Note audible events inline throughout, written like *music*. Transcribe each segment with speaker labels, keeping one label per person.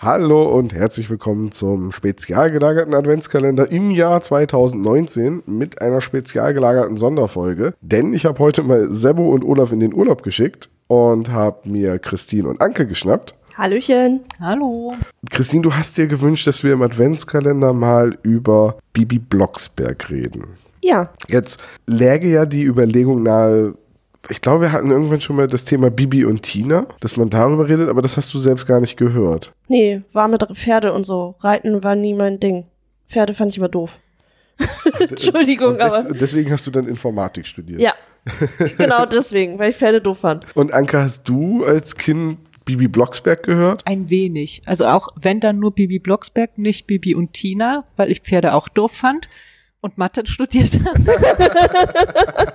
Speaker 1: Hallo und herzlich willkommen zum spezial gelagerten Adventskalender im Jahr 2019 mit einer spezial gelagerten Sonderfolge. Denn ich habe heute mal Sebo und Olaf in den Urlaub geschickt und habe mir Christine und Anke geschnappt.
Speaker 2: Hallöchen.
Speaker 3: Hallo.
Speaker 1: Christine, du hast dir gewünscht, dass wir im Adventskalender mal über Bibi Blocksberg reden.
Speaker 2: Ja,
Speaker 1: Jetzt läge ja die Überlegung nahe, ich glaube, wir hatten irgendwann schon mal das Thema Bibi und Tina, dass man darüber redet, aber das hast du selbst gar nicht gehört.
Speaker 2: nee, warme Dr- Pferde und so. Reiten war nie mein Ding. Pferde fand ich
Speaker 1: *laughs*
Speaker 2: immer doof. Entschuldigung,
Speaker 1: Und des,
Speaker 2: aber.
Speaker 1: Deswegen hast du dann Informatik studiert. *laughs*
Speaker 2: Ja. genau deswegen, weil ich Pferde doof fand.
Speaker 1: Und Anke, hast du als Kind Bibi Blocksberg gehört?
Speaker 3: Ein wenig. Also auch wenn dann nur Bibi Blocksberg, nicht Bibi und Tina, weil ich Pferde auch doof fand und Mathe studiert habe.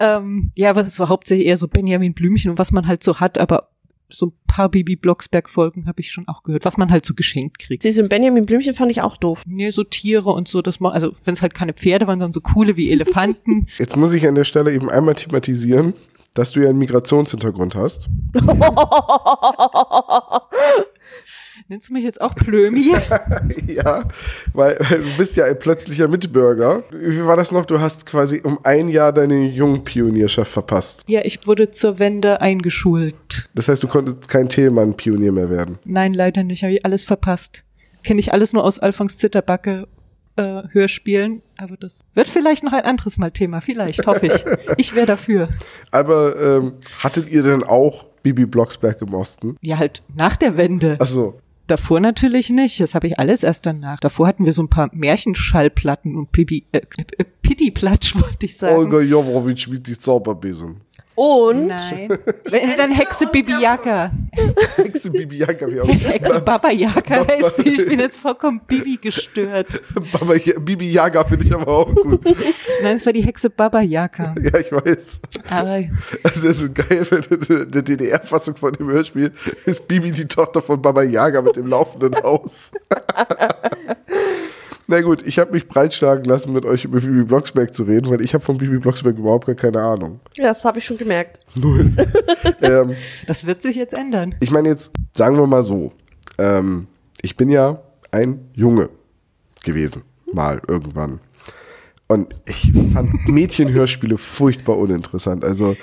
Speaker 3: ähm, ja, aber das war hauptsächlich eher so Benjamin Blümchen und was man halt so hat, aber so ein paar Bibi Blocksberg-Folgen habe ich schon auch gehört, was man halt so geschenkt kriegt.
Speaker 2: Siehst du, Benjamin Blümchen fand ich auch doof.
Speaker 3: Nee, so Tiere und so, dass man, also wenn es halt keine Pferde waren, sondern so coole wie
Speaker 1: *laughs*
Speaker 3: Elefanten.
Speaker 1: Jetzt muss ich an der Stelle eben einmal thematisieren, dass du ja einen Migrationshintergrund hast. *laughs*
Speaker 3: Nennst du mich jetzt auch Plömi?
Speaker 1: ja, weil, weil du bist ja ein plötzlicher Mitbürger. Wie war das noch? Du hast quasi um ein Jahr deine Jungpionierschaft verpasst.
Speaker 3: ja, ich wurde zur Wende eingeschult.
Speaker 1: Das heißt, du konntest kein Tillmann-Pionier mehr werden.
Speaker 3: Nein, leider nicht. Habe ich alles verpasst. Kenne ich alles nur aus Alfons Zitterbacke äh, Hörspielen. Aber das wird vielleicht noch ein anderes Mal Thema. Vielleicht, hoffe ich. Ich wäre dafür.
Speaker 1: Aber ähm, hattet ihr denn auch Bibi Blocksberg im Osten? Also,
Speaker 3: Ja, halt nach der Wende.
Speaker 1: Ach so.
Speaker 3: Davor natürlich nicht. Das habe ich alles erst danach. Davor hatten wir so ein paar Märchenschallplatten und Pibi, äh, äh, Pittiplatsch, wollte ich sagen.
Speaker 1: Olga Jovovich mit die Zauberbesen.
Speaker 2: Und
Speaker 3: Nein. Wenn, Äh, dann Hexe Bibi Jaka. Äh,
Speaker 1: Hexe Bibi Jaka, wie auch
Speaker 3: *laughs* Hexe Baba Jaka heißt die. Ich bin jetzt vollkommen Bibi gestört.
Speaker 1: Baba, Bibi Jaga finde ich aber auch gut.
Speaker 3: Nein, es war die Hexe Baba Jaka.
Speaker 1: *laughs* Ja, ich weiß.
Speaker 3: Aber
Speaker 1: Das ist so geil, wenn die DDR-Fassung von dem Hörspiel ist Bibi die Tochter von Baba Yaga mit dem laufenden Haus. *laughs* Na gut, ich habe mich breitschlagen lassen, mit euch über Bibi Blocksberg zu reden, weil ich habe von Bibi Blocksberg überhaupt gar keine Ahnung.
Speaker 2: das habe ich schon gemerkt.
Speaker 1: ähm,
Speaker 3: das wird sich jetzt ändern.
Speaker 1: ich meine jetzt, sagen wir mal so, ähm, ich bin ja ein Junge gewesen, mal irgendwann. Und ich fand Mädchenhörspiele furchtbar uninteressant. Also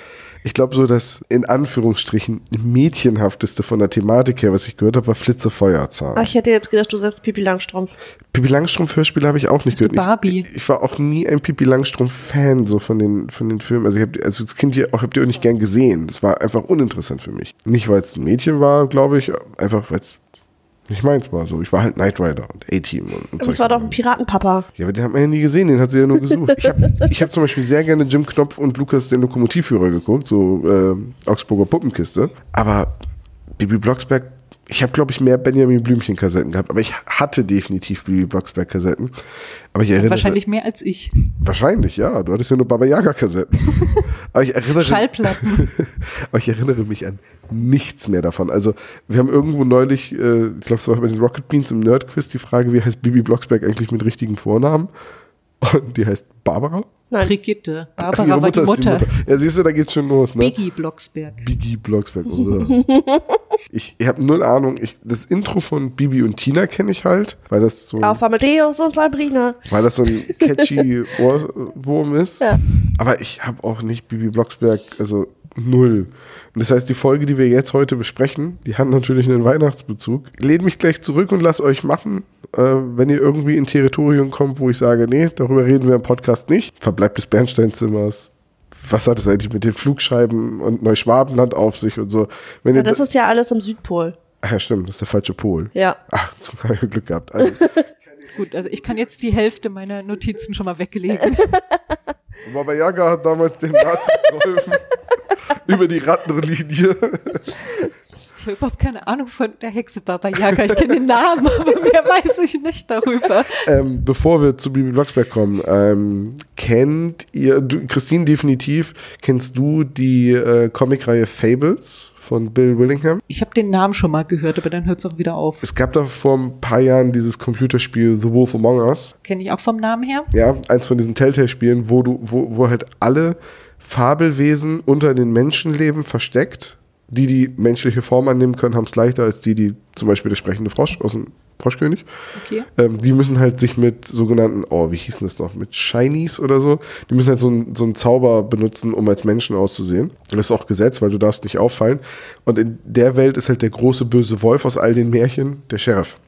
Speaker 1: ich glaube so, das in Anführungsstrichen mädchenhafteste von der Thematik her, was ich gehört habe, war Flitze Feuerzahn.
Speaker 2: Ach, Ah, ich hätte jetzt gedacht, du sagst Pipi Langstrumpf.
Speaker 1: Pipi Langstrumpf-Hörspiele habe ich auch nicht gehört.
Speaker 3: Barbie.
Speaker 1: Ich, ich war auch nie ein Pipi Langstrumpf-Fan so von den, von den Filmen. Also ich habe also als Kind hier auch, habt ihr auch nicht gern gesehen. Das war einfach uninteressant für mich. Nicht, weil es ein Mädchen war, glaube ich, einfach weil es nicht meins war. So, ich war halt Knight Rider und A-Team und, und
Speaker 2: Das
Speaker 1: solche
Speaker 2: war doch
Speaker 1: Sachen.
Speaker 2: ein Piratenpapa.
Speaker 1: Ja, aber den hat man ja nie gesehen, den hat sie ja nur gesucht.
Speaker 3: *laughs*
Speaker 1: Ich habe ich hab zum Beispiel sehr gerne Jim Knopf und Lukas den Lokomotivführer geguckt, so äh, Augsburger Puppenkiste. Aber Bibi Blocksberg, ich habe, glaube ich, mehr Benjamin Blümchen-Kassetten gehabt, aber ich hatte definitiv Bibi Blocksberg-Kassetten. Aber ich erinnere
Speaker 3: Wahrscheinlich mehr als ich.
Speaker 1: Wahrscheinlich, ja. Du hattest ja nur Baba
Speaker 3: *laughs*
Speaker 1: Yaga-Kassetten. aber ich erinnere *laughs*
Speaker 3: Schallplatten.
Speaker 1: aber ich erinnere mich an nichts mehr davon. Also, wir haben irgendwo neulich, äh, ich glaube, es war bei den Rocket Beans im Nerdquiz, die Frage, wie heißt Bibi Blocksberg eigentlich mit richtigen Vornamen? Und die heißt Barbara.
Speaker 2: Nein.
Speaker 3: Brigitte.
Speaker 1: Ach,
Speaker 3: Barbara
Speaker 1: ihre
Speaker 3: war die
Speaker 1: ist die
Speaker 3: Mutter.
Speaker 1: Ja, siehst du, da geht's schon los, ne?
Speaker 3: Biggie Blocksberg.
Speaker 1: Biggie Blocksberg.
Speaker 3: *laughs*
Speaker 1: Oder? ich ich habe null Ahnung. Ich, das Intro von Bibi und Tina kenne ich halt, weil das so
Speaker 2: Auf Amadeus und Sabrina.
Speaker 1: weil das so ein catchy
Speaker 2: *laughs*
Speaker 1: Ohrwurm ist.
Speaker 2: Ja.
Speaker 1: Aber ich habe auch nicht Bibi Blocksberg, also null. Und das heißt, die Folge, die wir jetzt heute besprechen, die hat natürlich einen Weihnachtsbezug. Lehnt mich gleich zurück und lasst euch machen. Äh, wenn ihr irgendwie in Territorium kommt, wo ich sage, nee, darüber reden wir im Podcast nicht. Verbleib des Bernsteinzimmers. Was hat es eigentlich mit den Flugscheiben und Neuschwabenland auf sich und so? Wenn
Speaker 2: Ja,
Speaker 1: ihr
Speaker 2: das
Speaker 1: da-
Speaker 2: ist ja alles am Südpol.
Speaker 1: Ach ja, stimmt, das ist der falsche Pol.
Speaker 2: Ja.
Speaker 1: Ach, zum Glück Glück gehabt. Also,
Speaker 3: Gut, also ich kann jetzt die Hälfte meiner Notizen schon mal weglegen.
Speaker 1: Baba Yaga hat damals den Nazis geholfen. über die Rattenlinie.
Speaker 3: Ich habe überhaupt keine Ahnung von der Hexe Baba Yaga. Ich kenne den Namen, *laughs* aber mehr weiß ich nicht darüber.
Speaker 1: Ähm, bevor wir zu Bibi Blocksberg kommen, ähm, kennt ihr, du, Christine definitiv, kennst du die äh, Comicreihe Fables von Bill Willingham?
Speaker 3: Ich habe den Namen schon mal gehört, aber dann hört es auch wieder auf.
Speaker 1: Es gab da vor ein paar Jahren dieses Computerspiel The Wolf Among Us.
Speaker 3: Kenne ich auch vom Namen her?
Speaker 1: Ja, eins von diesen Telltale-Spielen, wo du, wo, wo halt alle Fabelwesen unter den Menschenleben versteckt. Die, die menschliche Form annehmen können, haben es leichter als die, die zum Beispiel der sprechende Frosch aus dem Froschkönig.
Speaker 3: Okay.
Speaker 1: Ähm, die müssen halt sich mit sogenannten, oh, wie hießen das noch, mit Shinies oder so, die müssen halt so, einen- so einen Zauber benutzen, um als Menschen auszusehen. Und das ist auch Gesetz, weil du darfst nicht auffallen. Und in der Welt ist halt der große böse Wolf aus all den Märchen der Sheriff.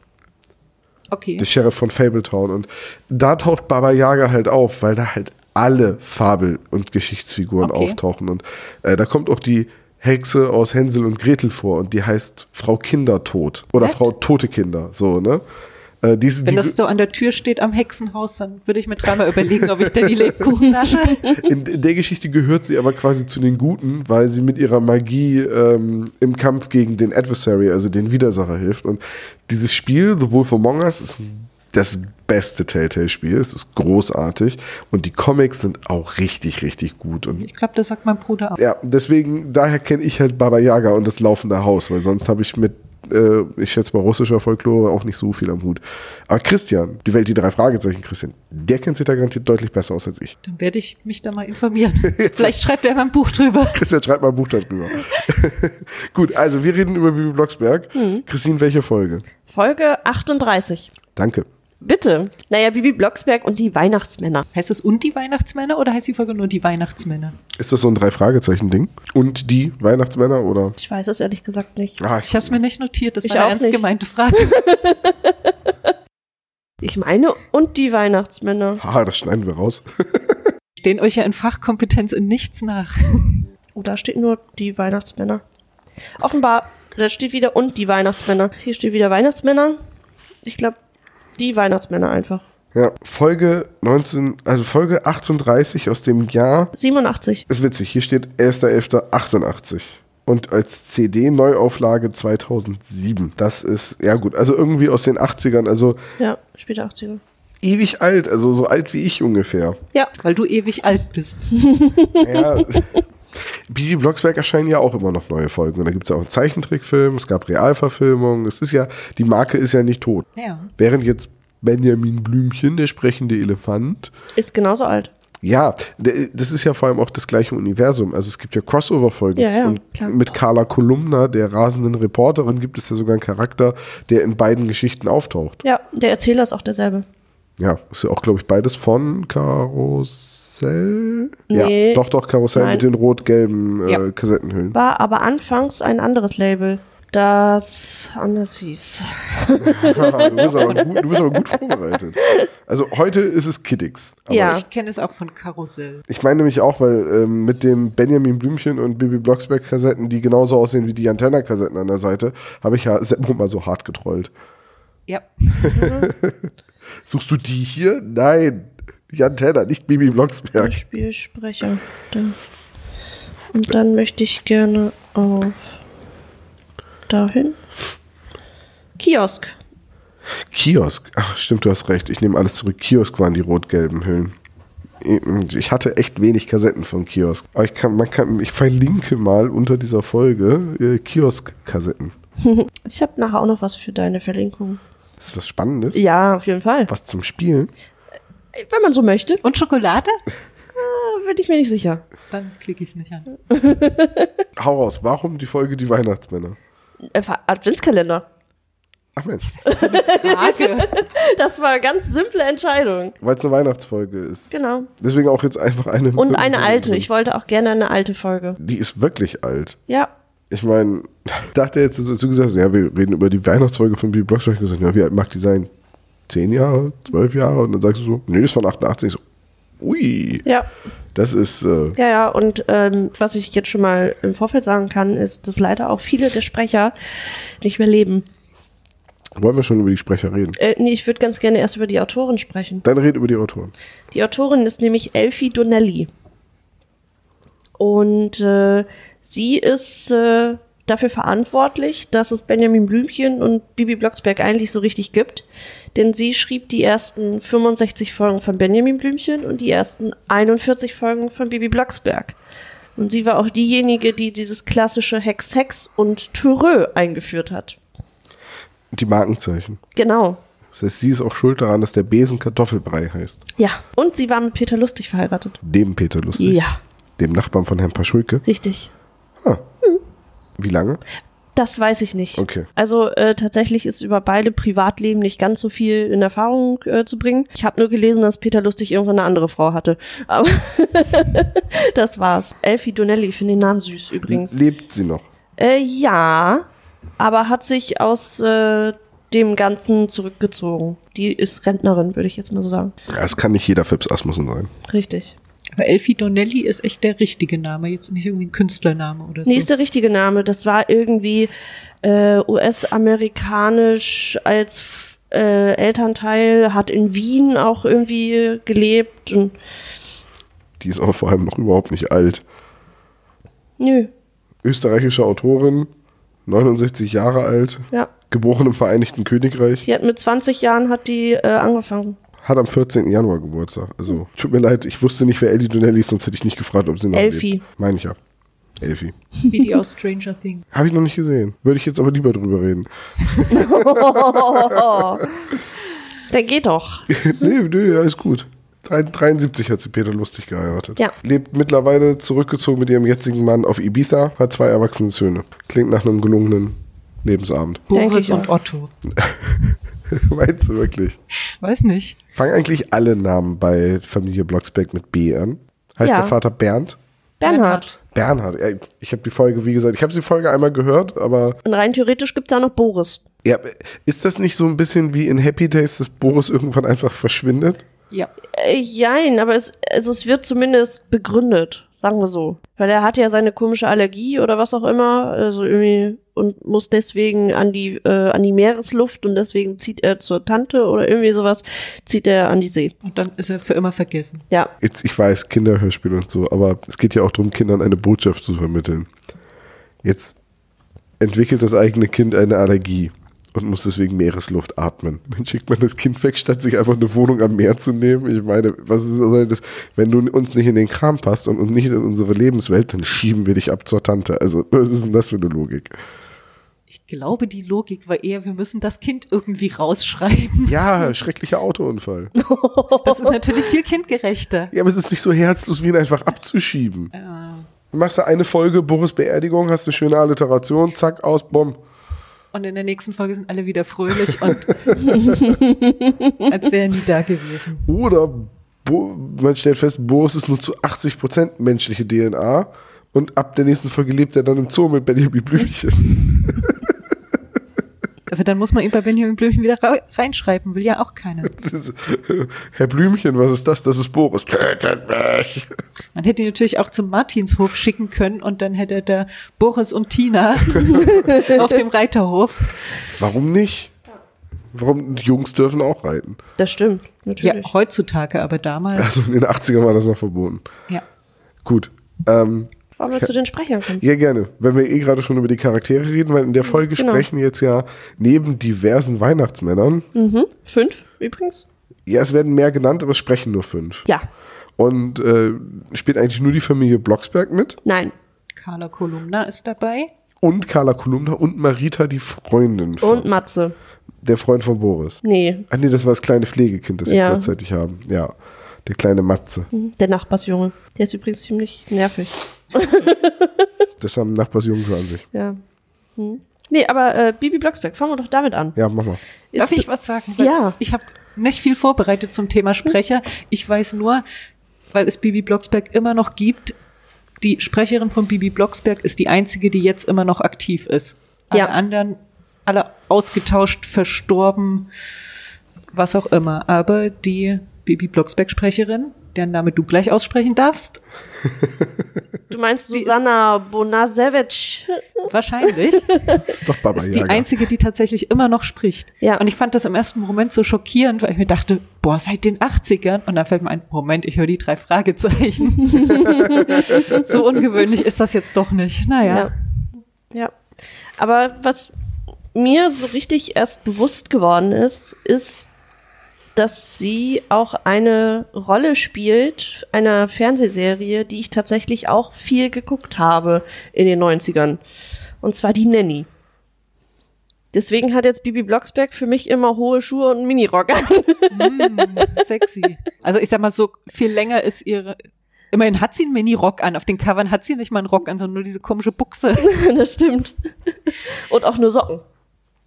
Speaker 3: Okay.
Speaker 1: Der Sheriff von Fabletown. Und da taucht Baba Yaga halt auf, weil da halt alle Fabel- und Geschichtsfiguren
Speaker 3: Okay.
Speaker 1: auftauchen. Und äh, da kommt auch die Hexe aus Hänsel und Gretel vor und die heißt Frau Kindertod oder
Speaker 3: Echt?
Speaker 1: Frau Tote Kinder. So, ne? Äh, die, ist-
Speaker 3: Wenn
Speaker 1: die,
Speaker 3: das so an der Tür steht am Hexenhaus, dann würde ich mir dreimal überlegen, ob ich da die Lebkuchen nasche.
Speaker 1: in, in der Geschichte gehört sie aber quasi zu den Guten, weil sie mit ihrer Magie ähm, im Kampf gegen den Adversary, also den Widersacher, hilft. Und dieses Spiel, The Wolf Among Us, ist das beste Telltale-Spiel. Es ist großartig. Und die Comics sind auch richtig, richtig gut. Und
Speaker 3: Ich glaube, das sagt mein Bruder ab.
Speaker 1: ja, deswegen, daher kenne ich halt Baba Yaga und das laufende Haus, weil sonst habe ich mit, äh, ich schätze mal, russischer Folklore auch nicht so viel am Hut. Aber Christian, die Welt, die drei Fragezeichen, Christian, der kennt sich da garantiert deutlich besser aus als ich.
Speaker 3: Dann werde ich mich da
Speaker 1: *laughs*
Speaker 3: mal informieren. Vielleicht schreibt er mal ein Buch drüber.
Speaker 1: Christian, schreib mal ein Buch darüber. *laughs* Gut, also wir reden über Bibi Blocksberg. Christine, welche Folge?
Speaker 2: Folge 38.
Speaker 1: Danke.
Speaker 2: Bitte. Naja, Bibi Blocksberg und die Weihnachtsmänner.
Speaker 3: Heißt es und die Weihnachtsmänner oder heißt die Folge nur die Weihnachtsmänner?
Speaker 1: Ist das so ein Drei-Fragezeichen-Ding? Und die Weihnachtsmänner oder?
Speaker 2: Ich weiß es ehrlich gesagt nicht.
Speaker 1: Ah,
Speaker 3: Ich habe es mir nicht notiert, das
Speaker 2: Ich
Speaker 3: war eine
Speaker 2: auch
Speaker 3: ernst
Speaker 2: nicht.
Speaker 3: gemeinte Frage.
Speaker 2: *laughs* Ich meine, und die Weihnachtsmänner.
Speaker 1: Haha, ah, das schneiden wir raus.
Speaker 3: Stehen euch ja in Fachkompetenz in nichts nach.
Speaker 2: Oh, da steht nur die Weihnachtsmänner. Offenbar, da steht wieder und die Weihnachtsmänner. Hier steht wieder Weihnachtsmänner. Ich glaube, die Weihnachtsmänner einfach.
Speaker 1: Ja, Folge 19, also Folge 38 aus dem Jahr
Speaker 2: 87.
Speaker 1: Ist witzig, hier steht 1.11.88 und als CD-Neuauflage 2007. Das ist, ja gut, also irgendwie aus den 80ern, also
Speaker 2: Ja, später 80er.
Speaker 1: ewig alt, also so alt wie ich ungefähr.
Speaker 2: Ja,
Speaker 3: Weil du ewig alt bist.
Speaker 1: Ja. *laughs* Bibi Blocksberg erscheinen ja auch immer noch neue Folgen. Und da gibt es ja auch einen Zeichentrickfilm, es gab Realverfilmungen, es ist ja, die Marke ist ja nicht tot.
Speaker 3: Ja.
Speaker 1: Während jetzt Benjamin Blümchen, der sprechende Elefant,
Speaker 2: ist genauso alt.
Speaker 1: Ja, d- das ist ja vor allem auch das gleiche Universum. Also es gibt ja Crossover-Folgen.
Speaker 2: Ja, ja,
Speaker 1: und
Speaker 2: klar.
Speaker 1: mit Carla Kolumna, der rasenden Reporterin, gibt es ja sogar einen Charakter, der in beiden Geschichten auftaucht.
Speaker 2: Ja, der Erzähler ist auch derselbe.
Speaker 1: Ja, ist ja auch, glaube ich, beides von Karussell.
Speaker 2: Nee.
Speaker 1: Ja, doch, doch, Karussell
Speaker 2: Nein.
Speaker 1: mit den rot-gelben äh,
Speaker 3: Ja.
Speaker 1: Kassettenhüllen.
Speaker 2: War aber anfangs ein anderes Label, das anders hieß.
Speaker 1: Haha, *laughs* du, bist aber gut, du bist aber gut vorbereitet. Also heute ist es Kiddix. Aber
Speaker 2: Ja.
Speaker 1: Ich,
Speaker 3: Ich kenne es auch von Karussell.
Speaker 1: ich meine nämlich auch, weil ähm, mit dem Benjamin Blümchen und Bibi Blocksberg-Kassetten, die genauso aussehen wie die Antenna-Kassetten an der Seite, habe ich ja Seppo mal so hart getrollt.
Speaker 3: Ja.
Speaker 1: Suchst du die hier? Nein. Jan Tenner, nicht Bibi Blocksberg.
Speaker 2: Spielsprecher. Da. Und dann möchte ich gerne auf dahin. Kiosk.
Speaker 1: Kiosk. Ach, stimmt, du hast recht. Ich nehme alles zurück. Kiosk waren die rot-gelben Hüllen. Ich hatte echt wenig Kassetten von Kiosk. Aber ich, kann, man kann, ich verlinke mal unter dieser Folge äh, Kiosk-Kassetten.
Speaker 2: Ich habe nachher auch noch was für deine Verlinkung.
Speaker 1: Das ist was Spannendes.
Speaker 2: Ja, auf jeden Fall.
Speaker 1: Was zum Spielen.
Speaker 2: Wenn man so möchte,
Speaker 3: Und Schokolade?
Speaker 2: äh, bin ich mir nicht sicher.
Speaker 3: Dann klicke ich es nicht an.
Speaker 1: Hau raus. Warum die Folge Die Weihnachtsmänner?
Speaker 2: Einfach Äh, Adventskalender.
Speaker 1: Ach Mensch,
Speaker 3: Frage.
Speaker 2: *laughs* Das war eine ganz simple Entscheidung.
Speaker 1: weil es eine Weihnachtsfolge ist.
Speaker 2: Genau.
Speaker 1: Deswegen auch jetzt einfach eine.
Speaker 2: Und eine alte. Ich wollte auch gerne eine alte Folge.
Speaker 1: Die ist wirklich alt.
Speaker 2: Ja.
Speaker 1: Ich *laughs* meine, dachte jetzt dazu gesagt, ja, wir reden über die Weihnachtsfolge von Bibi Blocksberg. Ich hab gesagt, ja, wie alt mag die sein? Zehn Jahre, zwölf Jahre? Und dann sagst du so, nee, ist von 88. Ich so, ui,
Speaker 2: Ja.
Speaker 1: das ist, äh,
Speaker 2: Ja, ja, und ähm, was ich jetzt schon mal im Vorfeld sagen kann, ist, dass leider auch viele der Sprecher nicht mehr leben.
Speaker 1: wollen wir schon über die Sprecher reden?
Speaker 2: Äh, nee, ich würde ganz gerne erst über die Autorin sprechen.
Speaker 1: Dann red über die Autoren.
Speaker 2: Die Autorin ist nämlich Elfie Donnelly. Und äh, sie ist äh, dafür verantwortlich, dass es Benjamin Blümchen und Bibi Blocksberg eigentlich so richtig gibt. Denn sie schrieb die ersten 65 Folgen von Benjamin Blümchen und die ersten 41 Folgen von Bibi Blocksberg. Und sie war auch diejenige, die dieses klassische Hex Hex und Törö eingeführt hat.
Speaker 1: Die Markenzeichen.
Speaker 2: Genau.
Speaker 1: Das heißt, sie ist auch schuld daran, dass der Besen Kartoffelbrei heißt.
Speaker 2: Ja. Und sie war mit Peter Lustig verheiratet.
Speaker 1: Dem Peter Lustig.
Speaker 2: Ja,
Speaker 1: Dem Nachbarn von Herrn Paschulke.
Speaker 2: richtig.
Speaker 1: Wie lange?
Speaker 2: Das weiß ich nicht.
Speaker 1: Okay.
Speaker 2: Also äh, tatsächlich ist über beide Privatleben nicht ganz so viel in Erfahrung äh, zu bringen. Ich habe nur gelesen, dass Peter Lustig irgendwann eine andere Frau hatte. Aber *laughs* das war's. Elfie Donnelly, ich finde den Namen süß übrigens.
Speaker 1: Lebt sie noch?
Speaker 2: Äh, ja, aber hat sich aus äh, dem Ganzen zurückgezogen. Die ist Rentnerin, würde ich jetzt mal so sagen.
Speaker 1: Ja, es kann nicht jeder Phipps Asmussen sein.
Speaker 2: Richtig.
Speaker 3: Aber Elfie Donnelly ist echt der richtige Name, jetzt nicht irgendwie ein Künstlername oder so.
Speaker 2: Nee, ist der richtige Name. Das war irgendwie äh, US-amerikanisch als f- äh, Elternteil, hat in Wien auch irgendwie gelebt und
Speaker 1: Die ist aber vor allem noch überhaupt nicht alt.
Speaker 2: nö,
Speaker 1: Österreichische Autorin, 69 Jahre alt,
Speaker 2: ja.
Speaker 1: geboren im Vereinigten Königreich,
Speaker 2: Die hat mit 20 Jahren hat die äh, angefangen.
Speaker 1: hat am 14. Januar Geburtstag. Also, tut mir leid, ich wusste nicht, wer Ellie Donnelly ist, sonst hätte ich nicht gefragt, ob sie noch
Speaker 2: Elfie.
Speaker 1: lebt. Meine ich ja. Elfie.
Speaker 3: Wie die aus Stranger Things.
Speaker 1: Habe ich noch nicht gesehen. Würde ich jetzt aber lieber drüber reden.
Speaker 2: Der geht doch.
Speaker 1: *laughs* nee, nee, alles gut. 73 hat sie Peter Lustig geheiratet.
Speaker 2: Ja.
Speaker 1: Lebt mittlerweile zurückgezogen mit ihrem jetzigen Mann auf Ibiza, hat zwei erwachsene Söhne. Klingt nach einem gelungenen Lebensabend.
Speaker 2: *laughs* Denke
Speaker 3: Boris
Speaker 2: ich auch.
Speaker 3: und Otto.
Speaker 1: *laughs* Meinst du wirklich?
Speaker 3: Weiß nicht.
Speaker 1: Fangen eigentlich alle Namen bei Familie Blocksberg mit B an? Heißt
Speaker 2: Ja.
Speaker 1: der Vater Bernd?
Speaker 2: Bernhard.
Speaker 1: Bernhard. Ja, Ich habe die Folge, wie gesagt, ich habe die Folge einmal gehört, aber
Speaker 2: Und rein theoretisch gibt's da noch Boris.
Speaker 1: ja, ist das nicht so ein bisschen wie in Happy Days, dass Boris irgendwann einfach verschwindet?
Speaker 3: Ja.
Speaker 2: Äh, jein, aber es, also es wird zumindest begründet, sagen wir so. Weil er hat ja seine komische Allergie oder was auch immer, also irgendwie, und muss deswegen an die, äh, an die Meeresluft und deswegen zieht er zur Tante oder irgendwie sowas, zieht er an die See.
Speaker 3: Und dann ist er für immer vergessen.
Speaker 2: Ja,
Speaker 1: Jetzt, ich weiß, Kinderhörspiel und so, aber es geht ja auch darum, Kindern eine Botschaft zu vermitteln. Jetzt entwickelt das eigene Kind eine Allergie und muss deswegen Meeresluft atmen. *laughs* Dann schickt man das Kind weg, statt sich einfach eine Wohnung am Meer zu nehmen. Ich meine, was ist soll das? Wenn du uns nicht in den Kram passt und uns nicht in unsere Lebenswelt, dann schieben wir dich ab zur Tante. Also, was ist denn das für eine Logik?
Speaker 3: Ich glaube, die Logik war eher, wir müssen das Kind irgendwie rausschreiben.
Speaker 1: Ja, schrecklicher Autounfall.
Speaker 3: Das ist natürlich viel kindgerechter.
Speaker 1: Ja, aber es ist nicht so herzlos, wie ihn einfach abzuschieben. Du machst da eine Folge Boris Beerdigung, hast eine schöne Alliteration, zack, aus, bomb.
Speaker 3: Und in der nächsten Folge sind alle wieder fröhlich und als wären die da gewesen.
Speaker 1: Oder Bo man stellt fest, Boris ist nur zu 80% menschliche DNA und ab der nächsten Folge lebt er dann im Zoo mit Benjamin Blümchen. *laughs*
Speaker 3: Aber dann muss man ihn bei Benjamin Blümchen wieder ra- reinschreiben, will ja auch keiner.
Speaker 1: Das ist, Herr Blümchen, was ist das? Das ist Boris. Tötet mich.
Speaker 3: Man hätte ihn natürlich auch zum Martinshof schicken können und dann hätte er da Boris und Tina auf dem Reiterhof.
Speaker 1: Warum nicht? Warum? Die Jungs dürfen auch reiten.
Speaker 2: das stimmt,
Speaker 3: Ja,
Speaker 2: natürlich.
Speaker 3: heutzutage, aber damals.
Speaker 1: Also in den 80ern war das noch verboten.
Speaker 3: Ja.
Speaker 1: Gut. Ähm,
Speaker 2: Wollen wir zu den Sprechern kommen?
Speaker 1: Ja, gerne. Wenn wir eh gerade schon über die Charaktere reden, weil in der Folge
Speaker 2: Genau.
Speaker 1: sprechen jetzt ja neben diversen Weihnachtsmännern,
Speaker 2: Mhm. Fünf übrigens?
Speaker 1: ja, es werden mehr genannt, aber es sprechen nur fünf.
Speaker 2: Ja.
Speaker 1: Und äh, spielt eigentlich nur die Familie Blocksberg mit
Speaker 2: Nein.
Speaker 3: Carla Kolumna ist dabei.
Speaker 1: und Carla Kolumna und Marita, die Freundin von,
Speaker 2: Und Matze.
Speaker 1: der Freund von Boris.
Speaker 2: Nee,
Speaker 1: Ah nee, das war das kleine Pflegekind, das sie
Speaker 2: Ja.
Speaker 1: kurzzeitig haben. Ja, der kleine Matze.
Speaker 2: mhm, der Nachbarsjunge. Der ist übrigens ziemlich nervig.
Speaker 1: Das haben Nachbarsjungen so an sich.
Speaker 2: Ja. Hm. Nee, aber äh, Bibi Blocksberg, fangen wir doch damit an.
Speaker 1: Ja, mach mal.
Speaker 3: Darf
Speaker 2: Ist-
Speaker 3: ich was sagen? Weil
Speaker 2: Ja.
Speaker 3: Ich habe nicht viel vorbereitet zum Thema Sprecher. Ich weiß nur, weil es Bibi Blocksberg immer noch gibt, die Sprecherin von Bibi Blocksberg ist die einzige, die jetzt immer noch aktiv ist. Alle
Speaker 2: Ja.
Speaker 3: anderen, alle ausgetauscht, verstorben, was auch immer. Aber die Bibi Blocksberg-Sprecherin deren Name du gleich aussprechen darfst.
Speaker 2: Du meinst Susanna Bonasewicz?
Speaker 3: Wahrscheinlich.
Speaker 1: Ist
Speaker 2: *laughs*
Speaker 1: doch Baba
Speaker 3: ist die
Speaker 1: Yaga.
Speaker 3: einzige, die tatsächlich immer noch spricht.
Speaker 2: Ja.
Speaker 3: Und ich fand das im ersten Moment so schockierend, weil ich mir dachte, boah, seit den 80ern. Und dann fällt mir ein, Moment, ich höre die
Speaker 2: *laughs*
Speaker 3: drei Fragezeichen. so ungewöhnlich ist das jetzt doch nicht. Naja.
Speaker 2: Ja. ja. Aber was mir so richtig erst bewusst geworden ist, ist, dass sie auch eine Rolle spielt, einer Fernsehserie, die ich tatsächlich auch viel geguckt habe in den 90ern. Und zwar die Nanny. Deswegen hat jetzt Bibi Blocksberg für mich immer hohe Schuhe und einen Minirock an.
Speaker 3: Sexy. Also ich sag mal, so viel länger ist ihre. Immerhin hat sie einen Mini-Rock an. Auf den Covern hat sie nicht mal einen Rock an, sondern nur diese komische Buchse.
Speaker 2: *laughs* das stimmt. Und auch nur Socken.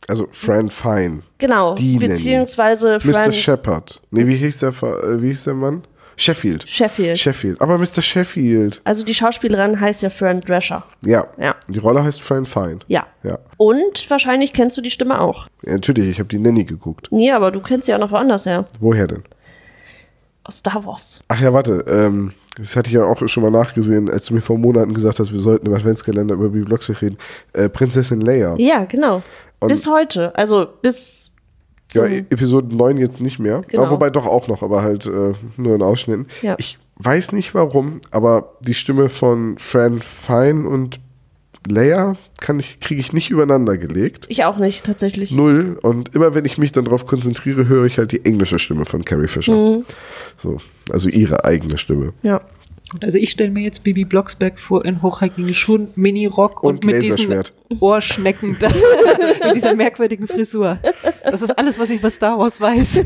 Speaker 1: Also Fran Fine.
Speaker 2: Genau.
Speaker 1: Die Nanny.
Speaker 2: beziehungsweise
Speaker 1: Mr.
Speaker 2: Fran
Speaker 1: Shepard. Nee, wie hieß der, Fa- äh, wie hieß der Mann? Sheffield.
Speaker 2: Sheffield.
Speaker 1: Sheffield. Aber Mr. Sheffield.
Speaker 2: also die Schauspielerin heißt ja Fran Drescher.
Speaker 1: Ja.
Speaker 2: Ja.
Speaker 1: Die Rolle heißt Fran Fine.
Speaker 2: Ja.
Speaker 1: Ja.
Speaker 2: Und wahrscheinlich kennst du die Stimme auch.
Speaker 1: ja natürlich, ich habe die Nanny geguckt.
Speaker 2: Nee, aber du kennst sie auch noch woanders her.
Speaker 1: Woher denn?
Speaker 2: Aus Star Wars.
Speaker 1: Ach ja, warte. Ähm, das hatte ich ja auch schon mal nachgesehen, als du mir vor Monaten gesagt hast, wir sollten im Adventskalender über Bibi Blocksberg reden. Äh, Prinzessin Leia.
Speaker 2: Ja, genau. bis heute. Also bis.
Speaker 1: Ja,
Speaker 2: zum-
Speaker 1: E- Episode 9 jetzt nicht mehr.
Speaker 2: Genau.
Speaker 1: Aber wobei doch auch noch, aber halt äh, nur in Ausschnitten.
Speaker 2: Ja.
Speaker 1: Ich weiß nicht warum, aber die Stimme von Fran Fine und Leia kann ich, kriege ich nicht übereinander gelegt.
Speaker 2: Ich auch nicht, tatsächlich.
Speaker 1: Null. Und immer wenn ich mich dann drauf konzentriere, höre ich halt die englische Stimme von Carrie Fisher. So, also ihre eigene Stimme.
Speaker 2: Ja.
Speaker 3: Und Also ich stelle mir jetzt Bibi Blocksberg vor in hochhackigen Schuhen, Mini-Rock und,
Speaker 1: Und
Speaker 3: mit diesem
Speaker 1: Laserschwert.
Speaker 3: Ohrschnecken, da, *laughs* mit dieser merkwürdigen Frisur. Das ist alles, was ich über Star Wars weiß.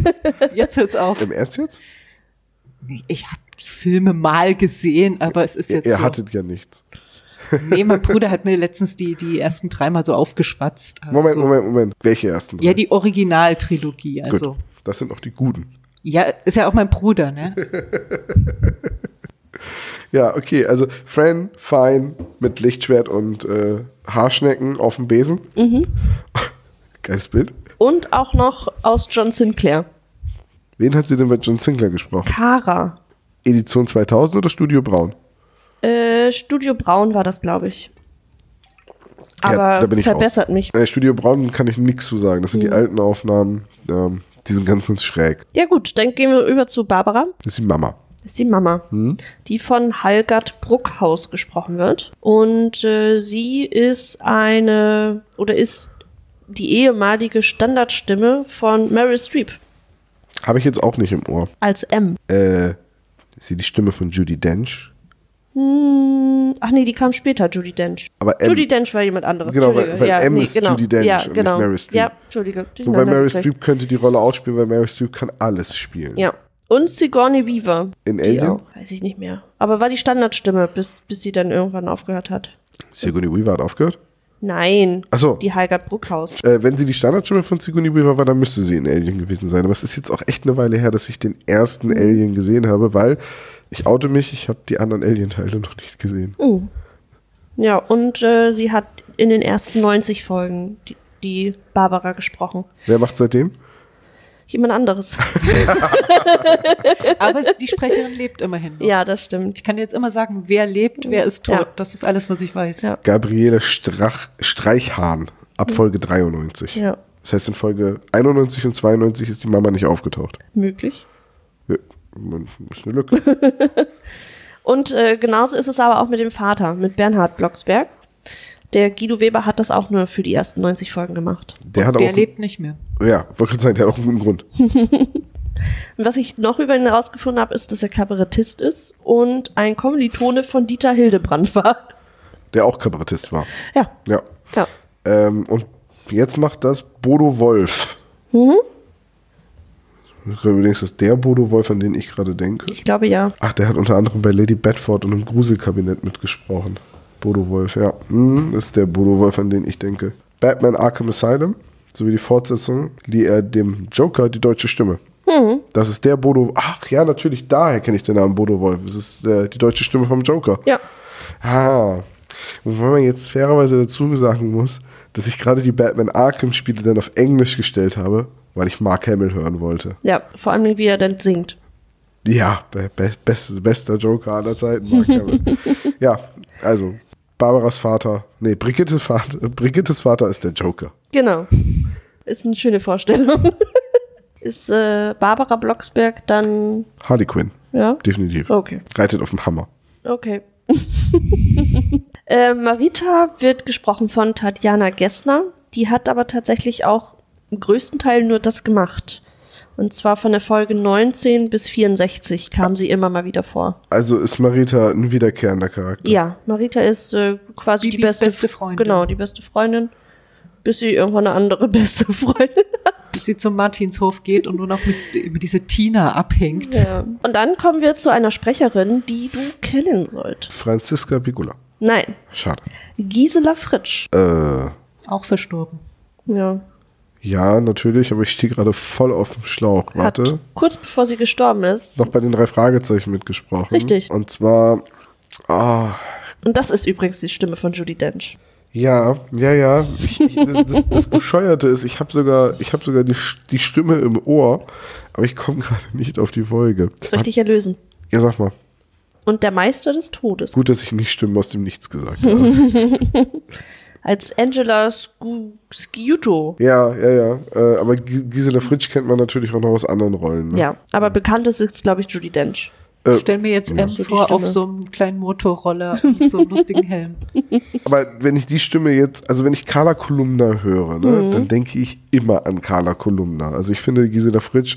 Speaker 3: Jetzt hört's auf.
Speaker 1: Im Ernst jetzt?
Speaker 3: Ich habe die Filme mal gesehen, aber es ist jetzt
Speaker 1: Er
Speaker 3: so.
Speaker 1: hattet ja nichts.
Speaker 3: Nee, mein Bruder hat mir letztens die, die ersten dreimal so aufgeschwatzt. Also,
Speaker 1: Moment, Moment, Moment. Welche ersten? drei?
Speaker 3: Ja, die Originaltrilogie,
Speaker 1: Gut.
Speaker 3: also.
Speaker 1: Das sind auch die guten.
Speaker 3: Ja, ist ja auch mein Bruder, ne?
Speaker 1: Ja, okay, also Fran Fine mit Lichtschwert und äh, Haarschnecken auf dem Besen. *laughs* Geiles Bild.
Speaker 2: Und auch noch aus John Sinclair.
Speaker 1: Wen hat sie denn mit John Sinclair gesprochen?
Speaker 2: Kara.
Speaker 1: Edition 2000 oder Studio Braun?
Speaker 2: Äh, Studio Braun war das, glaube ich. Aber
Speaker 1: ja, da bin ich
Speaker 2: verbessert
Speaker 1: raus.
Speaker 2: mich. Hm.
Speaker 1: Äh, Studio Braun kann ich nichts zu sagen. Das sind die alten Aufnahmen. Ähm, die sind ganz, ganz schräg.
Speaker 2: Ja, gut, dann gehen wir über zu Barbara.
Speaker 1: Das ist die Mama.
Speaker 2: Das ist die Mama,
Speaker 1: Hm?
Speaker 2: die von Halgard Bruckhaus gesprochen wird. Und äh, sie ist eine oder ist die ehemalige Standardstimme von Meryl Streep
Speaker 1: Habe ich jetzt auch nicht im Ohr.
Speaker 2: als M.
Speaker 1: Äh, ist sie die Stimme von Judy Dench?
Speaker 2: Hm, ach nee, die kam später, Judy Dench.
Speaker 1: Aber M-
Speaker 2: Judy Dench war jemand anderes.
Speaker 1: Genau, weil-
Speaker 2: Entschuldige.
Speaker 1: weil
Speaker 2: ja,
Speaker 1: M
Speaker 2: nee,
Speaker 1: ist
Speaker 2: genau.
Speaker 1: Judi Dench
Speaker 2: ja,
Speaker 1: und nicht
Speaker 2: genau.
Speaker 1: Meryl Streep.
Speaker 2: Ja, Entschuldige.
Speaker 1: Wobei Mary
Speaker 2: durcheinander
Speaker 1: Streep könnte die Rolle ausspielen, weil Mary Streep kann alles spielen.
Speaker 2: Ja. Und Sigourney Weaver.
Speaker 1: In
Speaker 2: Die
Speaker 1: Alien?
Speaker 2: auch, Weiß ich nicht mehr. Aber war die Standardstimme, bis, bis sie dann irgendwann aufgehört hat.
Speaker 1: Sigourney Weaver hat aufgehört.
Speaker 2: Nein.
Speaker 1: Ach so.
Speaker 2: Die Halgard Bruckhaus.
Speaker 1: Äh, wenn sie die Standardstimme von Sigourney Weaver war, dann müsste sie in Alien gewesen sein. Aber es ist jetzt auch echt eine Weile her, dass ich den ersten
Speaker 2: Mhm.
Speaker 1: Alien gesehen habe, weil ich oute mich, ich habe die anderen Alien-Teile noch nicht gesehen.
Speaker 2: Oh. Ja, und äh, sie hat in den ersten 90 Folgen die, die Barbara gesprochen.
Speaker 1: Wer macht seitdem?
Speaker 2: Jemand anderes.
Speaker 3: Aber die Sprecherin lebt immerhin. noch.
Speaker 2: ja, das stimmt.
Speaker 3: Ich kann jetzt immer sagen, wer lebt, wer ist tot.
Speaker 2: Ja.
Speaker 3: Das ist alles, was ich weiß.
Speaker 2: Ja.
Speaker 1: Gabriele Strach Streichhahn ab Folge 93.
Speaker 2: Ja.
Speaker 1: Das heißt, in Folge 91 und 92 ist die Mama nicht aufgetaucht.
Speaker 2: Möglich.
Speaker 1: Ja, man- Ist eine
Speaker 3: *laughs*
Speaker 1: Lücke.
Speaker 2: Und äh, genauso ist es aber auch mit dem Vater, mit Bernhard Blocksberg. Der Guido Weber hat das auch nur für die ersten 90 Folgen gemacht.
Speaker 1: Der hat
Speaker 3: Der
Speaker 1: auch.
Speaker 3: lebt nicht mehr.
Speaker 1: Ja, wollte gerade sagen, der hat auch einen guten Grund.
Speaker 2: Und was ich noch über ihn herausgefunden habe, ist, dass er Kabarettist ist und ein Kommilitone von Dieter Hildebrand war. *laughs*
Speaker 1: Der auch Kabarettist war.
Speaker 2: Ja,
Speaker 1: Ja.
Speaker 2: ja.
Speaker 1: Ähm, und jetzt macht das Bodo Wolf. Mhm. Übrigens ist der Bodo Wolf, an den ich gerade denke.
Speaker 2: Ich glaube ja.
Speaker 1: Ach, der hat unter anderem bei Lady Bedford und im Gruselkabinett mitgesprochen. Bodo Wolf, ja. Hm, das ist der Bodo Wolf, an den ich denke. Batman Arkham Asylum sowie die Fortsetzung lieh er dem Joker die deutsche Stimme. Das ist der Bodo. Ach ja, natürlich, daher kenne ich den Namen Bodo Wolf. Das ist äh, die deutsche Stimme vom Joker.
Speaker 2: Ja.
Speaker 1: Ah. Und wenn man jetzt fairerweise dazu sagen muss, dass ich gerade die Batman Arkham-Spiele dann auf Englisch gestellt habe, weil ich Mark Hamill hören wollte.
Speaker 2: Ja, vor allem, wie er dann singt.
Speaker 1: Ja, be be best, bester Joker aller Zeiten. Mark
Speaker 2: *laughs*
Speaker 1: Hamill. ja, also Barbaras Vater, nee, Brigittes Vater, Brigittes Vater ist der Joker.
Speaker 2: Genau. Ist eine schöne Vorstellung. *laughs* ist äh, Barbara Blocksberg dann.
Speaker 1: Harley Quinn,
Speaker 2: Ja?
Speaker 1: definitiv.
Speaker 2: Okay.
Speaker 1: Reitet auf dem Hammer.
Speaker 2: Okay. *laughs* äh, Marita wird gesprochen von Tatjana Gessner. Die hat aber tatsächlich auch im größten Teil nur das gemacht. Und zwar von der Folge 19 bis 64 kam sie immer mal wieder vor.
Speaker 1: Also ist Marita ein wiederkehrender Charakter.
Speaker 2: Ja, Marita ist äh, quasi die
Speaker 3: Bibis
Speaker 2: beste,
Speaker 3: beste Freundin.
Speaker 2: Genau, die beste Freundin. Bis sie irgendwann eine andere *laughs* beste Freundin
Speaker 3: Bis sie zum Martinshof geht und nur noch mit, mit dieser Tina abhängt.
Speaker 2: hat. Und dann kommen wir zu einer Sprecherin, die du kennen sollt.
Speaker 1: Franziska Piccola.
Speaker 2: Nein,
Speaker 1: Schade.
Speaker 2: Gisela Fritsch.
Speaker 1: Äh,
Speaker 3: Auch verstorben.
Speaker 2: Ja,
Speaker 1: ja, natürlich, aber ich stehe gerade voll auf dem Schlauch. Warte.
Speaker 2: Hat kurz bevor sie gestorben ist.
Speaker 1: Noch bei den drei Fragezeichen mitgesprochen.
Speaker 2: Richtig.
Speaker 1: Und zwar, ah,
Speaker 2: Und das ist übrigens die Stimme von Judy Dench.
Speaker 1: Ja, ja, ja. Ich, ich, das, das, das Bescheuerte ist, ich habe sogar, ich hab sogar die, Sch- die Stimme im Ohr, aber ich komme gerade nicht auf die Folge.
Speaker 2: Soll ich dich erlösen?
Speaker 1: Ja, sag mal.
Speaker 2: Und der Meister des Todes.
Speaker 1: Gut, dass ich nicht Stimmen aus dem Nichts gesagt habe.
Speaker 2: *laughs* Als Angela Scu- Sciuto.
Speaker 1: ja, ja, ja. Äh, aber G- Gisela Fritsch kennt man natürlich auch noch aus anderen Rollen. Ne?
Speaker 2: Ja, aber bekannt ist jetzt, glaube ich, Judy Dench.
Speaker 1: Äh,
Speaker 3: Stell mir jetzt M
Speaker 2: So die
Speaker 3: vor auf
Speaker 2: Stimme.
Speaker 3: so einem
Speaker 2: *laughs*
Speaker 3: kleinen Motorroller und so einem lustigen Helm.
Speaker 1: Aber wenn ich die Stimme jetzt, also wenn ich Carla Kolumna höre, ne,
Speaker 2: Mhm.
Speaker 1: dann denke ich immer an Carla Kolumna. Also ich finde Gisela Fritsch,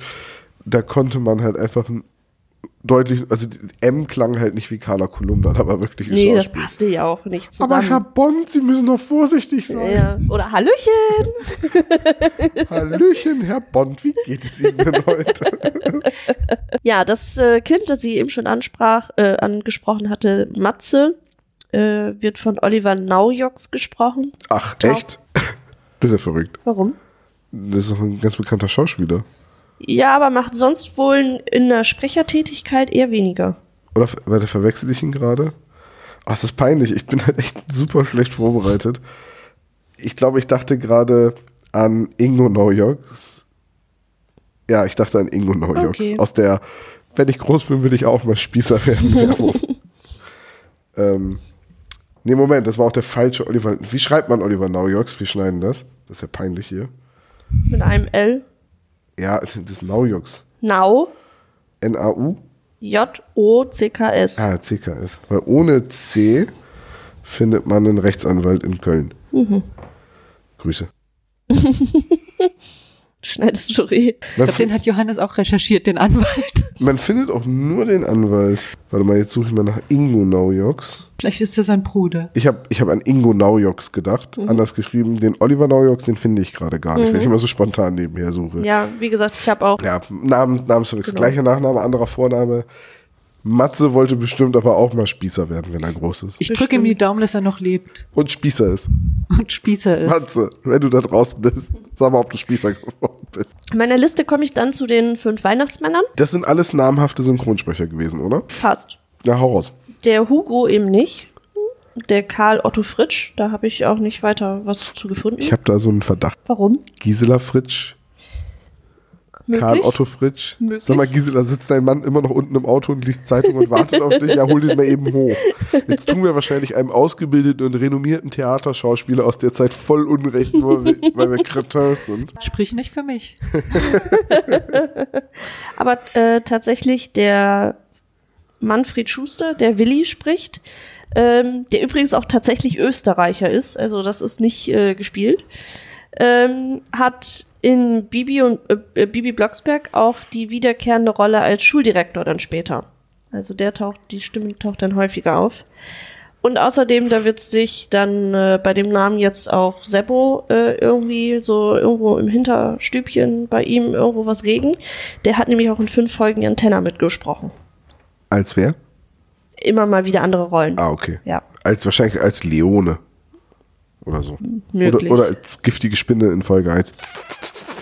Speaker 1: da konnte man halt einfach ein deutlich, also die- M klang halt nicht wie Carla Kolumna, da war wirklich ein
Speaker 2: Nee, das
Speaker 1: Schauspiel.
Speaker 2: passte ja auch nicht
Speaker 1: Aber
Speaker 2: zusammen.
Speaker 1: Herr Bond, Sie müssen doch vorsichtig sein.
Speaker 2: ja. Oder Hallöchen!
Speaker 1: Hallöchen, Herr Bond, wie geht es Ihnen denn heute?
Speaker 2: Ja, das äh, Kind, das sie eben schon ansprach, äh, angesprochen hatte, Matze, äh, wird von Oliver Naujoks gesprochen.
Speaker 1: Ach,
Speaker 2: Ciao.
Speaker 1: echt? Das ist ja verrückt.
Speaker 2: Warum?
Speaker 1: Das ist doch ein ganz bekannter Schauspieler.
Speaker 2: Ja, aber macht sonst wohl in der Sprechertätigkeit eher weniger.
Speaker 1: Oder ver- warte, verwechsel ich ihn gerade? Ach, es ist peinlich. Ich bin halt echt super schlecht vorbereitet. Ich glaube, ich dachte gerade an Ingo Neujoks. Ja, ich dachte an Ingo Neujoks.
Speaker 2: Okay.
Speaker 1: Aus der, wenn ich groß bin, will ich auch mal Spießer werden. Werbung. ähm, nee, Moment, das war auch der falsche Oliver. Wie schreibt man Oliver Neujoks? Wir schneiden das. Das ist ja peinlich hier.
Speaker 2: Mit einem L.
Speaker 1: Ja, das ist Naujoks.
Speaker 2: Nau,
Speaker 1: N-A-U?
Speaker 2: J-O-C-K-S.
Speaker 1: Ah, CKS. Weil ohne C findet man einen Rechtsanwalt in Köln.
Speaker 3: Mhm.
Speaker 1: Grüße.
Speaker 2: Schneidest du schon eh.
Speaker 3: Ich
Speaker 1: Man,
Speaker 3: glaube, den
Speaker 1: fi-
Speaker 3: hat Johannes auch recherchiert, den Anwalt. *laughs*
Speaker 1: man findet auch nur den Anwalt. Warte mal, jetzt suche ich mal nach Ingo Naujoks.
Speaker 3: Vielleicht ist das sein Bruder.
Speaker 1: Ich habe ich hab an Ingo Naujoks gedacht,
Speaker 3: Mhm.
Speaker 1: anders geschrieben. Den Oliver Naujoks, den finde ich gerade gar nicht, wenn ich immer so spontan nebenher suche.
Speaker 2: Ja, wie gesagt, ich habe auch.
Speaker 1: Ja, Namens,
Speaker 3: Genau.
Speaker 1: Namensverwechslung. Gleicher Nachname, anderer Vorname. Matze wollte bestimmt aber auch mal Spießer werden, wenn er groß ist.
Speaker 3: Ich drücke ihm die Daumen, dass er noch lebt
Speaker 1: Und Spießer ist.
Speaker 3: und Spießer ist.
Speaker 1: Matze, wenn du da draußen bist, sag mal, ob du Spießer geworden bist.
Speaker 2: In meiner Liste komme ich dann zu den fünf Weihnachtsmännern.
Speaker 1: Das sind alles namhafte Synchronsprecher gewesen, oder?
Speaker 2: Fast.
Speaker 1: Ja, hau raus.
Speaker 2: Der Hugo eben nicht. Der Karl Otto Fritsch, da habe ich auch nicht weiter was zu gefunden.
Speaker 1: Ich habe da so einen Verdacht.
Speaker 2: Warum?
Speaker 1: Gisela Fritsch,
Speaker 2: Möglich?
Speaker 1: Karl Otto Fritsch.
Speaker 2: Möglich?
Speaker 1: Sag mal, Gisela, sitzt dein Mann immer noch unten im Auto und liest Zeitung und wartet auf dich? Ja, hol den mal eben hoch. Jetzt tun wir wahrscheinlich einem ausgebildeten und renommierten Theaterschauspieler aus der Zeit voll Unrecht, nur weil wir- weil wir Cretins sind.
Speaker 3: Sprich nicht für mich.
Speaker 2: Aber äh, tatsächlich der Manfred Schuster, der Willi spricht, ähm, der übrigens auch tatsächlich Österreicher ist, also das ist nicht äh, gespielt, ähm, hat in Bibi und äh, äh, Bibi Blocksberg auch die wiederkehrende Rolle als Schuldirektor dann später. Also der taucht, die Stimme taucht dann häufiger auf. Und außerdem, da wird sich dann äh, bei dem Namen jetzt auch Seppo äh, irgendwie so irgendwo im Hinterstübchen bei ihm irgendwo was regen. Der hat nämlich auch in fünf Folgen ihren Tenor mitgesprochen.
Speaker 1: Als wer?
Speaker 2: Immer mal wieder andere Rollen.
Speaker 1: Ah, okay.
Speaker 2: Ja,
Speaker 1: Als wahrscheinlich als Leone. Oder so.
Speaker 2: Möglich.
Speaker 1: Oder, oder als giftige Spinne in Folge 1.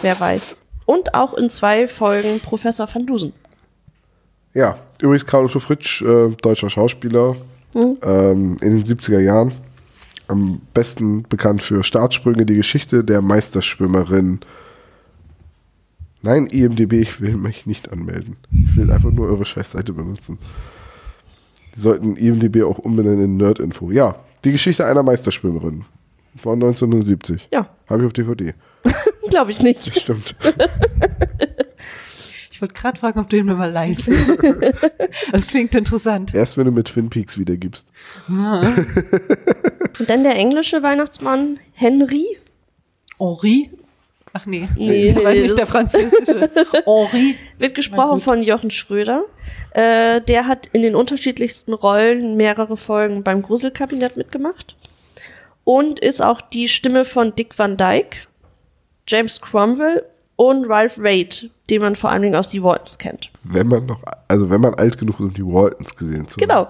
Speaker 2: wer weiß. Und auch in zwei Folgen Professor van Dusen.
Speaker 1: Ja, übrigens Karl Otto Fritsch, äh, deutscher Schauspieler, ähm, in den 70er Jahren. Am besten bekannt für Startsprünge, die Geschichte der Meisterschwimmerin. Nein, IMDB, ich will mich nicht anmelden. Ich will einfach nur eure Scheißseite benutzen. Die sollten IMDB auch umbenennen in Nerd-Info. Ja, die Geschichte einer Meisterschwimmerin. Von 1970.
Speaker 2: Ja,
Speaker 1: Habe ich auf DVD.
Speaker 2: glaube ich nicht.
Speaker 1: Stimmt.
Speaker 3: Ich wollte gerade fragen, ob du ihn mir
Speaker 2: *laughs*
Speaker 3: mal leist. das klingt interessant.
Speaker 1: Erst wenn du mit Twin Peaks wiedergibst.
Speaker 2: Und dann der englische Weihnachtsmann Henry.
Speaker 3: Henri? Ach nee,
Speaker 2: Nee,
Speaker 3: das ist aber
Speaker 2: nee,
Speaker 3: nicht
Speaker 2: das- *laughs*
Speaker 3: der französische. Henri.
Speaker 2: Wird gesprochen von Jochen Schröder. Äh, der hat in den unterschiedlichsten Rollen mehrere Folgen beim Gruselkabinett mitgemacht. Und ist auch die Stimme von Dick Van Dyke, James Cromwell und Ralph Raid, den man vor allen Dingen aus die Waltons kennt.
Speaker 1: Wenn man noch, also wenn man alt genug ist, um die Waltons gesehen zu haben.
Speaker 2: Genau.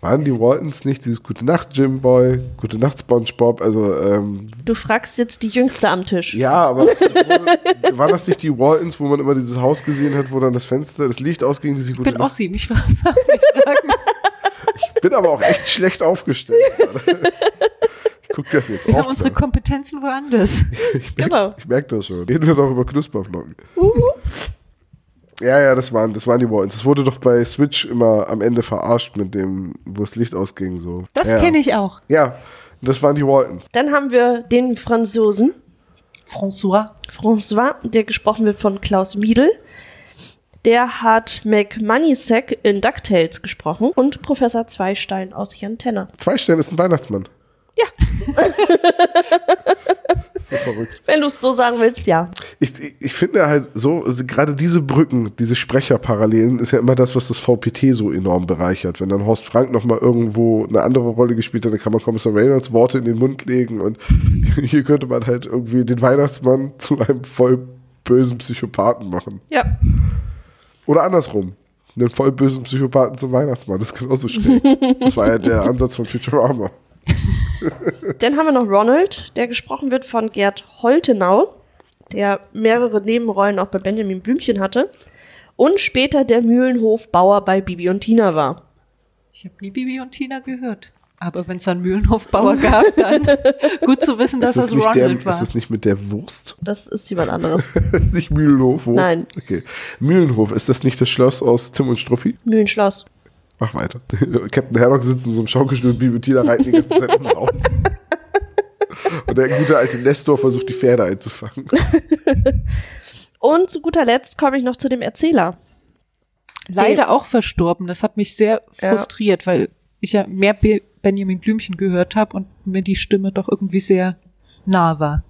Speaker 1: Waren die Waltons nicht dieses Gute Nacht Jim Boy, Gute Nacht SpongeBob? Also ähm,
Speaker 2: Du fragst jetzt die Jüngste am Tisch.
Speaker 1: ja, aber das wurde, waren das nicht die Waltons, wo man immer dieses Haus gesehen hat, wo dann das Fenster, das Licht ausging, diese
Speaker 3: Ich
Speaker 1: Gute
Speaker 3: bin auch
Speaker 1: Nacht.
Speaker 3: sie, mich *laughs* was darf ich fragen.
Speaker 1: Ich bin aber auch echt schlecht aufgestellt.
Speaker 3: *laughs*
Speaker 1: ich gucke das jetzt
Speaker 3: Wir
Speaker 1: auch.
Speaker 3: haben unsere
Speaker 1: mal.
Speaker 3: Kompetenzen woanders.
Speaker 1: ich merke
Speaker 2: Genau.
Speaker 1: merk das schon. Reden wir doch über Knusperflocken. Ja, ja, das waren, das waren die Waltons. Das wurde doch bei Switch immer am Ende verarscht mit dem, wo das Licht ausging. So.
Speaker 3: Das
Speaker 1: ja.
Speaker 3: kenne ich auch.
Speaker 1: Ja, das waren die Waltons.
Speaker 2: Dann haben wir den Franzosen,
Speaker 3: François.
Speaker 2: François, der gesprochen wird von Klaus Miedel. Der hat Mac Moneysack in DuckTales gesprochen und Professor Zweistein aus Jan Tenner.
Speaker 1: Zwei Sterne ist ein Weihnachtsmann.
Speaker 2: Ja,
Speaker 1: *laughs* So verrückt.
Speaker 2: wenn du es so sagen willst, ja.
Speaker 1: Ich, ich- ich finde halt so, also gerade diese Brücken, diese Sprecherparallelen ist ja immer das, was das VPT so enorm bereichert. Wenn dann Horst Frank nochmal irgendwo eine andere Rolle gespielt hat, dann kann man Kommissar Reynolds Worte in den Mund legen und *laughs* hier könnte man halt irgendwie den Weihnachtsmann zu einem voll bösen Psychopathen machen.
Speaker 2: Ja.
Speaker 1: Oder andersrum. Einen voll bösen Psychopathen zum Weihnachtsmann. Das ist genauso schräg. Das war ja der Ansatz von Futurama.
Speaker 2: Dann haben wir noch Ronald, der gesprochen wird von Gerd Holtenau, der mehrere Nebenrollen auch bei Benjamin Blümchen hatte und später der Mühlenhofbauer bei Bibi und Tina war.
Speaker 3: Ich habe nie Bibi und Tina gehört. Aber wenn es einen Mühlenhofbauer gab,
Speaker 1: *laughs*
Speaker 3: dann gut zu wissen, dass
Speaker 1: ist, das
Speaker 3: das
Speaker 1: nicht der,
Speaker 3: Ronald
Speaker 1: ist
Speaker 3: war.
Speaker 1: das nicht mit der Wurst? *laughs*
Speaker 2: Das ist jemand anderes.
Speaker 1: Das ist nicht Mühlenhof. Wurst?
Speaker 2: Nein.
Speaker 1: Okay. Mühlenhof, ist das nicht das Schloss aus Tim und Struppi?
Speaker 2: Mühlenschloss.
Speaker 1: Mach weiter. *laughs* Captain Haddock sitzt in so einem Schaukelstuhl und Bibi und Tina reiten die ganze Zeit ums
Speaker 3: *laughs*
Speaker 1: Haus. Und der gute alte Nestor versucht, die Pferde einzufangen.
Speaker 2: Und zu guter Letzt komme ich noch zu dem Erzähler.
Speaker 3: Leider auch verstorben. Das hat mich sehr
Speaker 2: Ja.
Speaker 3: frustriert, weil ich ja mehr Be Benjamin Blümchen gehört habe und mir die Stimme doch irgendwie sehr nah war.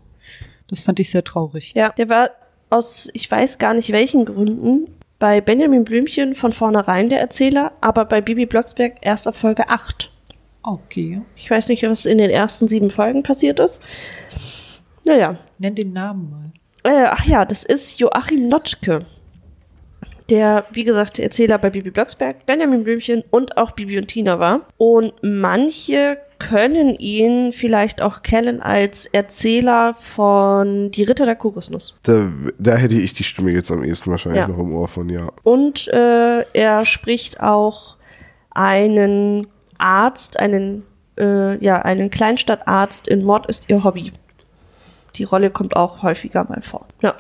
Speaker 3: Das fand ich sehr traurig.
Speaker 2: Ja, der war aus, ich weiß gar nicht welchen Gründen, bei Benjamin Blümchen von vornherein der Erzähler, aber bei Bibi Blocksberg erst ab Folge 8.
Speaker 3: Okay.
Speaker 2: Ich weiß nicht, was in den ersten sieben Folgen passiert ist. Naja,
Speaker 3: Nenn den Namen mal.
Speaker 2: äh, ach ja, das ist Joachim Notschke. Der, wie gesagt, Erzähler bei Bibi Blocksberg, Benjamin Blümchen und auch Bibi und Tina war. Und manche können ihn vielleicht auch kennen als Erzähler von Die Ritter der Kokosnuss.
Speaker 1: Da, da hätte ich die Stimme jetzt am ehesten wahrscheinlich
Speaker 2: Ja.
Speaker 1: noch im Ohr von, ja.
Speaker 2: Und äh, er spricht auch einen Arzt, einen, äh, ja, einen Kleinstadtarzt in Mord ist ihr Hobby. Die Rolle kommt auch häufiger mal vor. Ja.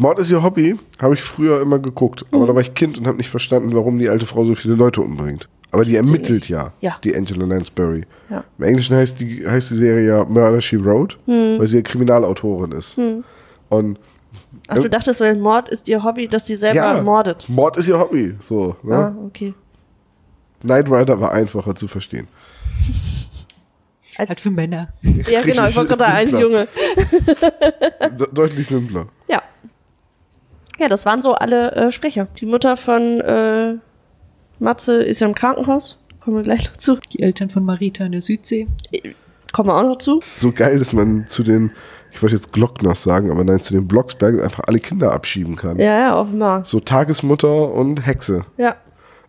Speaker 1: Mord ist ihr Hobby, habe ich früher immer geguckt.
Speaker 3: Mhm.
Speaker 1: Aber da war ich Kind und habe nicht verstanden, warum die alte Frau so viele Leute umbringt. Aber die ermittelt ja,
Speaker 2: Ja.
Speaker 1: die Angela Lansbury.
Speaker 2: Ja.
Speaker 1: Im Englischen heißt die, heißt die Serie ja Murder, She Wrote,
Speaker 2: Hm.
Speaker 1: weil sie ja Kriminalautorin ist. Und
Speaker 2: Ach, du dachtest, weil Mord ist ihr Hobby, dass sie selber
Speaker 1: ja,
Speaker 2: mordet.
Speaker 1: Mord ist ihr Hobby, so. Ne?
Speaker 2: Ah, okay.
Speaker 1: Knight Rider war einfacher zu verstehen.
Speaker 2: Als,
Speaker 3: Halt für Männer.
Speaker 2: ja, genau, ich wollte gerade sagen, als
Speaker 1: simpler.
Speaker 2: Junge.
Speaker 1: De deutlich simpler.
Speaker 2: Ja. Ja, das waren so alle äh, Sprecher. Die Mutter von äh, Matze ist ja im Krankenhaus. Kommen wir gleich noch zu.
Speaker 3: Die Eltern von Marita in der Südsee.
Speaker 2: Kommen wir auch noch zu.
Speaker 1: Es ist so geil, dass man zu den, ich wollte jetzt Glockners sagen, aber nein, zu den Blocksberg einfach alle Kinder abschieben kann.
Speaker 2: Ja, ja, offenbar.
Speaker 1: So Tagesmutter und Hexe.
Speaker 2: Ja,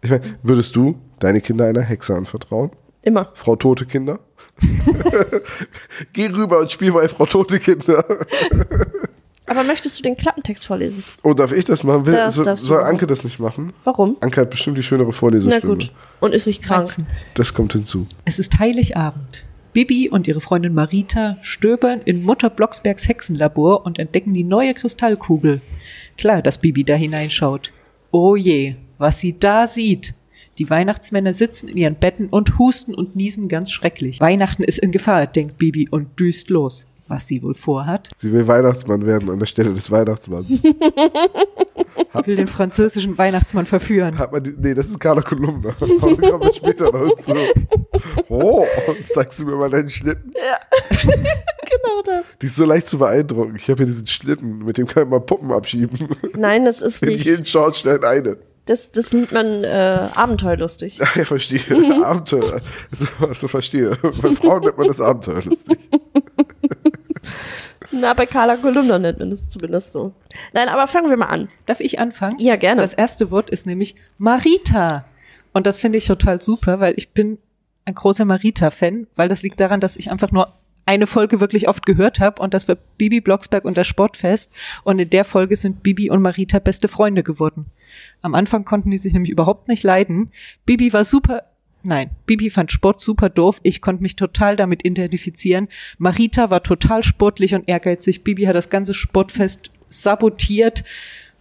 Speaker 1: Ich meine, würdest du deine Kinder einer Hexe anvertrauen?
Speaker 2: immer.
Speaker 1: Frau Tote
Speaker 2: *laughs*
Speaker 1: Kinder? *laughs* Geh rüber und spiel bei Frau Tote Kinder.
Speaker 2: Aber möchtest du den Klappentext vorlesen?
Speaker 1: Oh, darf ich das machen? Will,
Speaker 2: Das
Speaker 1: so,
Speaker 2: darfst du
Speaker 1: soll
Speaker 2: machen.
Speaker 1: Anke das nicht machen?
Speaker 2: Warum?
Speaker 1: Anke hat bestimmt die schönere
Speaker 2: Na
Speaker 1: Vorlesestimme.
Speaker 2: gut. Und ist nicht krank.
Speaker 3: Franzen.
Speaker 1: Das kommt hinzu.
Speaker 3: Es ist Heiligabend. Bibi und ihre Freundin Marita stöbern in Mutter Blocksbergs Hexenlabor und entdecken die neue Kristallkugel. Klar, dass Bibi da hineinschaut. Oh je, was sie da sieht. Die Weihnachtsmänner sitzen in ihren Betten und husten und niesen ganz schrecklich. Weihnachten ist in Gefahr, denkt Bibi und düst los. Was sie wohl vorhat?
Speaker 1: Sie will Weihnachtsmann werden an der Stelle des
Speaker 2: *laughs*
Speaker 1: Weihnachtsmanns.
Speaker 3: Will den französischen Weihnachtsmann verführen.
Speaker 1: Hat man die, nee, das ist Carla Kolumna. *laughs* Aber da kommen wir später noch zu. Oh, zeigst du mir mal deinen Schlitten?
Speaker 2: Genau das.
Speaker 1: Die ist so leicht zu beeindrucken. Ich habe hier diesen Schlitten, mit dem kann man Puppen abschieben. *laughs*
Speaker 2: Nein, das ist
Speaker 1: In jeden
Speaker 2: nicht.
Speaker 1: Schornstein eine.
Speaker 2: Das, das nennt man äh,
Speaker 1: *laughs*
Speaker 2: abenteuerlustig.
Speaker 1: Ach ja,
Speaker 2: *laughs*
Speaker 1: verstehe. Abenteuer. So, verstehe. Bei Frauen nennt man das Abenteuer lustig.
Speaker 2: Na, bei Carla Kolumna nennt man das zumindest so. Nein, aber fangen wir mal an.
Speaker 3: Darf ich anfangen?
Speaker 2: Ja, gerne.
Speaker 3: Das erste Wort ist nämlich Marita. Und das finde ich total super, weil ich bin ein großer Marita-Fan, weil das liegt daran, dass ich einfach nur eine Folge wirklich oft gehört habe und das war Bibi Blocksberg und das Sportfest. Und in der Folge sind Bibi und Marita beste Freunde geworden. Am Anfang konnten die sich nämlich überhaupt nicht leiden. Bibi war super. Nein, Bibi fand Sport super doof. Ich konnte mich total damit identifizieren. Marita war total sportlich und ehrgeizig. Bibi hat das ganze Sportfest sabotiert.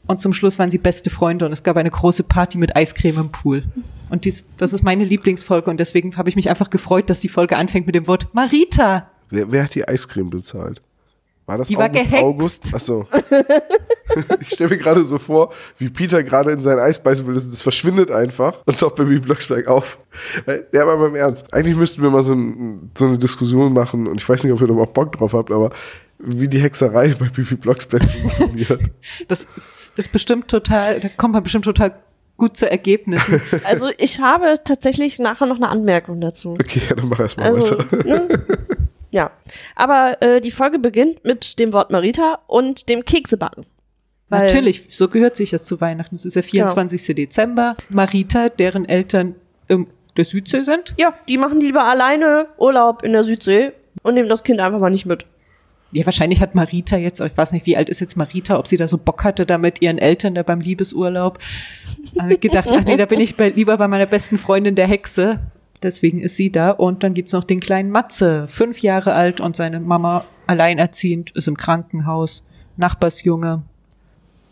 Speaker 3: Und zum Schluss waren sie beste Freunde und es gab eine große Party mit Eiscreme im Pool. Und dies, das ist meine Lieblingsfolge und deswegen habe ich mich einfach gefreut, dass die Folge anfängt mit dem Wort Marita.
Speaker 1: Wer, wer hat die Eiscreme bezahlt? War das
Speaker 3: Die war gehext.
Speaker 1: August? Achso. *laughs* ich stelle mir gerade so vor, wie Peter gerade in sein Eis beißen will, das, das verschwindet einfach und taucht bei Bibi Blocksberg auf. Äh, Ja, aber mal im Ernst. Eigentlich müssten wir mal so, ein, so eine Diskussion machen und ich weiß nicht, ob ihr da auch Bock drauf habt, aber wie die Hexerei *laughs* bei Bibi Blocksberg funktioniert.
Speaker 3: Das ist bestimmt total, da kommt man bestimmt total gut zu Ergebnissen.
Speaker 2: Also ich habe tatsächlich nachher noch eine Anmerkung dazu.
Speaker 1: Okay, ja, dann mach erstmal
Speaker 2: Also,
Speaker 1: weiter.
Speaker 2: ne? Ja, aber äh, die Folge beginnt mit dem Wort Marita und dem Keksebacken. Weil-
Speaker 3: Natürlich, so gehört sich das zu Weihnachten. Es ist der 24. Dezember. Marita, deren Eltern im, der Südsee sind.
Speaker 2: Ja, die machen lieber alleine Urlaub in der Südsee und nehmen das Kind einfach mal nicht mit.
Speaker 3: Ja, wahrscheinlich hat Marita jetzt, ich weiß nicht, wie alt ist jetzt Marita, ob sie da so Bock hatte da mit ihren Eltern da beim Liebesurlaub. Also gedacht, ach nee, da bin ich bei, lieber bei meiner besten Freundin der Hexe. Deswegen ist sie da. Und dann gibt's noch den kleinen Matze, fünf Jahre alt und seine Mama alleinerziehend, ist im Krankenhaus, Nachbarsjunge.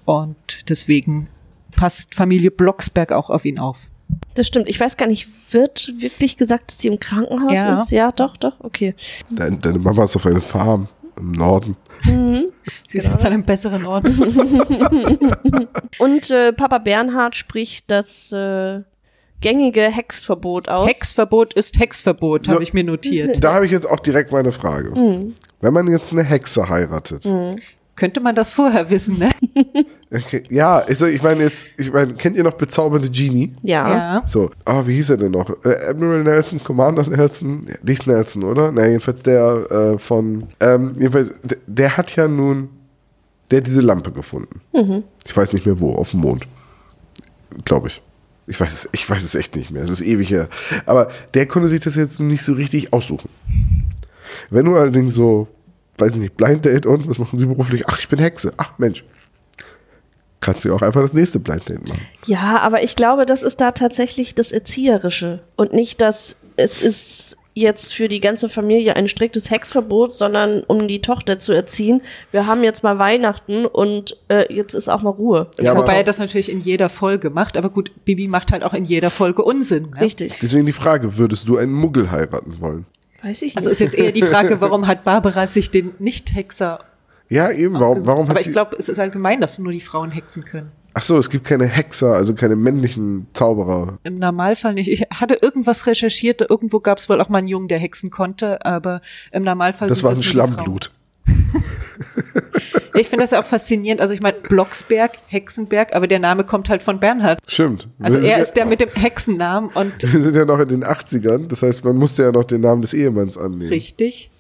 Speaker 3: Und deswegen passt Familie Blocksberg auch auf ihn auf.
Speaker 2: Das stimmt. Ich weiß gar nicht, wird wirklich gesagt, dass sie im Krankenhaus
Speaker 3: Ja.
Speaker 2: ist? Ja, doch, doch, okay.
Speaker 1: Deine, deine Mama ist auf einer Farm im Norden.
Speaker 3: Sie
Speaker 1: Genau.
Speaker 3: ist jetzt an einem besseren Ort.
Speaker 2: Und äh, Papa Bernhard spricht das äh, gängige Hexverbot *laughs* aus.
Speaker 3: Hexverbot ist Hexverbot,
Speaker 1: So.
Speaker 3: habe ich
Speaker 1: *laughs*
Speaker 3: mir notiert.
Speaker 1: Da habe ich jetzt auch direkt meine Frage.
Speaker 3: Hm.
Speaker 1: Wenn man jetzt eine Hexe heiratet,
Speaker 3: Könnte man das vorher wissen, ne?
Speaker 1: Okay. Ja, also ich meine jetzt, ich meine, kennt ihr noch bezaubernde Genie?
Speaker 2: Ja.
Speaker 1: So, ah, wie hieß er denn noch? Äh, Admiral Nelson, Commander Nelson, ja, nicht Nelson, oder? Na, jedenfalls der äh, von, ähm, jedenfalls, der, der hat ja nun, der hat diese Lampe gefunden. Ich weiß nicht mehr wo, auf dem Mond. Glaube ich. Ich weiß, es, ich weiß es echt nicht mehr, es ist ewig her. Aber der konnte sich das jetzt nun nicht so richtig aussuchen. Wenn du allerdings so, weiß ich nicht, Blind Date und, was machen sie beruflich? Ach, ich bin Hexe. Ach, Mensch. Kannst du auch einfach das nächste Blind Date machen.
Speaker 2: Ja, aber ich glaube, das ist da tatsächlich das Erzieherische und nicht, dass es ist jetzt für die ganze Familie ein striktes Hexverbot, sondern um die Tochter zu erziehen. Wir haben jetzt mal Weihnachten und äh, jetzt ist auch mal Ruhe.
Speaker 1: Ja, aber-
Speaker 3: Wobei er das natürlich in jeder Folge macht, aber gut, Bibi macht halt auch in jeder Folge Unsinn. Ne?
Speaker 2: Richtig.
Speaker 1: Deswegen die Frage, würdest du einen Muggel heiraten wollen?
Speaker 2: Weiß ich nicht.
Speaker 3: Also ist jetzt eher
Speaker 1: *laughs*
Speaker 3: die Frage, warum hat Barbara sich den Nicht-Hexer
Speaker 1: Ja, eben, warum,
Speaker 3: ausgesucht?
Speaker 1: warum
Speaker 3: Aber
Speaker 1: hat
Speaker 3: ich
Speaker 1: die-
Speaker 3: glaube, es ist allgemein, dass nur die Frauen hexen können.
Speaker 1: Ach so, es gibt keine Hexer, also keine männlichen Zauberer.
Speaker 3: Im Normalfall nicht. Ich hatte irgendwas recherchiert, irgendwo gab es wohl auch mal einen Jungen, der hexen konnte, aber im Normalfall
Speaker 1: Das
Speaker 3: sind
Speaker 1: war ein
Speaker 3: nur die Frauen.
Speaker 1: Schlammblut.
Speaker 3: Ich finde das ja auch faszinierend. Also ich meine, Blocksberg, Hexenberg, aber der Name kommt halt von Bernhard.
Speaker 1: Stimmt. Wir
Speaker 3: Also
Speaker 1: Oh. Mhm. sind
Speaker 3: er
Speaker 1: ja-
Speaker 3: ist der mit dem Hexennamen und
Speaker 1: *laughs* Wir sind ja noch in den 80ern, das heißt, man musste ja noch den Namen des Ehemanns annehmen.
Speaker 3: richtig.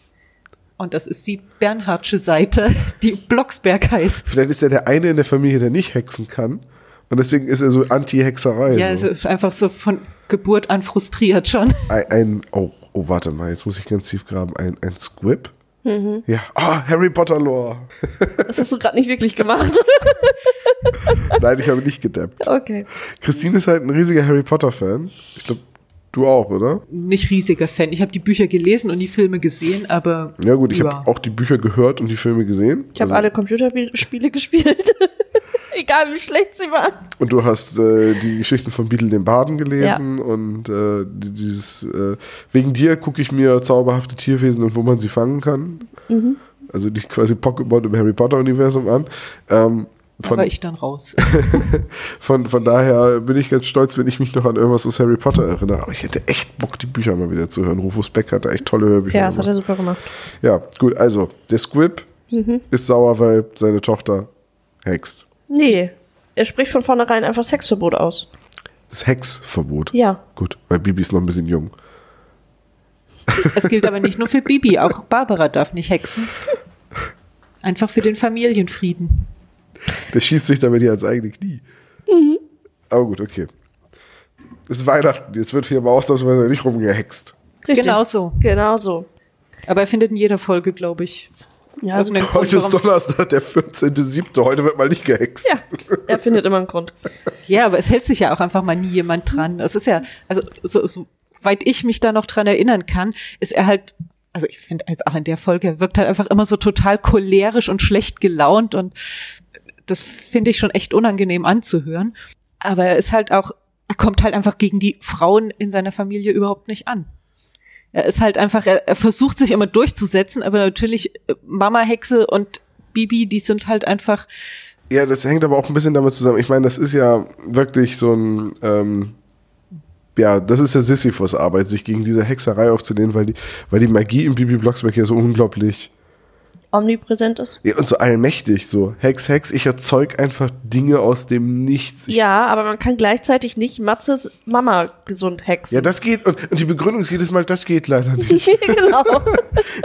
Speaker 3: Und das ist die Bernhardsche Seite, die Blocksberg heißt.
Speaker 1: Vielleicht ist er der eine in der Familie, der nicht hexen kann. Und deswegen ist er so Anti-Hexerei.
Speaker 3: Ja, es
Speaker 1: so.
Speaker 3: ist einfach so von Geburt an frustriert schon.
Speaker 1: Ein, ein oh, oh, warte mal, jetzt muss ich ganz tief graben. Ein, ein Squib?
Speaker 3: Mhm.
Speaker 1: Ja. Ah, Harry Potter Lore.
Speaker 2: das hast du gerade nicht wirklich gemacht.
Speaker 1: Nein, ich habe nicht gedappt.
Speaker 2: Okay.
Speaker 3: *laughs*
Speaker 1: Christine ist halt ein riesiger Harry Potter-Fan. Ich glaube, Du auch, oder?
Speaker 3: Nicht riesiger Fan. Ich habe die Bücher gelesen und die Filme gesehen, aber
Speaker 1: Ja gut, ich
Speaker 3: Ja.
Speaker 1: habe auch die Bücher gehört und die Filme gesehen. Also,
Speaker 2: Ich habe alle Computerspiele *laughs* gespielt. Egal wie schlecht sie waren.
Speaker 1: Und du hast äh, die Geschichten von Beetle den Baden gelesen und äh, die- dieses äh, wegen dir gucke ich mir zauberhafte Tierwesen und wo man sie fangen kann.
Speaker 2: Mhm.
Speaker 1: Also die quasi Pokémon im Harry Potter Universum an. Ähm,
Speaker 3: da
Speaker 1: von,
Speaker 3: war ich dann raus.
Speaker 1: von, von daher bin ich ganz stolz, wenn ich mich noch an irgendwas aus Harry Potter erinnere. Aber ich hätte echt Bock, die Bücher mal wieder zu hören. Rufus Beck hat da echt tolle Hörbücher.
Speaker 2: Ja, das hat
Speaker 1: gemacht.
Speaker 2: er super gemacht.
Speaker 1: ja gut, also der Squib ist sauer, weil seine Tochter hext.
Speaker 2: Nee, er spricht von vornherein einfach Sexverbot aus.
Speaker 1: Das Hexverbot.
Speaker 2: Ja.
Speaker 1: Gut, weil Bibi ist noch ein bisschen jung.
Speaker 3: Es gilt aber nicht nur für Bibi, auch Barbara darf nicht hexen. Einfach für den Familienfrieden.
Speaker 1: Der schießt sich damit hier ans eigene Knie. Aber gut, okay. Es ist Weihnachten, jetzt wird hier mal ausnahmsweise nicht rumgehext.
Speaker 2: Richtig.
Speaker 3: Genau so.
Speaker 2: Genau so.
Speaker 3: Aber er findet in jeder Folge, glaube ich,
Speaker 2: Ja, also,
Speaker 3: also irgendeinen Grund,
Speaker 1: Heute ist
Speaker 3: warum
Speaker 1: Donnerstag, der 14.07. Heute wird mal nicht gehext.
Speaker 2: ja, er findet immer einen Grund.
Speaker 3: Ja, aber es hält sich ja auch einfach mal nie jemand dran. Das ist ja, also so, so weit ich mich da noch dran erinnern kann, ist er halt, also ich finde jetzt auch in der Folge, er wirkt halt einfach immer so total cholerisch und schlecht gelaunt und das finde ich schon echt unangenehm anzuhören. Aber er ist halt auch, er kommt halt einfach gegen die Frauen in seiner Familie überhaupt nicht an. Er ist halt einfach, er, er versucht sich immer durchzusetzen, aber natürlich äh, Mama Hexe und Bibi, die sind halt einfach,
Speaker 1: Ja, das hängt aber auch ein bisschen damit zusammen. Ich meine, das ist ja wirklich so ein, ähm, ja, das ist ja Sisyphos Arbeit, sich gegen diese Hexerei aufzulehnen, weil die, weil die Magie im Bibi Blocksberg ja so unglaublich
Speaker 2: Omnipräsent ist.
Speaker 1: ja, und so allmächtig, so Hex, Hex, ich erzeug einfach Dinge aus dem Nichts. Ich
Speaker 2: Ja, aber man kann gleichzeitig nicht Matzes Mama gesund hexen.
Speaker 1: Ja, das geht. Und, und die Begründung ist jedes Mal, das geht leider nicht.
Speaker 2: *laughs* genau.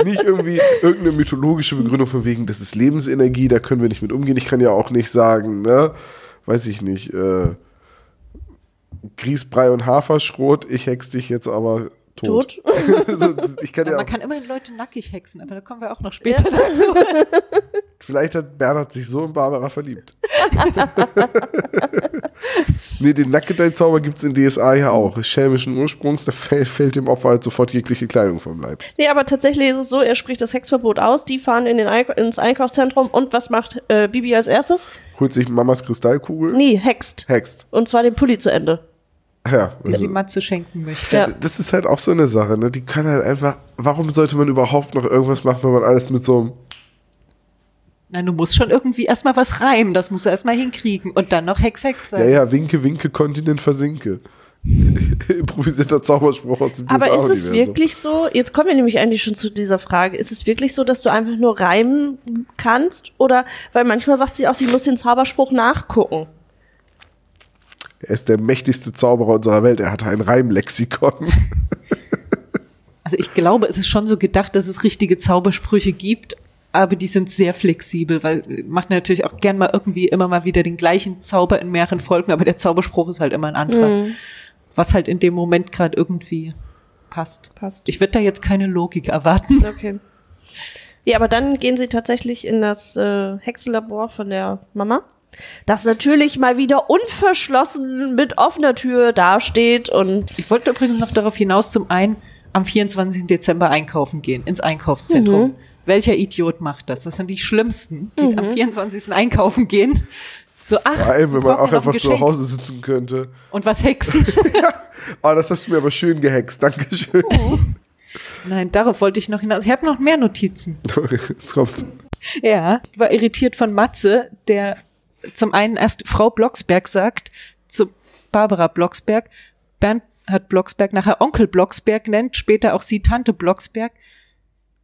Speaker 1: Nicht irgendwie irgendeine mythologische Begründung von wegen, das ist Lebensenergie, da können wir nicht mit umgehen. Ich kann ja auch nicht sagen, ne, weiß ich nicht, äh, Grießbrei und Haferschrot, ich hex dich jetzt aber tot. *laughs*
Speaker 2: Tot.
Speaker 1: so, ich kann
Speaker 3: ja,
Speaker 1: ja,
Speaker 3: man
Speaker 1: auch-
Speaker 3: kann immerhin Leute nackig hexen, aber da kommen wir auch noch später dazu.
Speaker 1: vielleicht hat Bernhard sich so in Barbara verliebt. *laughs* nee, den Nackedei-Zauber gibt's in DSA ja auch. Ist Schelmischen Ursprungs, da fällt, fällt dem Opfer halt sofort jegliche Kleidung vom Leib.
Speaker 2: Nee, aber tatsächlich ist es so, er spricht das Hexverbot aus, die fahren in den Eink ins Einkaufszentrum und was macht äh, Bibi als erstes?
Speaker 1: Holt sich Mamas Kristallkugel,
Speaker 2: Nee, hext.
Speaker 1: hext.
Speaker 2: Und zwar den Pulli zu Ende.
Speaker 1: Ja,
Speaker 3: die
Speaker 1: also-
Speaker 3: sie Matze schenken möchte.
Speaker 2: Ja.
Speaker 1: Das ist halt auch so eine Sache, ne? Die können halt einfach. Warum sollte man überhaupt noch irgendwas machen, wenn man alles mit so einem.
Speaker 3: Nein, du musst schon irgendwie erstmal was reimen, das musst du erstmal hinkriegen und dann noch Hex Hex
Speaker 1: Ja,
Speaker 3: sein.
Speaker 1: ja, winke, winke, Kontinent versinke. *laughs* Improvisierter Zauberspruch aus dem
Speaker 2: Aber ist es
Speaker 1: DSA-Universum.
Speaker 2: wirklich so, jetzt kommen wir nämlich eigentlich schon zu dieser Frage, ist es wirklich so, dass du einfach nur reimen kannst? Oder, weil manchmal sagt sie auch, sie muss den Zauberspruch nachgucken.
Speaker 1: Er ist der mächtigste Zauberer unserer Welt. Er hatte ein Reimlexikon.
Speaker 3: Also ich glaube, es ist schon so gedacht, dass es richtige Zaubersprüche gibt, aber die sind sehr flexibel, weil äh, macht natürlich auch gern mal irgendwie immer mal wieder den gleichen Zauber in mehreren Folgen, aber der Zauberspruch ist halt immer ein anderer, was halt in dem Moment gerade irgendwie passt.
Speaker 2: Passt.
Speaker 3: Ich würde da jetzt keine Logik erwarten.
Speaker 2: Okay. Ja, aber dann gehen sie tatsächlich in das äh, Hexenlabor von der Mama, das natürlich mal wieder unverschlossen mit offener Tür dasteht und
Speaker 3: Ich wollte übrigens noch darauf hinaus zum einen am 24. Dezember einkaufen gehen, ins Einkaufszentrum. Welcher Idiot macht das? Das sind die Schlimmsten, die am 24. einkaufen gehen. So, ach,
Speaker 1: Vor allem,
Speaker 3: wir
Speaker 1: wenn
Speaker 3: brauchen
Speaker 1: man auch
Speaker 3: ja noch ein
Speaker 1: einfach zu
Speaker 3: Geschenk.
Speaker 1: Hause sitzen könnte.
Speaker 3: Und was hexen. *laughs*
Speaker 1: Oh, das hast du mir aber schön gehext. Dankeschön.
Speaker 3: Nein, darauf wollte ich noch hinaus. Ich habe noch mehr Notizen.
Speaker 1: Jetzt kommt's.
Speaker 3: Ja. Ich war irritiert von Matze, der zum einen erst Frau Blocksberg sagt, zu Barbara Blocksberg, Bernhard Blocksberg, nachher Onkel Blocksberg nennt, später auch sie Tante Blocksberg.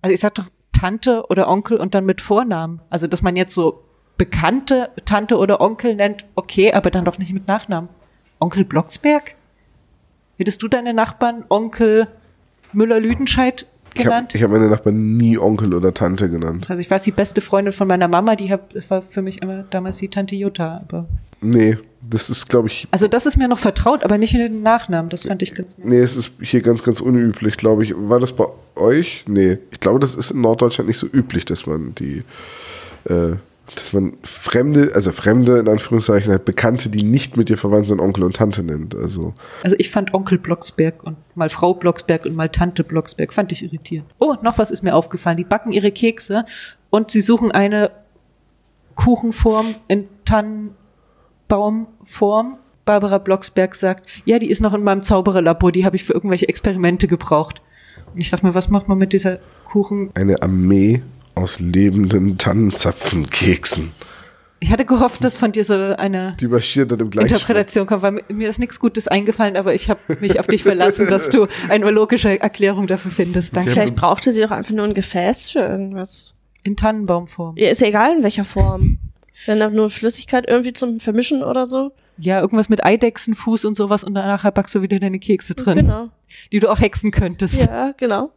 Speaker 3: Also ich sag doch Tante oder Onkel und dann mit Vornamen. Also dass man jetzt so Bekannte Tante oder Onkel nennt, okay, aber dann doch nicht mit Nachnamen. Onkel Blocksberg? Hättest du deine Nachbarn Onkel Müller-Lüdenscheid
Speaker 1: Ich habe
Speaker 3: genannt?
Speaker 1: hab meine Nachbarn nie Onkel oder Tante genannt.
Speaker 3: Also ich weiß, die beste Freundin von meiner Mama, die hab, das war für mich immer damals die Tante Jutta. Aber
Speaker 1: Nee, das ist, glaube ich,
Speaker 3: also das ist mir noch vertraut, aber nicht mit dem Nachnamen. Das fand ich ganz.
Speaker 1: Nee, es ist hier ganz, ganz unüblich, glaube ich. War das bei euch? Nee. Ich glaube, das ist in Norddeutschland nicht so üblich, dass man die äh, dass man Fremde, also Fremde in Anführungszeichen, halt Bekannte, die nicht mit ihr verwandt sind, Onkel und Tante nennt. Also
Speaker 3: Also ich fand Onkel Blocksberg und mal Frau Blocksberg und mal Tante Blocksberg, fand ich irritierend. Oh, noch was ist mir aufgefallen. Die backen ihre Kekse und sie suchen eine Kuchenform in Tannenbaumform. Barbara Blocksberg sagt, ja, die ist noch in meinem Zaubererlabor, die habe ich für irgendwelche Experimente gebraucht. Und ich dachte mir, was macht man mit dieser Kuchen?
Speaker 1: eine Armee aus lebenden Tannenzapfenkeksen.
Speaker 3: Ich hatte gehofft, dass von dir so eine
Speaker 1: Die marschieren dann im gleichen.
Speaker 3: Interpretation kommt, weil mir ist nichts Gutes eingefallen, aber ich habe mich auf dich verlassen, dass du eine logische Erklärung dafür findest. Danke.
Speaker 2: Vielleicht brauchte sie doch einfach nur ein Gefäß für irgendwas.
Speaker 3: In Tannenbaumform.
Speaker 2: Ja, ist ja egal in welcher Form. Wenn da nur Flüssigkeit irgendwie zum Vermischen oder so.
Speaker 3: Ja, irgendwas mit Eidechsenfuß und sowas und danach backst du wieder deine Kekse drin,
Speaker 2: Genau.
Speaker 3: die du auch hexen
Speaker 2: *laughs*
Speaker 3: könntest.
Speaker 2: Ja, genau.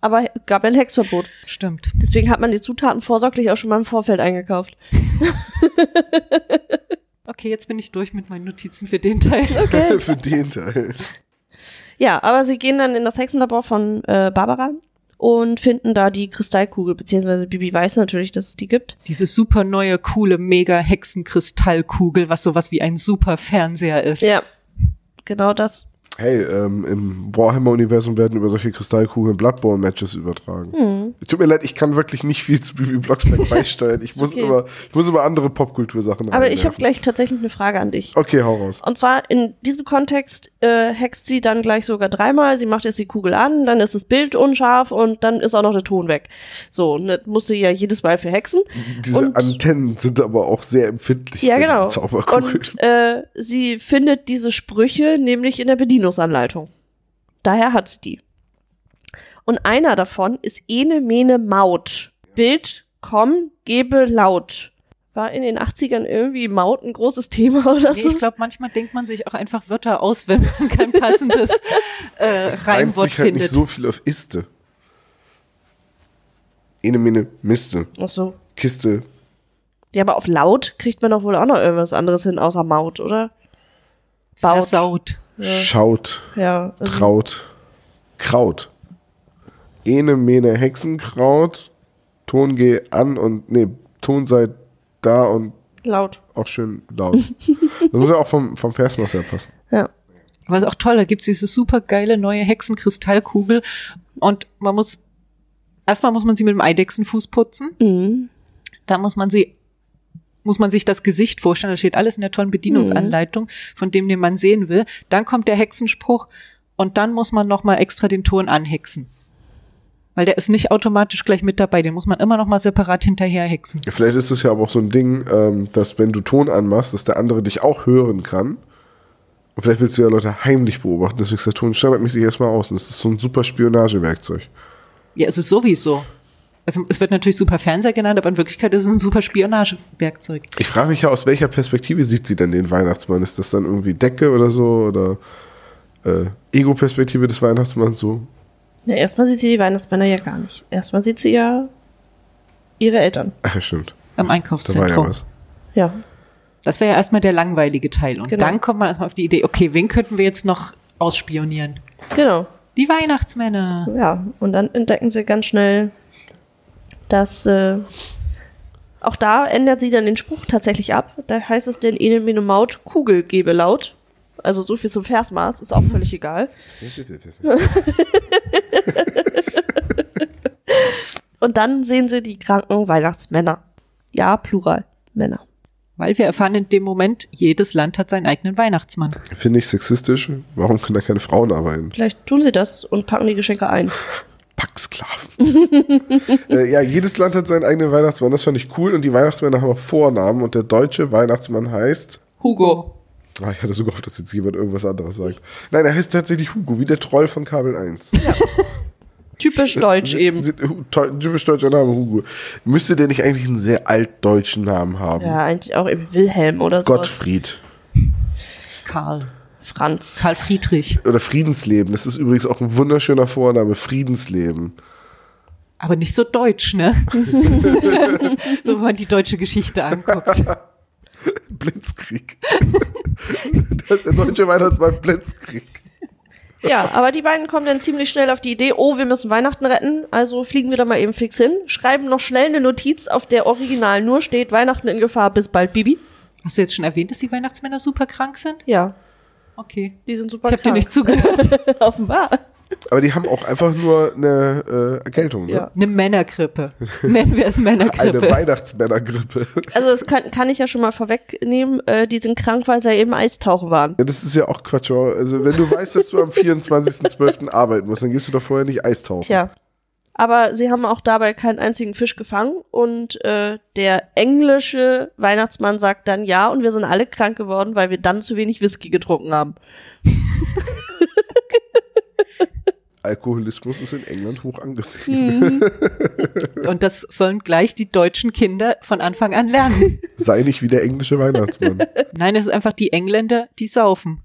Speaker 2: Aber gab ja ein Hexverbot.
Speaker 3: Stimmt.
Speaker 2: Deswegen hat man die Zutaten vorsorglich auch schon mal im Vorfeld eingekauft.
Speaker 3: Okay, jetzt bin ich durch mit meinen Notizen für den Teil.
Speaker 1: Okay. *laughs* Für den Teil.
Speaker 2: Ja, aber sie gehen dann in das Hexenlabor von äh, Barbara und finden da die Kristallkugel, beziehungsweise Bibi weiß natürlich, dass es die gibt.
Speaker 3: Diese super neue, coole, mega Hexenkristallkugel, was sowas wie ein super Fernseher ist.
Speaker 2: Ja. Genau das.
Speaker 1: Hey, ähm, im Warhammer-Universum werden über solche Kristallkugeln Bloodborne-Matches übertragen.
Speaker 2: Hm.
Speaker 1: Tut mir leid, ich kann wirklich nicht viel zu Bibi
Speaker 2: *laughs*
Speaker 1: Blocksberg beisteuern. Ich, muss
Speaker 2: okay.
Speaker 1: immer, ich muss immer andere Popkultursachen
Speaker 2: Aber ich habe
Speaker 1: reinwerfen.
Speaker 2: gleich tatsächlich eine Frage an dich.
Speaker 1: Okay, hau raus.
Speaker 2: Und zwar in diesem Kontext äh, hext sie dann gleich sogar dreimal. Sie macht erst die Kugel an, dann ist das Bild unscharf und dann ist auch noch der Ton weg. So, und das muss sie ja jedes Mal für hexen.
Speaker 1: Diese
Speaker 2: und,
Speaker 1: Antennen sind aber auch sehr empfindlich.
Speaker 2: ja,
Speaker 1: bei diesen
Speaker 2: genau.
Speaker 1: Zauberkugeln.
Speaker 2: Und äh, sie findet diese Sprüche nämlich in der Bedienungsanleitung. Daher hat sie die. Und einer davon ist Ene Mene Maut. Bild, komm, gebe laut. War in den 80ern irgendwie Maut ein großes Thema oder
Speaker 3: Nee,
Speaker 2: so?
Speaker 3: ich glaube, manchmal denkt man sich auch einfach Wörter aus, wenn man
Speaker 2: *laughs*
Speaker 3: kein passendes äh,
Speaker 1: es reimt
Speaker 3: Reimwort
Speaker 1: sich halt
Speaker 3: findet.
Speaker 1: nicht so viel auf Iste. Ene, mene, Miste,
Speaker 2: Ach so.
Speaker 1: Kiste.
Speaker 2: Ja, aber auf laut kriegt man doch wohl auch noch irgendwas anderes hin, außer Maut, oder? Baut.
Speaker 3: Versaut.
Speaker 1: Schaut,
Speaker 2: Ja. also-
Speaker 1: traut, Kraut. Ene, mene, Hexenkraut. Ton geh an und, nee, Ton sei da und
Speaker 2: laut.
Speaker 1: auch schön laut. das muss ja auch vom, vom Versmaß her passen.
Speaker 2: Ja.
Speaker 3: Was auch toll, da gibt's diese super geile neue Hexenkristallkugel und man muss, erstmal muss man sie mit dem Eidechsenfuß putzen,
Speaker 2: Mhm.
Speaker 3: dann muss man sie, muss man sich das Gesicht vorstellen, da steht alles in der tollen Bedienungsanleitung, von dem den man sehen will, dann kommt der Hexenspruch und dann muss man nochmal extra den Ton anhexen. Weil der ist nicht automatisch gleich mit dabei, den muss man immer nochmal separat hinterher hexen.
Speaker 1: Vielleicht ist es ja aber auch so ein Ding, ähm, dass wenn du Ton anmachst, dass der andere dich auch hören kann. Und vielleicht willst du ja Leute heimlich beobachten, deswegen ist der Ton standardmäßig erstmal aus. Und das ist so ein super Spionagewerkzeug.
Speaker 3: Ja, es ist sowieso. Also es wird natürlich super Fernseher genannt, aber in Wirklichkeit ist es ein super Spionagewerkzeug.
Speaker 1: Ich frage mich ja, aus welcher Perspektive sieht sie denn den Weihnachtsmann? Ist das dann irgendwie Decke oder so? Oder äh, Ego-Perspektive des Weihnachtsmanns so?
Speaker 2: Na, erstmal sieht sie die Weihnachtsmänner ja gar nicht. Erstmal sieht sie ja ihre Eltern.
Speaker 1: Ach ja, stimmt.
Speaker 3: Im
Speaker 1: Da war ja
Speaker 3: Einkaufszentrum.
Speaker 1: was.
Speaker 2: Ja.
Speaker 3: Das wäre ja erstmal der langweilige Teil. Und
Speaker 2: Genau.
Speaker 3: dann kommt man erstmal auf die Idee, okay, wen könnten wir jetzt noch ausspionieren?
Speaker 2: Genau.
Speaker 3: Die Weihnachtsmänner.
Speaker 2: Ja, und dann entdecken sie ganz schnell, dass äh, auch da ändert sie dann den Spruch tatsächlich ab. Da heißt es denn Ene Mene Maut Kugel gebe laut. Also so viel zum Versmaß, ist auch
Speaker 1: Mhm.
Speaker 2: völlig egal. Und dann sehen sie die kranken Weihnachtsmänner. Ja, Plural, Männer.
Speaker 3: Weil wir erfahren in dem Moment, jedes Land hat seinen eigenen Weihnachtsmann.
Speaker 1: Finde ich sexistisch. Warum können da keine Frauen arbeiten?
Speaker 2: Vielleicht tun sie das und packen die Geschenke ein.
Speaker 1: Packsklaven. *laughs* äh, ja, jedes Land hat seinen eigenen Weihnachtsmann. Das fand ich cool. Und die Weihnachtsmänner haben auch Vornamen. Und der deutsche Weihnachtsmann heißt.
Speaker 2: Hugo.
Speaker 1: Ah, ich hatte so gehofft, dass jetzt jemand irgendwas anderes sagt. Nein, er heißt tatsächlich Hugo, wie der Troll von Kabel 1.
Speaker 2: Typisch deutsch eben.
Speaker 1: Sie- Hu- to- Typisch deutscher Name, Hugo. Müsste der nicht eigentlich einen sehr altdeutschen Namen haben?
Speaker 2: Ja, eigentlich auch eben Wilhelm oder so.
Speaker 1: Gottfried.
Speaker 3: Karl.
Speaker 2: Franz.
Speaker 3: Karl Friedrich.
Speaker 1: Oder Friedensleben. Das ist übrigens auch ein wunderschöner Vorname. Friedensleben.
Speaker 3: Aber nicht so
Speaker 2: *laughs*
Speaker 3: deutsch, ne? so, wenn man die deutsche Geschichte anguckt.
Speaker 1: *laughs* Blitzkrieg. das ist der deutsche Weihnachtsmann Blitzkrieg.
Speaker 2: Ja, aber die beiden kommen dann ziemlich schnell auf die Idee, oh, wir müssen Weihnachten retten, also fliegen wir da mal eben fix hin, schreiben noch schnell eine Notiz, auf der original nur steht, Weihnachten in Gefahr, bis bald, Bibi.
Speaker 3: Hast du jetzt schon erwähnt, dass die Weihnachtsmänner super krank sind?
Speaker 2: Ja,
Speaker 3: Okay.
Speaker 2: die sind super
Speaker 3: Ich habe dir
Speaker 2: krank.
Speaker 3: nicht
Speaker 2: *laughs*
Speaker 3: zugehört.
Speaker 2: Offenbar.
Speaker 1: Aber die haben auch einfach nur eine äh, Erkältung, ne?
Speaker 2: Ja.
Speaker 1: *laughs*
Speaker 3: Eine Männergrippe. Nennen wir es
Speaker 1: Eine *laughs*
Speaker 3: Männergrippe.
Speaker 1: Weihnachtsmännergrippe.
Speaker 2: Also das kann, kann ich ja schon mal vorwegnehmen, äh, die sind krank, weil sie ja eben Eistauchen waren.
Speaker 1: Ja, das ist ja auch Quatsch. oder? Also, wenn du weißt, dass du am 24.12. arbeiten musst, dann gehst du doch vorher nicht Eistauchen.
Speaker 2: Tja. Aber sie haben auch dabei keinen einzigen Fisch gefangen und äh, der englische Weihnachtsmann sagt dann ja und wir sind alle krank geworden, weil wir dann zu wenig Whisky getrunken haben.
Speaker 1: Alkoholismus ist in England hoch angesehen.
Speaker 2: Hm.
Speaker 3: Und das sollen gleich die deutschen Kinder von Anfang an lernen.
Speaker 1: Sei nicht wie der englische
Speaker 2: *laughs*
Speaker 1: Weihnachtsmann.
Speaker 3: Nein, es ist einfach die Engländer, die saufen.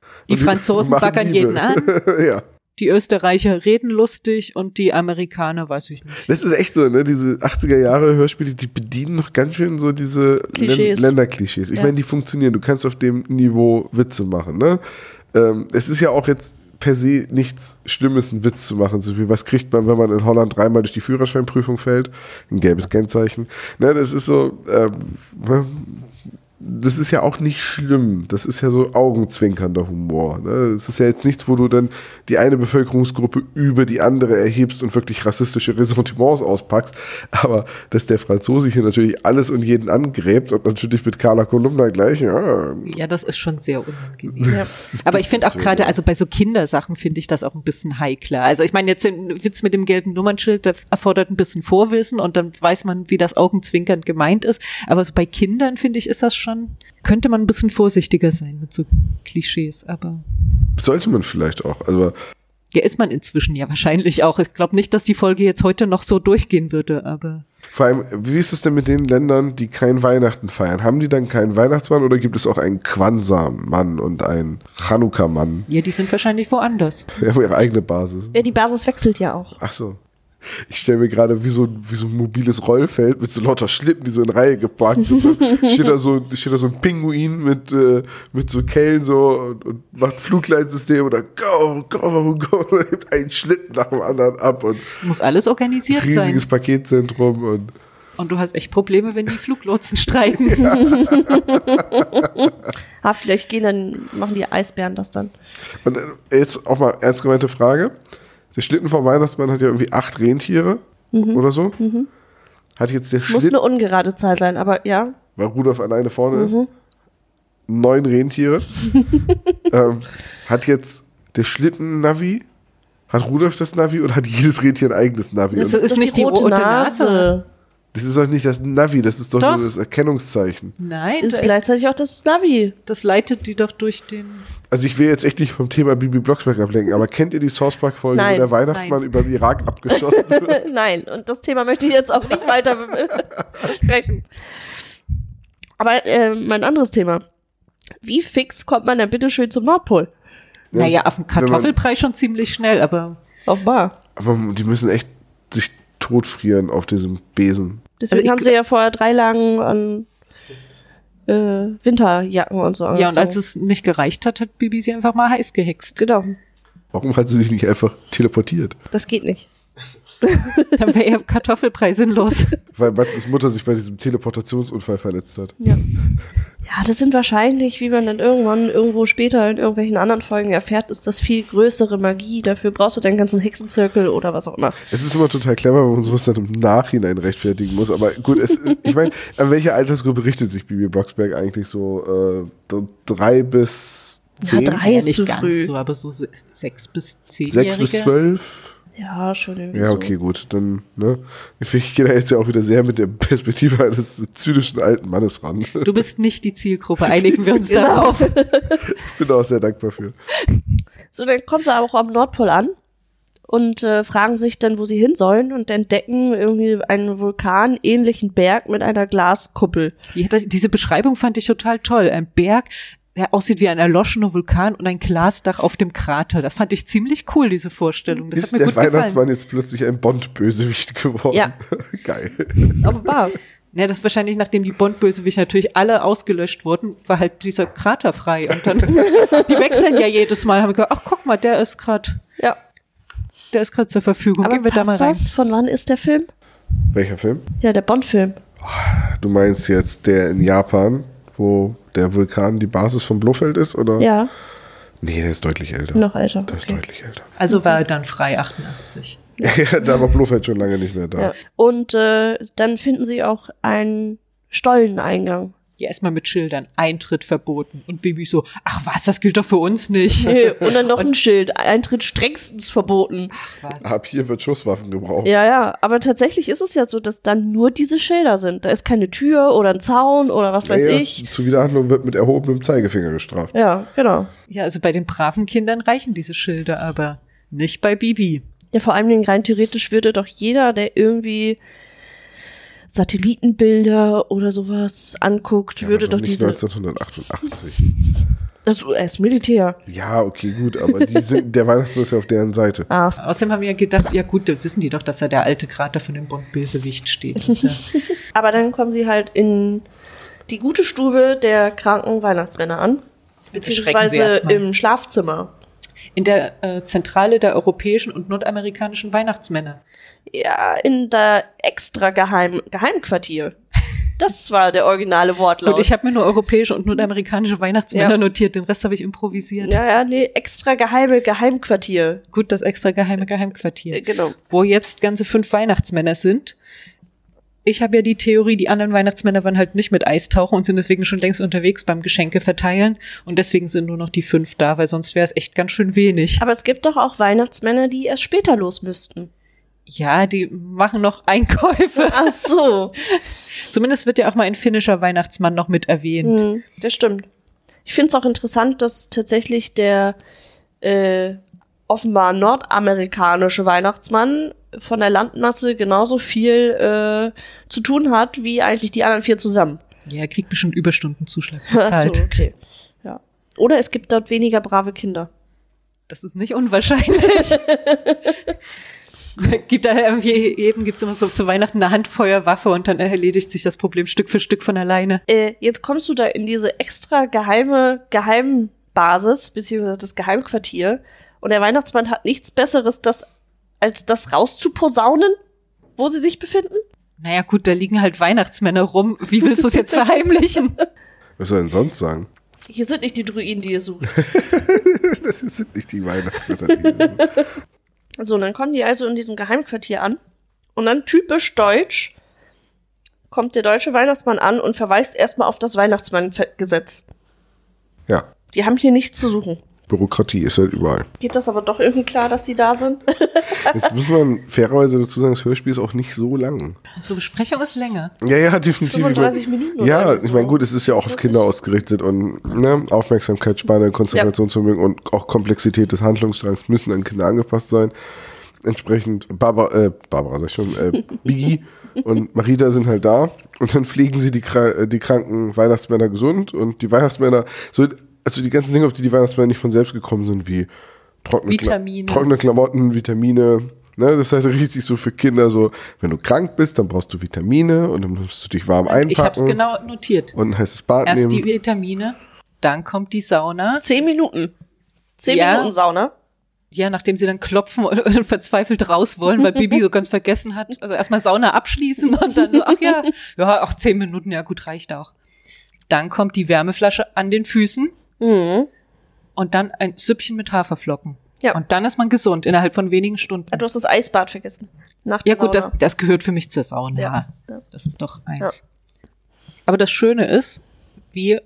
Speaker 3: Die
Speaker 1: Und die
Speaker 3: Franzosen
Speaker 1: machen
Speaker 3: backern
Speaker 1: Liebe.
Speaker 3: jeden an,
Speaker 1: *laughs* ja.
Speaker 3: die Österreicher reden lustig und die Amerikaner weiß ich nicht.
Speaker 1: Das ist echt so, ne? Diese 80er Jahre Hörspiele, die bedienen noch ganz schön so diese Län
Speaker 2: Klischees.
Speaker 1: Länderklischees. Ich
Speaker 2: Ja.
Speaker 1: meine, die funktionieren. Du kannst auf dem Niveau Witze machen, ne? Ähm, es ist ja auch jetzt per se nichts Schlimmes, einen Witz zu machen. So wie, was kriegt man, wenn man in Holland dreimal durch die Führerscheinprüfung fällt? Ein gelbes Kennzeichen. Ne, das ist so, ähm, ne? das ist ja auch nicht schlimm. Das ist ja so augenzwinkernder Humor. Ne? Es ist ja jetzt nichts, wo du dann die eine Bevölkerungsgruppe über die andere erhebst und wirklich rassistische Ressentiments auspackst. Aber dass der Franzose hier natürlich alles und jeden angräbt und natürlich mit Carla Kolumna gleich. Ja,
Speaker 3: Ja, das ist schon sehr unangenehm.
Speaker 1: das ist-
Speaker 3: Aber ich finde auch gerade, also bei so Kindersachen finde ich das auch ein bisschen heikler. Also ich meine, jetzt den Witz mit dem gelben Nummernschild, der erfordert ein bisschen Vorwissen und dann weiß man, wie das augenzwinkernd gemeint ist. Aber so bei Kindern, finde ich, ist das schon, könnte man ein bisschen vorsichtiger sein mit so Klischees, aber.
Speaker 1: sollte man vielleicht auch. Also
Speaker 3: Ja, ist man inzwischen ja wahrscheinlich auch. Ich glaube nicht, dass die Folge jetzt heute noch so durchgehen würde, aber
Speaker 1: vor allem, wie ist es denn mit den Ländern, die kein Weihnachten feiern? Haben die dann keinen Weihnachtsmann oder gibt es auch einen Kwanzaa-Mann und einen Chanukka-Mann?
Speaker 3: ja, die sind wahrscheinlich woanders.
Speaker 1: Die haben ihre eigene Basis.
Speaker 2: Ja, die Basis wechselt ja auch.
Speaker 1: Ach so. Ich stelle mir gerade wie so, ein- wie so ein mobiles Rollfeld mit so lauter Schlitten, die so in Reihe geparkt sind. Dann steht, da so, steht da so ein Pinguin mit, äh, mit so Kellen so und, und macht Flugleitsystem oder go, go, go. *laughs* Und hebt einen Schlitten nach dem anderen ab und
Speaker 3: Muss alles organisiert sein.
Speaker 1: riesiges Paketzentrum. Und
Speaker 3: Und du hast echt Probleme, wenn die Fluglotsen *laughs* streiken.
Speaker 1: *laughs*
Speaker 2: Ah, vielleicht gehen dann, machen die Eisbären das dann.
Speaker 1: Und äh, jetzt auch mal ernst gemeinte Frage. Der Schlitten vom Weihnachtsmann hat ja irgendwie acht Rentiere oder so. Hat jetzt der
Speaker 2: Muss
Speaker 1: Schlitten,
Speaker 2: eine ungerade Zahl sein, aber ja.
Speaker 1: weil Rudolf alleine vorne
Speaker 3: Mhm.
Speaker 1: ist, neun
Speaker 3: *laughs*
Speaker 1: Rentiere. ähm, hat jetzt der Schlitten ein Navi, hat Rudolf das Navi und hat jedes Rentier ein eigenes Navi.
Speaker 3: Das
Speaker 1: Und
Speaker 3: ist nicht die rote Nase.
Speaker 1: das ist doch nicht das Navi, das ist doch,
Speaker 3: Doch.
Speaker 1: nur das Erkennungszeichen.
Speaker 3: Nein,
Speaker 2: Ist
Speaker 3: da-
Speaker 2: gleichzeitig auch das Navi.
Speaker 3: das leitet die doch durch den.
Speaker 1: Also ich will jetzt echt nicht vom Thema Bibi Blocksberg ablenken, aber kennt ihr die Source Park Folge, wo
Speaker 2: Nein.
Speaker 1: der Weihnachtsmann
Speaker 3: Nein.
Speaker 1: über den Irak
Speaker 3: *laughs*
Speaker 1: abgeschossen wird?
Speaker 2: Nein, und das Thema möchte ich jetzt auch *laughs* nicht weiter be- besprechen. Aber äh, mein anderes Thema. Wie fix kommt man denn bitte schön zum Nordpol?
Speaker 1: Ja,
Speaker 3: naja,
Speaker 1: das-
Speaker 3: auf dem
Speaker 1: wenn man-
Speaker 3: Kartoffelpreis schon ziemlich schnell, aber
Speaker 2: Offenbar.
Speaker 1: Aber die müssen echt sich totfrieren auf diesem Besen.
Speaker 2: Deswegen
Speaker 3: Also ich
Speaker 2: haben sie ja vorher drei Lagen an äh, Winterjacken und so
Speaker 3: ja, und als es nicht gereicht hat, hat Bibi sie einfach mal heiß gehext. *laughs*
Speaker 2: Genau,
Speaker 1: Warum hat sie sich nicht einfach teleportiert?
Speaker 2: das geht nicht.
Speaker 3: Dann wäre ihr Kartoffelpreis sinnlos.
Speaker 1: Weil Matzes Mutter sich bei diesem Teleportationsunfall verletzt hat.
Speaker 2: Ja. ja, das sind wahrscheinlich, wie man dann irgendwann, irgendwo später in irgendwelchen anderen Folgen erfährt, ist das viel größere Magie. Dafür brauchst du deinen ganzen Hexenzirkel oder was auch immer.
Speaker 1: Es ist immer total clever, wenn man sowas dann im Nachhinein rechtfertigen muss. Aber gut, es, ich meine, an welche Altersgruppe richtet sich Bibi Blocksberg eigentlich so? Äh, d- drei bis zehn?
Speaker 2: Ja, drei
Speaker 3: Ja,
Speaker 2: ist
Speaker 3: nicht
Speaker 2: zu
Speaker 3: ganz
Speaker 2: früh.
Speaker 3: so, aber so se- sechs bis zehn.
Speaker 1: Sechs bis zwölf?
Speaker 2: Ja, schon irgendwie
Speaker 1: Ja, okay, gut. Dann, ne? Ich, ich gehe da jetzt ja auch wieder sehr mit der Perspektive eines zynischen alten Mannes ran.
Speaker 3: Du bist nicht die Zielgruppe,
Speaker 2: *laughs*
Speaker 3: einigen wir uns
Speaker 2: Genau.
Speaker 3: darauf.
Speaker 1: Ich bin da auch sehr dankbar für.
Speaker 2: So, dann kommen sie aber auch am Nordpol an und äh, fragen sich dann, wo sie hin sollen und entdecken irgendwie einen vulkanähnlichen Berg mit einer Glaskuppel.
Speaker 3: Die hat, diese Beschreibung fand ich total toll. Ein Berg, der aussieht wie ein erloschener Vulkan und ein Glasdach auf dem Krater. Das fand ich ziemlich cool, diese Vorstellung. Das
Speaker 1: ist
Speaker 3: hat mir
Speaker 1: der
Speaker 3: gut gefallen.
Speaker 1: Weihnachtsmann jetzt plötzlich ein Bond-Bösewicht geworden?
Speaker 2: Ja.
Speaker 1: *laughs* Geil.
Speaker 2: Offenbar.
Speaker 3: Ja, das ist wahrscheinlich, nachdem die Bond-Bösewicht natürlich alle ausgelöscht wurden, war halt dieser Krater frei. Und dann, *laughs* die wechseln ja jedes Mal, haben gesagt, ach guck mal, der ist gerade,
Speaker 2: Ja.
Speaker 3: der ist gerade zur Verfügung.
Speaker 2: Aber
Speaker 3: Gehen wir da
Speaker 2: passt
Speaker 3: mal rein.
Speaker 2: das? Von wann ist der Film?
Speaker 1: Welcher Film?
Speaker 2: Ja, der Bond-Film.
Speaker 1: Du meinst jetzt der in Japan, wo der Vulkan die Basis von Blofeld ist, oder?
Speaker 2: Ja,
Speaker 1: Nee, der ist deutlich älter.
Speaker 2: noch älter.
Speaker 1: Der Oh. ist
Speaker 2: Okay.
Speaker 1: deutlich älter. *laughs*
Speaker 3: Also war er dann frei 88.
Speaker 1: Ja, da war Blofeld schon lange nicht mehr da.
Speaker 2: Ja. Und äh, dann finden sie auch einen Stolleneingang.
Speaker 3: Ja, erstmal mit Schildern, Eintritt verboten. Und Bibi so, ach was, das gilt doch für
Speaker 2: *laughs*
Speaker 3: uns nicht.
Speaker 2: Nee, und dann noch ein Schild. Eintritt strengstens verboten.
Speaker 3: Was?
Speaker 1: Ab hier wird Schusswaffen gebraucht.
Speaker 2: Ja, ja, aber tatsächlich ist es ja so, dass dann nur diese Schilder sind. Da ist keine Tür oder ein Zaun oder was weiß
Speaker 1: Ja, ja,
Speaker 2: ich.
Speaker 1: Zu Widerhandlung wird mit erhobenem Zeigefinger gestraft.
Speaker 2: Ja, genau.
Speaker 3: Ja, also bei den braven Kindern reichen diese Schilder, aber nicht bei Bibi.
Speaker 2: Ja, vor allem rein theoretisch würde doch jeder, der irgendwie Satellitenbilder oder sowas anguckt,
Speaker 1: Ja, aber
Speaker 2: würde doch
Speaker 1: nicht
Speaker 2: diese.
Speaker 1: 1988.
Speaker 2: Das US-Militär.
Speaker 1: Ja, okay, gut, aber die sind, der Weihnachtsmann ist ja auf deren Seite.
Speaker 2: Ah,
Speaker 3: Außerdem haben wir gedacht, ja gut, da wissen die doch, dass da der alte Krater von dem Bond-Bösewicht steht. Das ist ja
Speaker 2: *laughs* Aber dann kommen sie halt in die gute Stube der kranken Weihnachtsmänner an.
Speaker 3: Erschrecken sie
Speaker 2: Beziehungsweise
Speaker 3: erst mal.
Speaker 2: im Schlafzimmer.
Speaker 3: In der äh, Zentrale der europäischen und nordamerikanischen Weihnachtsmänner.
Speaker 2: Ja, in der extra geheim Geheimquartier. Das war der originale Wortlaut.
Speaker 3: Gut, ich habe mir nur europäische und nordamerikanische Weihnachtsmänner
Speaker 2: Ja.
Speaker 3: notiert, den Rest habe ich improvisiert.
Speaker 2: ja, ja, nee, extra geheime Geheimquartier.
Speaker 3: Gut, das extra geheime Geheimquartier.
Speaker 2: Äh, Genau.
Speaker 3: Wo jetzt ganze fünf Weihnachtsmänner sind. Ich habe ja die Theorie, die anderen Weihnachtsmänner waren halt nicht mit Eistauchen und sind deswegen schon längst unterwegs beim Geschenke verteilen. Und deswegen sind nur noch die fünf da, weil sonst wäre es echt ganz schön wenig.
Speaker 2: Aber es gibt doch auch Weihnachtsmänner, die erst später los müssten.
Speaker 3: Ja, die machen noch
Speaker 2: *laughs*
Speaker 3: Einkäufe.
Speaker 2: Ach so.
Speaker 3: Zumindest wird ja auch mal ein finnischer Weihnachtsmann noch mit erwähnt.
Speaker 2: Hm, das stimmt. Ich finde es auch interessant, dass tatsächlich der äh, offenbar nordamerikanische Weihnachtsmann von der Landmasse genauso viel äh, zu tun hat wie eigentlich die anderen vier zusammen.
Speaker 3: Ja, er kriegt bestimmt Überstundenzuschlag
Speaker 2: Ach
Speaker 3: bezahlt.
Speaker 2: so, okay. Ja. Oder es gibt dort weniger brave Kinder.
Speaker 3: Das ist
Speaker 2: *laughs*
Speaker 3: nicht unwahrscheinlich. gibt da irgendwie jedem gibt's immer so zu Weihnachten eine Handfeuerwaffe und dann erledigt sich das Problem Stück für Stück von alleine.
Speaker 2: Äh, jetzt kommst du da in diese extra geheime Geheimbasis, beziehungsweise das Geheimquartier, und der Weihnachtsmann hat nichts Besseres, das, als das rauszuposaunen, wo sie sich befinden?
Speaker 3: Naja, gut, da liegen halt Weihnachtsmänner rum. Wie willst du es jetzt verheimlichen?
Speaker 1: Was soll er denn sonst sagen? *laughs*
Speaker 2: Hier sind nicht die Druiden, die ihr sucht.
Speaker 1: Das sind nicht die Weihnachtsmänner. die hier sind.
Speaker 2: So, und dann kommen die also in diesem Geheimquartier an. Und dann typisch deutsch kommt der deutsche Weihnachtsmann an und verweist erstmal auf das Weihnachtsmanngesetz.
Speaker 1: ja,
Speaker 2: Die haben hier nichts zu suchen.
Speaker 1: Bürokratie ist halt
Speaker 2: *laughs*
Speaker 1: überall.
Speaker 2: Geht das aber doch irgendwie klar, dass sie da sind?
Speaker 1: Jetzt muss man fairerweise dazu sagen, das Hörspiel ist auch nicht so lang.
Speaker 3: *laughs* Unsere Besprechung ist länger.
Speaker 1: Ja, ja, definitiv.
Speaker 2: 35
Speaker 1: Ich mein-
Speaker 2: Minuten oder
Speaker 1: Ja,
Speaker 2: irgendwie so.
Speaker 1: ich meine, gut, es ist ja auch auf Kinder ausgerichtet und ne, Aufmerksamkeitsspanne, Konzentrationsvermögen und auch Komplexität des Handlungsstrangs müssen an Kinder angepasst sein. Entsprechend Barbara, äh, Barbara sag ich schon, äh,
Speaker 2: *laughs*
Speaker 1: Biggie und Marita sind halt da und dann pflegen sie die, Kra- äh, die kranken Weihnachtsmänner gesund und die Weihnachtsmänner, so, also die ganzen Dinge, auf die die Weihnachtsmänner nicht von selbst gekommen sind, wie trockene, Kla-
Speaker 3: Vitamine.
Speaker 1: trockene ne, Klamotten, Vitamine. Ne, das heißt richtig so für Kinder so, wenn du krank bist, dann brauchst du Vitamine und dann musst du dich warm einpacken
Speaker 3: Ich habe es genau notiert.
Speaker 1: und ein heißes Bad
Speaker 3: Erst die
Speaker 1: nehmen.
Speaker 3: Vitamine, dann kommt die Sauna.
Speaker 2: Zehn Minuten. Zehn
Speaker 3: Ja.
Speaker 2: Minuten Sauna.
Speaker 3: Ja, nachdem sie dann klopfen und, und verzweifelt raus wollen, weil
Speaker 2: *laughs*
Speaker 3: Bibi so ganz vergessen hat, also erstmal Sauna abschließen und dann so, ach ja, ja, auch zehn Minuten, ja gut, reicht auch. Dann kommt die Wärmeflasche an den Füßen und dann ein Süppchen mit Haferflocken.
Speaker 2: Mhm. Ja.
Speaker 3: Und dann ist man gesund innerhalb von wenigen Stunden.
Speaker 2: Ah, du hast das Eisbad vergessen. Nach der
Speaker 3: Ja gut, das,
Speaker 2: Sauna.
Speaker 3: das gehört für mich zur Sauna.
Speaker 2: Ja, ja.
Speaker 3: Das ist doch eins. Aber das Schöne ist, wie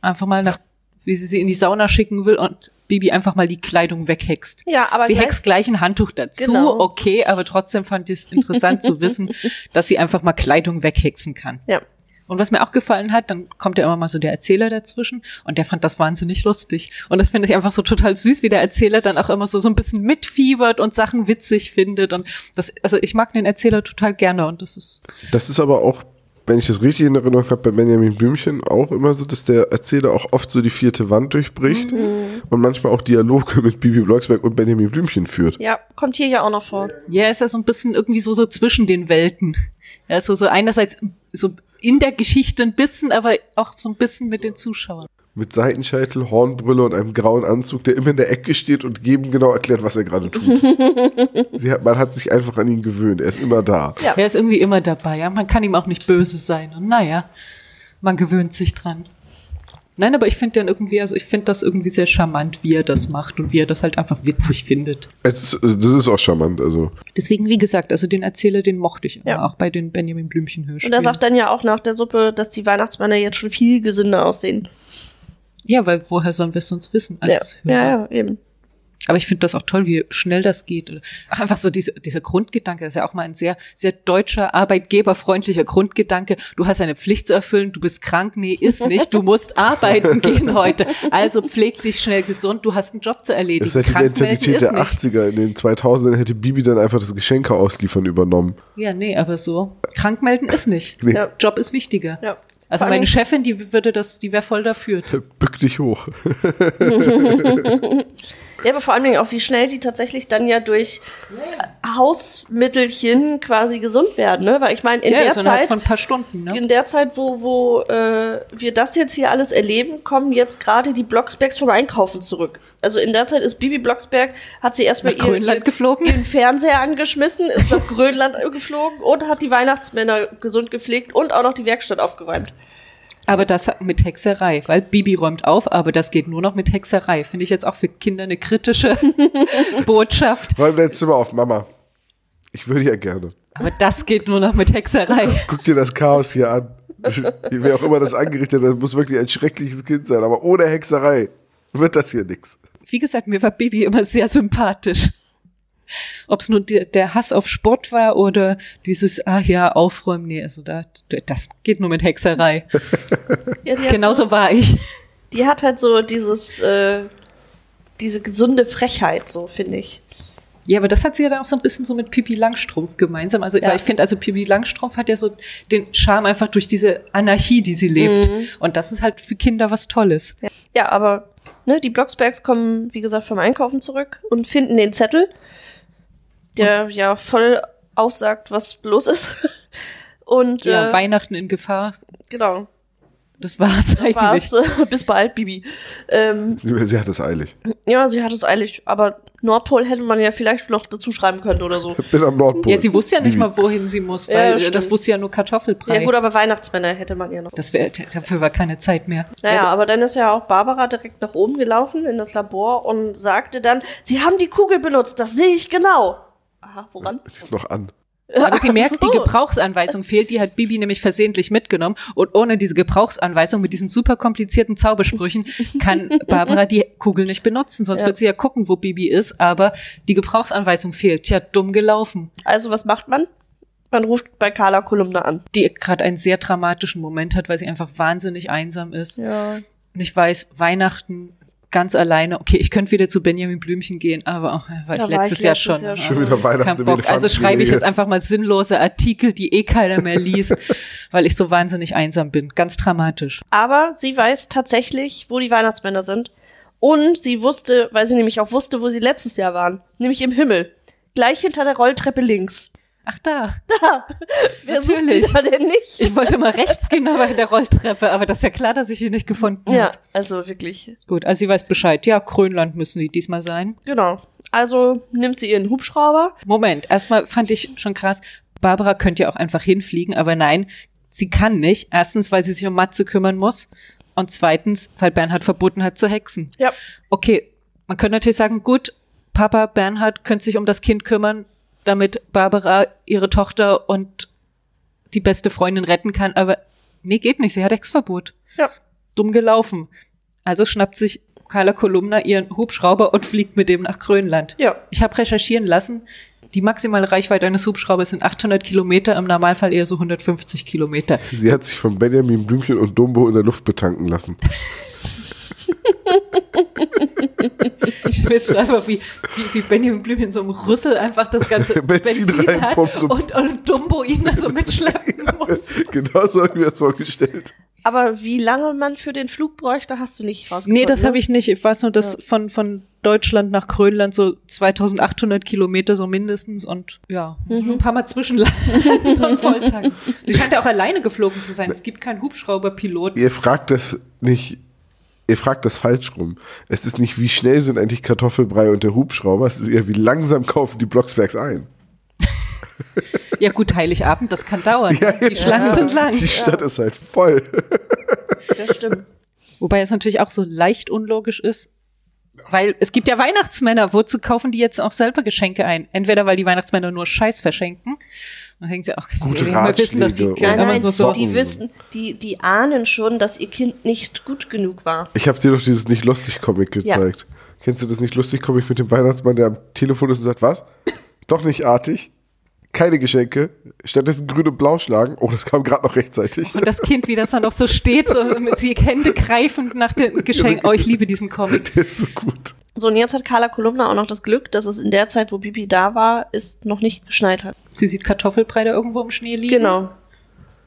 Speaker 3: einfach mal nach, wie sie sie in die Sauna schicken will und Bibi einfach mal die Kleidung weghext.
Speaker 2: Ja, aber
Speaker 3: sie
Speaker 2: gleich-
Speaker 3: hext gleich ein Handtuch dazu,
Speaker 2: Genau.
Speaker 3: okay, aber trotzdem fand ich es interessant
Speaker 2: *laughs*
Speaker 3: zu wissen, dass sie einfach mal Kleidung weghexen kann.
Speaker 2: Ja.
Speaker 3: Und was mir auch gefallen hat, dann kommt ja immer mal so der Erzähler dazwischen und der fand das wahnsinnig lustig. Und das finde ich einfach so total süß, wie der Erzähler dann auch immer so, so ein bisschen mitfiebert und Sachen witzig findet. Und das, also ich mag den Erzähler total gerne und das ist,
Speaker 1: Das ist aber auch, wenn ich das richtig in Erinnerung habe, bei Benjamin Blümchen auch immer so, dass der Erzähler auch oft so die vierte Wand durchbricht
Speaker 3: Mhm.
Speaker 1: und manchmal auch Dialoge mit Bibi Blocksberg und Benjamin Blümchen führt.
Speaker 2: ja, kommt hier ja auch noch vor.
Speaker 3: ja, ist ja so ein bisschen irgendwie so, so zwischen den Welten. Also so einerseits so in der Geschichte ein bisschen, aber auch so ein bisschen mit den Zuschauern.
Speaker 1: Mit Seitenscheitel, Hornbrille und einem grauen Anzug, der immer in der Ecke steht und jedem genau erklärt, was er gerade
Speaker 3: *laughs*
Speaker 1: tut. Sie hat, man hat sich einfach an ihn gewöhnt. Er ist immer da.
Speaker 2: Ja.
Speaker 3: Er ist irgendwie immer dabei, ja. Man kann ihm auch nicht böse sein. Und naja, man gewöhnt sich dran. Nein, aber ich finde den irgendwie, also ich finde das irgendwie sehr charmant, wie er das macht und wie er das halt einfach witzig findet.
Speaker 1: Es ist, also das ist auch charmant. Also
Speaker 3: Deswegen, wie gesagt, also den Erzähler, den mochte ich immer,
Speaker 2: Ja.
Speaker 3: auch bei den Benjamin Blümchen Hirsch.
Speaker 2: Und er sagt dann ja auch nach der Suppe, dass die Weihnachtsmänner jetzt schon viel gesünder aussehen.
Speaker 3: Ja, weil woher sollen wir es sonst wissen als
Speaker 2: ja.
Speaker 3: Hörer?
Speaker 2: ja, ja, eben.
Speaker 3: Aber ich finde das auch toll, wie schnell das geht. Oder- Ach, einfach so diese, dieser Grundgedanke, das ist ja auch mal ein sehr, sehr deutscher, arbeitgeberfreundlicher Grundgedanke. Du hast eine Pflicht zu erfüllen, du bist krank, nee, ist nicht,
Speaker 2: *laughs*
Speaker 3: du musst arbeiten gehen heute. Also pfleg dich schnell gesund, du hast einen Job zu erledigen.
Speaker 1: das ist halt die
Speaker 3: Krank melden
Speaker 1: Mentalität
Speaker 3: ist
Speaker 1: der
Speaker 3: nicht.
Speaker 1: 80er. In den 2000ern hätte Bibi dann einfach das Geschenke ausliefern übernommen.
Speaker 3: Ja, nee, aber so. Krank melden ist nicht.
Speaker 1: Nee.
Speaker 2: Ja.
Speaker 3: Job ist wichtiger.
Speaker 2: Ja.
Speaker 3: Also
Speaker 2: Vor
Speaker 3: meine
Speaker 2: allem-
Speaker 3: Chefin, die würde das, die wäre voll dafür.
Speaker 1: Bück dich hoch.
Speaker 2: Ja, aber vor allen Dingen auch, wie schnell die tatsächlich dann ja durch Hausmittelchen quasi gesund werden, ne? Weil ich meine, in
Speaker 3: ja,
Speaker 2: der
Speaker 3: so innerhalb
Speaker 2: Zeit,
Speaker 3: von ein paar Stunden, ne?
Speaker 2: in der Zeit, wo, wo äh, wir das jetzt hier alles erleben, kommen jetzt gerade die Blocksbergs vom Einkaufen zurück. Also in der Zeit ist Bibi Blocksberg, hat sie erstmal
Speaker 3: Nach Grönland geflogen?
Speaker 2: ihren Fernseher angeschmissen, ist nach Grönland geflogen und hat die Weihnachtsmänner gesund gepflegt und auch noch die Werkstatt aufgeräumt.
Speaker 3: Aber das hat mit Hexerei, weil Bibi räumt auf, aber das geht nur noch mit Hexerei. Finde ich jetzt auch für Kinder eine kritische Botschaft.
Speaker 1: Räum dein Zimmer auf, Mama. Ich würde ja gerne.
Speaker 3: Aber das geht nur noch mit Hexerei.
Speaker 1: Guck dir das Chaos hier an. *laughs* Wer auch immer das angerichtet hat, das muss wirklich ein schreckliches Kind sein. Aber ohne Hexerei wird das hier nichts.
Speaker 3: Wie gesagt, mir war Bibi immer sehr sympathisch. Ob es nun der, der Hass auf Sport war oder dieses, ach ja, aufräumen, nee, also da, das geht nur mit Hexerei.
Speaker 2: Ja, die hat
Speaker 3: Genauso war ich.
Speaker 2: die hat halt so dieses, äh, diese gesunde Frechheit, so finde ich.
Speaker 3: Ja, aber das hat sie ja dann auch so ein bisschen so mit Pippi Langstrumpf gemeinsam. Also,
Speaker 2: Ja.
Speaker 3: weil ich finde, also Pippi Langstrumpf hat ja so den Charme einfach durch diese Anarchie, die sie lebt.
Speaker 2: Mhm.
Speaker 3: Und das ist halt für Kinder was Tolles.
Speaker 2: Ja, aber ne, die Blocksbergs kommen, wie gesagt, vom Einkaufen zurück und finden den Zettel, der ja voll aussagt, was los ist. *laughs* Und
Speaker 3: Ja,
Speaker 2: äh,
Speaker 3: Weihnachten in Gefahr.
Speaker 2: genau,
Speaker 3: Das war's
Speaker 2: das
Speaker 3: eigentlich.
Speaker 2: war's. *laughs* Bis bald, Bibi. Ähm,
Speaker 1: Sie hat es eilig.
Speaker 2: ja, sie hat es eilig, aber Nordpol hätte man ja vielleicht noch dazu schreiben können oder so.
Speaker 1: Bin am Nordpol.
Speaker 3: Ja, sie wusste ja nicht
Speaker 1: Bibi.
Speaker 3: mal, wohin sie muss,
Speaker 2: Ja, das
Speaker 3: weil äh, das
Speaker 2: stimmt.
Speaker 3: wusste ja nur Kartoffelbrei.
Speaker 2: Ja gut, aber Weihnachtsmänner hätte man ja noch.
Speaker 3: das wär, dafür war keine Zeit mehr.
Speaker 2: Naja, aber dann ist ja auch Barbara direkt nach oben gelaufen in das Labor und sagte dann, sie haben die Kugel benutzt, das sehe ich genau. Aha, woran?
Speaker 1: Die ist noch an.
Speaker 3: Aber
Speaker 2: *laughs*
Speaker 3: sie merkt,
Speaker 2: so.
Speaker 3: die Gebrauchsanweisung fehlt. Die hat Bibi nämlich versehentlich mitgenommen. Und ohne diese Gebrauchsanweisung mit diesen super komplizierten Zaubersprüchen
Speaker 2: *laughs*
Speaker 3: kann Barbara die Kugel nicht benutzen. Sonst
Speaker 2: Ja.
Speaker 3: wird sie ja gucken, wo Bibi ist. Aber die Gebrauchsanweisung fehlt. Tja, dumm gelaufen.
Speaker 2: Also was macht man? Man ruft bei Carla Kolumne an.
Speaker 3: Die gerade einen sehr dramatischen Moment hat, weil sie einfach wahnsinnig einsam ist.
Speaker 2: Ja.
Speaker 3: Und ich weiß, Weihnachten ganz alleine. Okay, ich könnte wieder zu Benjamin Blümchen gehen, aber oh, war ich
Speaker 2: Da war
Speaker 3: letztes
Speaker 2: ich
Speaker 3: Jahr
Speaker 2: letztes
Speaker 3: schon.
Speaker 2: Jahr
Speaker 1: Schon wieder
Speaker 3: Kein
Speaker 1: Weihnachten im
Speaker 3: Bock. Also schreibe ich jetzt einfach mal sinnlose Artikel, die eh keiner mehr liest, weil ich so wahnsinnig einsam bin. Ganz dramatisch.
Speaker 2: Aber sie weiß tatsächlich, wo die Weihnachtsmänner sind. Und sie wusste, weil sie nämlich auch wusste, wo sie letztes Jahr waren. Nämlich im Himmel. Gleich hinter der Rolltreppe links.
Speaker 3: Ach da.
Speaker 2: Wer Natürlich.
Speaker 3: Natürlich.
Speaker 2: sucht sie da denn nicht?
Speaker 3: Ich wollte mal rechts gehen, aber in der Rolltreppe. Aber das ist ja klar, dass ich ihn nicht gefunden habe.
Speaker 2: Ja, also wirklich.
Speaker 3: Gut, also sie weiß Bescheid. Ja, Grönland müssen die diesmal sein.
Speaker 2: Genau. Also nimmt sie ihren Hubschrauber.
Speaker 3: Moment, erstmal fand ich schon krass, Barbara könnte ja auch einfach hinfliegen, aber nein, sie kann nicht. Erstens, weil sie sich um Matze kümmern muss. Und zweitens, weil Bernhard verboten hat zu hexen.
Speaker 2: Ja.
Speaker 3: okay, man könnte natürlich sagen, gut, Papa Bernhard könnte sich um das Kind kümmern, damit Barbara ihre Tochter und die beste Freundin retten kann, aber nee, geht nicht, sie hat Hexverbot.
Speaker 2: Ja.
Speaker 3: Dumm gelaufen. Also schnappt sich Carla Kolumna ihren Hubschrauber und fliegt mit dem nach Grönland.
Speaker 2: Ja.
Speaker 3: Ich habe recherchieren lassen, die maximale Reichweite eines Hubschraubers sind 800 Kilometer, im Normalfall eher so 150 Kilometer.
Speaker 1: Sie hat sich von Benjamin Blümchen und Dumbo in der Luft betanken lassen.
Speaker 3: Ich will jetzt so einfach wie, wie, wie Benjamin Blüm in so einem Rüssel einfach das
Speaker 1: *laughs*
Speaker 3: ganze
Speaker 1: Benzin
Speaker 3: Benzin, hat
Speaker 1: reinpumpt, so-
Speaker 3: und, und Dumbo ihn
Speaker 1: *laughs*
Speaker 3: da so mitschleppen muss.
Speaker 1: *laughs* genau so habe ich mir das vorgestellt.
Speaker 2: Aber wie lange man für den Flug bräuchte, hast du nicht rausgefunden.
Speaker 3: Nee, das
Speaker 2: ne?
Speaker 3: habe ich nicht. Ich weiß nur, dass von, von Deutschland nach Grönland so 2800 Kilometer so mindestens und ja, muss schon ein paar Mal zwischenlanden und *laughs* volltanken. Sie scheint ja auch alleine geflogen zu sein. Es gibt keinen Hubschrauberpiloten.
Speaker 1: Ihr fragt das nicht, ihr fragt das falsch rum. Es ist nicht, wie schnell sind eigentlich Kartoffelbrei und der Hubschrauber, es ist eher, wie langsam kaufen die Blocksbergs ein.
Speaker 3: Ja gut, Heiligabend, das kann dauern.
Speaker 1: Ja,
Speaker 3: Die Schlangen sind lang.
Speaker 1: Die Stadt ist halt voll.
Speaker 2: Das stimmt.
Speaker 3: Wobei es natürlich auch so leicht unlogisch ist. Weil es gibt ja Weihnachtsmänner, wozu kaufen die jetzt auch selber Geschenke ein? Entweder weil die Weihnachtsmänner nur Scheiß verschenken. Dann denken sie auch,
Speaker 1: Gute
Speaker 3: wir wissen doch, die
Speaker 1: Ratschläge oh.
Speaker 3: können
Speaker 2: Nein,
Speaker 1: und-
Speaker 3: aber
Speaker 2: nein,
Speaker 3: so,
Speaker 1: so-
Speaker 2: die wissen, die, die ahnen schon, dass ihr Kind nicht gut genug war.
Speaker 1: Ich habe dir doch dieses Nicht-Lustig-Comic gezeigt. Kennst du das Nicht-Lustig-Comic mit dem Weihnachtsmann, der am Telefon ist und sagt, was? Doch nicht artig. Keine Geschenke. Stattdessen grün und blau schlagen. Oh, das kam gerade noch rechtzeitig. *laughs*
Speaker 3: Und das Kind, wie das dann noch so steht, so mit die Hände greifend
Speaker 1: *laughs*
Speaker 3: nach den Geschenken. Oh, ich liebe diesen Comic.
Speaker 1: Der ist so gut.
Speaker 2: So, und jetzt hat Carla Kolumna auch noch das Glück, dass es in der Zeit, wo Bibi da war, ist noch nicht geschneit hat.
Speaker 3: Sie sieht Kartoffelbrei da irgendwo im Schnee liegen.
Speaker 2: Genau.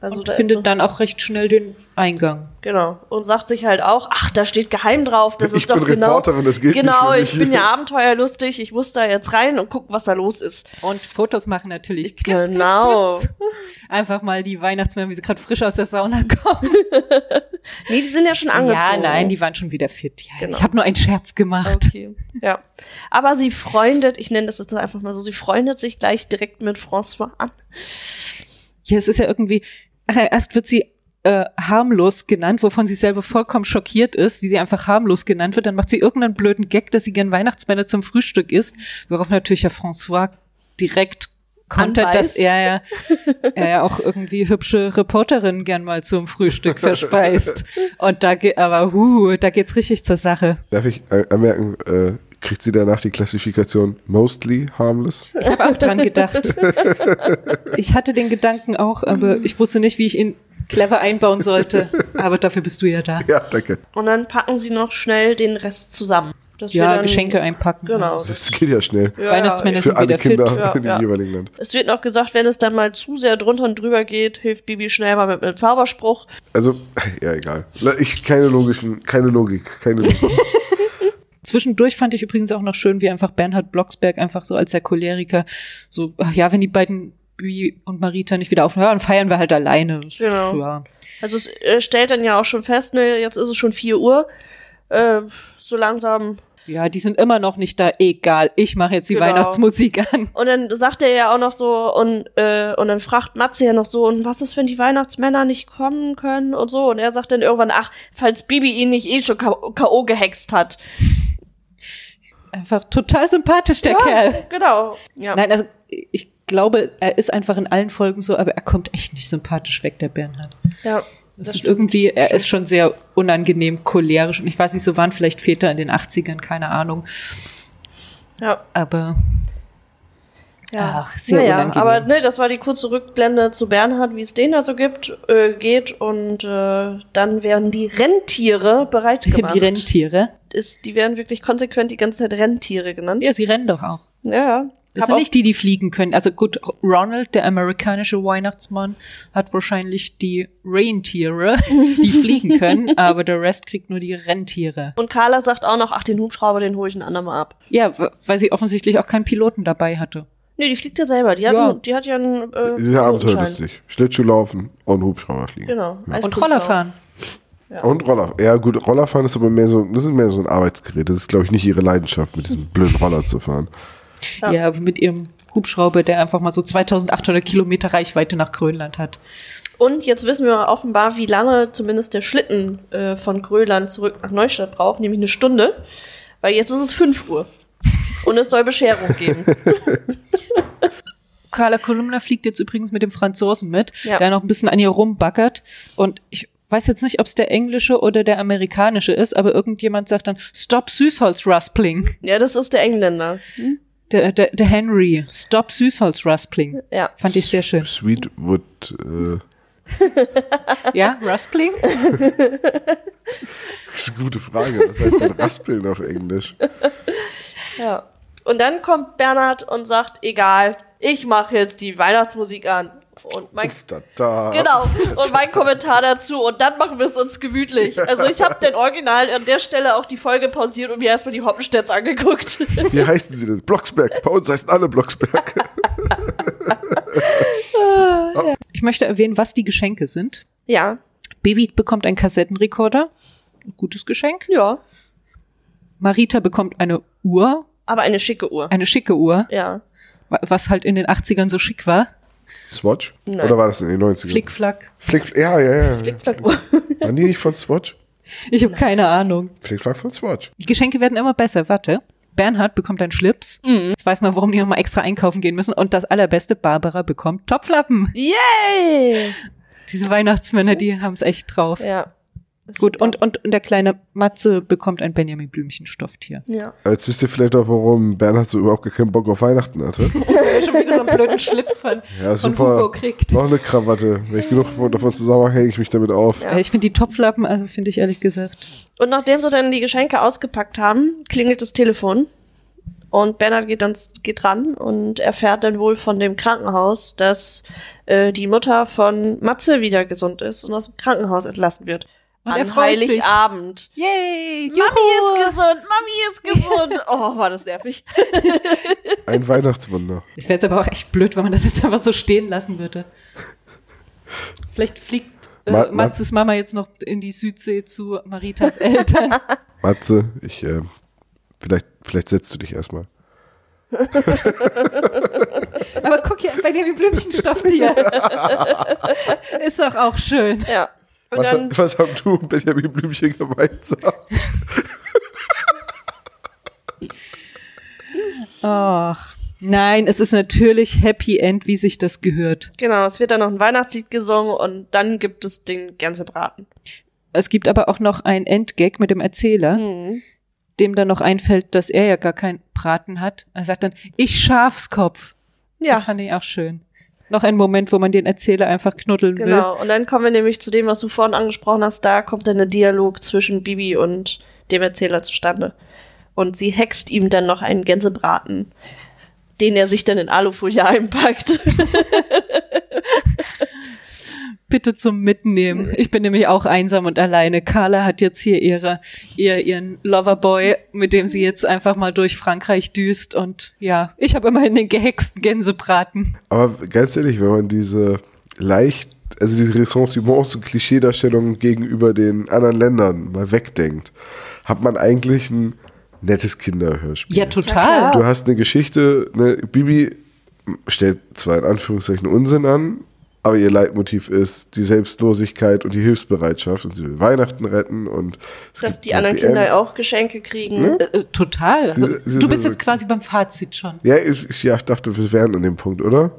Speaker 2: Also
Speaker 3: Und
Speaker 2: da ist
Speaker 3: findet
Speaker 2: so-
Speaker 3: dann auch recht schnell den Eingang.
Speaker 2: Genau. Und sagt sich halt auch, ach, da steht geheim drauf, das
Speaker 1: Ich
Speaker 2: ist doch
Speaker 1: bin
Speaker 2: genau.
Speaker 1: Reporterin, das gilt
Speaker 2: genau,
Speaker 1: nicht für
Speaker 2: ich
Speaker 1: mich.
Speaker 2: bin ja abenteuerlustig, ich muss da jetzt rein und gucken, was da los ist.
Speaker 3: Und Fotos machen natürlich. Knips,
Speaker 2: Genau.
Speaker 3: genau. Knips, knips. Einfach mal die Weihnachtsmänner, wie sie gerade frisch aus der Sauna kommen.
Speaker 2: Nee, die sind ja schon angezogen.
Speaker 3: Ja, nein, die waren schon wieder fit. Ja,
Speaker 2: Genau.
Speaker 3: Ich habe nur einen Scherz gemacht.
Speaker 2: Okay. Ja. Aber sie freundet, ich nenne das jetzt einfach mal so, sie freundet sich gleich direkt mit François an.
Speaker 3: Ja, es ist ja irgendwie, ach, erst wird sie äh, harmlos genannt, wovon sie selber vollkommen schockiert ist, wie sie einfach harmlos genannt wird. Dann macht sie irgendeinen blöden Gag, dass sie gern Weihnachtsmänner zum Frühstück isst, worauf natürlich ja François direkt kontert, dass
Speaker 2: Anbeißt.
Speaker 3: er ja, er ja auch irgendwie hübsche Reporterinnen gern mal
Speaker 2: *laughs*
Speaker 3: zum Frühstück verspeist. Und da geht, aber hu, da geht's richtig zur Sache.
Speaker 1: Darf ich äh, anmerken, äh, kriegt sie danach die Klassifikation mostly harmless?
Speaker 3: Ich habe auch dran gedacht. Ich hatte den Gedanken auch, aber ich wusste nicht, wie ich ihn clever einbauen sollte. Aber dafür bist du ja da.
Speaker 1: Ja, danke.
Speaker 2: Und dann packen sie noch schnell den Rest zusammen. Dass wir
Speaker 3: Ja,
Speaker 2: dann-
Speaker 3: Geschenke einpacken.
Speaker 2: Genau.
Speaker 1: Das Also geht ja schnell.
Speaker 2: Ja,
Speaker 3: Weihnachtsmänner
Speaker 1: Für
Speaker 3: sind
Speaker 1: alle
Speaker 3: wieder
Speaker 1: Kinder
Speaker 3: fit.
Speaker 2: Ja,
Speaker 1: in dem
Speaker 2: ja.
Speaker 1: jeweiligen Land.
Speaker 2: Es wird noch gesagt, wenn es dann mal zu sehr drunter und drüber geht, hilft Bibi schnell mal mit einem Zauberspruch.
Speaker 1: Also, ja, egal. Ich, keine logischen, keine Logik, keine Logik.
Speaker 3: Zwischendurch fand ich übrigens auch noch schön, wie einfach Bernhard Blocksberg einfach so als der Choleriker so, ach ja, wenn die beiden Bibi und Marita nicht wieder aufhören, dann feiern wir halt alleine.
Speaker 2: Genau.
Speaker 3: Ja.
Speaker 2: Also es äh, stellt dann ja auch schon fest, ne, jetzt ist es schon 4 Uhr. Äh, so langsam.
Speaker 3: ja, die sind immer noch nicht da. Egal, ich mache jetzt die
Speaker 2: Genau.
Speaker 3: Weihnachtsmusik an.
Speaker 2: Und dann sagt er ja auch noch so, und, äh, und dann fragt Matze ja noch so, und was ist, wenn die Weihnachtsmänner nicht kommen können und so. Und er sagt dann irgendwann, ach, falls Bibi ihn nicht eh schon K.O. gehext
Speaker 3: *laughs*
Speaker 2: hat.
Speaker 3: Einfach total sympathisch, der
Speaker 2: ja,
Speaker 3: Kerl.
Speaker 2: Genau. Ja.
Speaker 3: Nein, also ich glaube, er ist einfach in allen Folgen so, aber er kommt echt nicht sympathisch weg, der Bernhard.
Speaker 2: ja.
Speaker 3: Das, ist irgendwie, er ist schon sehr unangenehm cholerisch und ich weiß nicht, so waren vielleicht Väter in den 80ern, keine Ahnung,
Speaker 2: ja.
Speaker 3: aber
Speaker 2: Ja.
Speaker 3: Ach, sehr unangenehm.
Speaker 2: Aber ne, das war die kurze Rückblende zu Bernhard, wie es denen also gibt, äh, geht. Und äh, dann werden die Rentiere bereit gemacht.
Speaker 3: *laughs* die Rentiere,
Speaker 2: Ist, die werden wirklich konsequent die ganze Zeit Rentiere genannt.
Speaker 3: ja, sie rennen doch auch.
Speaker 2: Ja, ja.
Speaker 3: Das
Speaker 2: Hab
Speaker 3: sind
Speaker 2: auch-
Speaker 3: nicht die, die fliegen können. Also gut, Ronald, der amerikanische Weihnachtsmann, hat wahrscheinlich die Rentiere, *laughs* die
Speaker 2: *laughs*
Speaker 3: fliegen können, aber der Rest kriegt nur die Rentiere.
Speaker 2: Und Carla sagt auch noch, ach, den Hubschrauber, den hole ich ein andermal ab.
Speaker 3: Ja, w- weil sie offensichtlich auch keinen Piloten dabei hatte.
Speaker 2: Nee, Ne, die fliegt ja selber. Die hat,
Speaker 3: Ja.
Speaker 2: einen- die hat ja einen äh,
Speaker 1: Sie ist ja
Speaker 2: Pilotenschein.
Speaker 1: abenteuerlustig. Schlittschuhlaufen und Hubschrauber fliegen.
Speaker 2: Genau.
Speaker 3: Und Roller fahren.
Speaker 1: Und Roller. Ja, gut, Rollerfahren ist aber mehr so, das ist mehr so ein Arbeitsgerät. Das ist, glaube ich, nicht ihre Leidenschaft, mit diesem blöden Roller zu fahren.
Speaker 2: Ja.
Speaker 3: Ja. mit ihrem Hubschrauber, der einfach mal so 2800 Kilometer Reichweite nach Grönland hat.
Speaker 2: Und jetzt wissen wir offenbar, wie lange zumindest der Schlitten äh, von Gröland zurück nach Neustadt braucht, nämlich eine Stunde. Weil jetzt ist es 5 Uhr. Und es soll Bescherung geben.
Speaker 3: Carla Kolumna fliegt jetzt übrigens mit dem Franzosen mit,
Speaker 2: Ja.
Speaker 3: der noch ein bisschen an ihr rumbackert. Und ich weiß jetzt nicht, ob es der englische oder der amerikanische ist, aber irgendjemand sagt dann, Stop Süßholzraspling.
Speaker 2: Ja, das ist der Engländer.
Speaker 3: Der, der, der Henry, Stop Süßholzraspling.
Speaker 2: Ja.
Speaker 1: *laughs*
Speaker 3: Fand ich sehr schön.
Speaker 1: Sweetwood, äh,
Speaker 3: Ja, Raspling?
Speaker 1: Das ist eine gute Frage. Was heißt denn Raspeln auf Englisch?
Speaker 2: Ja. Und dann kommt Bernhard und sagt, egal, ich mache jetzt die Weihnachtsmusik an. Und mein,
Speaker 1: Da, da.
Speaker 2: genau, und mein Kommentar dazu. Und dann machen wir es uns gemütlich. Also ich habe den Original an der Stelle auch die Folge pausiert und mir erstmal die Hoppenstädts angeguckt.
Speaker 1: Wie heißen sie denn? Blocksberg. Bei uns heißen alle Blocksberg.
Speaker 3: Ich möchte erwähnen, was die Geschenke sind.
Speaker 2: ja,
Speaker 3: Baby bekommt einen Kassettenrekorder. Ein gutes Geschenk.
Speaker 2: ja.
Speaker 3: Marita bekommt eine Uhr.
Speaker 2: Aber eine schicke Uhr.
Speaker 3: Eine schicke Uhr.
Speaker 2: Ja.
Speaker 3: wa- Was halt in den 80ern so schick war.
Speaker 1: Swatch?
Speaker 2: Nein.
Speaker 1: Oder war das in den 90ern?
Speaker 3: Flickflack.
Speaker 1: Flick ja, ja, ja.
Speaker 2: Flickflack-Uhr.
Speaker 1: Waren die nicht von Swatch?
Speaker 3: Ich habe keine Ahnung.
Speaker 1: Flickflack von Swatch.
Speaker 3: Die Geschenke werden immer besser, warte. Bernhard bekommt einen Schlips. Jetzt weiß man, warum die nochmal extra einkaufen gehen müssen. Und das allerbeste, Barbara bekommt Topflappen.
Speaker 2: Yay!
Speaker 3: Diese Weihnachtsmänner, die haben es echt drauf.
Speaker 2: Ja.
Speaker 3: Gut, und, und, und der kleine Matze bekommt ein Benjamin Blümchen-Stofftier.
Speaker 2: Ja.
Speaker 1: Jetzt wisst ihr vielleicht auch, warum Bernhard so überhaupt gar keinen Bock auf Weihnachten *laughs* hatte.
Speaker 3: Der *laughs* schon wieder so einen blöden Schlips von,
Speaker 1: Ja,
Speaker 3: von
Speaker 1: super.
Speaker 3: Hugo kriegt.
Speaker 1: Noch eine Krawatte. Wenn ich genug davon zusammen mache, hänge ich mich damit auf.
Speaker 2: Ja.
Speaker 3: Äh, Ich finde die Topflappen, also finde ich ehrlich gesagt.
Speaker 2: Und nachdem sie dann die Geschenke ausgepackt haben, klingelt das Telefon. Und Bernhard geht dann geht ran und erfährt dann wohl von dem Krankenhaus, dass äh, die Mutter von Matze wieder gesund ist und aus dem Krankenhaus entlassen wird.
Speaker 3: Und
Speaker 2: An
Speaker 3: er freut sich.
Speaker 2: Heiligabend.
Speaker 3: Yay!
Speaker 2: Mami ist gesund, Mami ist
Speaker 3: *laughs*
Speaker 2: gesund. Oh, war das nervig.
Speaker 1: Ein Weihnachtswunder.
Speaker 3: Es wäre jetzt aber auch echt blöd, wenn man das jetzt einfach so stehen lassen würde. Vielleicht fliegt äh,
Speaker 1: Ma- Ma-
Speaker 3: Matzes Mama jetzt noch in die Südsee zu Maritas Eltern.
Speaker 1: Matze, ich, äh, vielleicht, vielleicht setzt du dich erstmal.
Speaker 3: aber guck hier, bei dem Blümchenstofftier. ist doch auch schön.
Speaker 2: Ja. Und
Speaker 1: Was,
Speaker 2: dann,
Speaker 1: was haben du und Benjamin Blümchen gemeinsam?
Speaker 3: Ach. Nein, es ist natürlich Happy End, wie sich das gehört.
Speaker 2: genau, es wird dann noch ein Weihnachtslied gesungen und dann gibt es den Gänsebraten.
Speaker 3: Es gibt aber auch noch einen Endgag mit dem Erzähler,
Speaker 2: Mhm.
Speaker 3: dem dann noch einfällt, dass er ja gar keinen Braten hat. Er sagt dann, ich Schafskopf. Das
Speaker 2: Ja,
Speaker 3: fand ich auch schön. Noch ein Moment, wo man den Erzähler einfach knuddeln will.
Speaker 2: genau. Und dann kommen wir nämlich zu dem, was du vorhin angesprochen hast. Da kommt dann der Dialog zwischen Bibi und dem Erzähler zustande. Und sie hext ihm dann noch einen Gänsebraten, den er sich dann in Alufolie *laughs* einpackt.
Speaker 3: Bitte zum Mitnehmen. Ich bin nämlich auch einsam und alleine. Carla hat jetzt hier ihre, ihr, ihren Loverboy, mit dem sie jetzt einfach mal durch Frankreich düst. Und ja, ich habe immerhin den gehexten Gänsebraten.
Speaker 1: Aber ganz ehrlich, wenn man diese leicht, also diese Ressentiments und Klischeedarstellungen gegenüber den anderen Ländern mal wegdenkt, hat man eigentlich ein nettes Kinderhörspiel.
Speaker 3: Ja,
Speaker 2: Ja,
Speaker 3: total.
Speaker 1: Du hast eine Geschichte, ne, Bibi stellt zwar in Anführungszeichen Unsinn an, aber ihr Leitmotiv ist die Selbstlosigkeit und die Hilfsbereitschaft und sie will Weihnachten retten und es
Speaker 2: dass
Speaker 1: gibt
Speaker 2: die anderen
Speaker 1: Happy End. Ne?
Speaker 2: Kinder auch Geschenke kriegen.
Speaker 3: Äh, äh, total. Also,
Speaker 1: Sie- sie-
Speaker 3: du bist
Speaker 1: sie-
Speaker 3: jetzt quasi beim Fazit schon.
Speaker 1: Ja, ich, ich- ja, ich dachte, wir wären an dem Punkt, oder?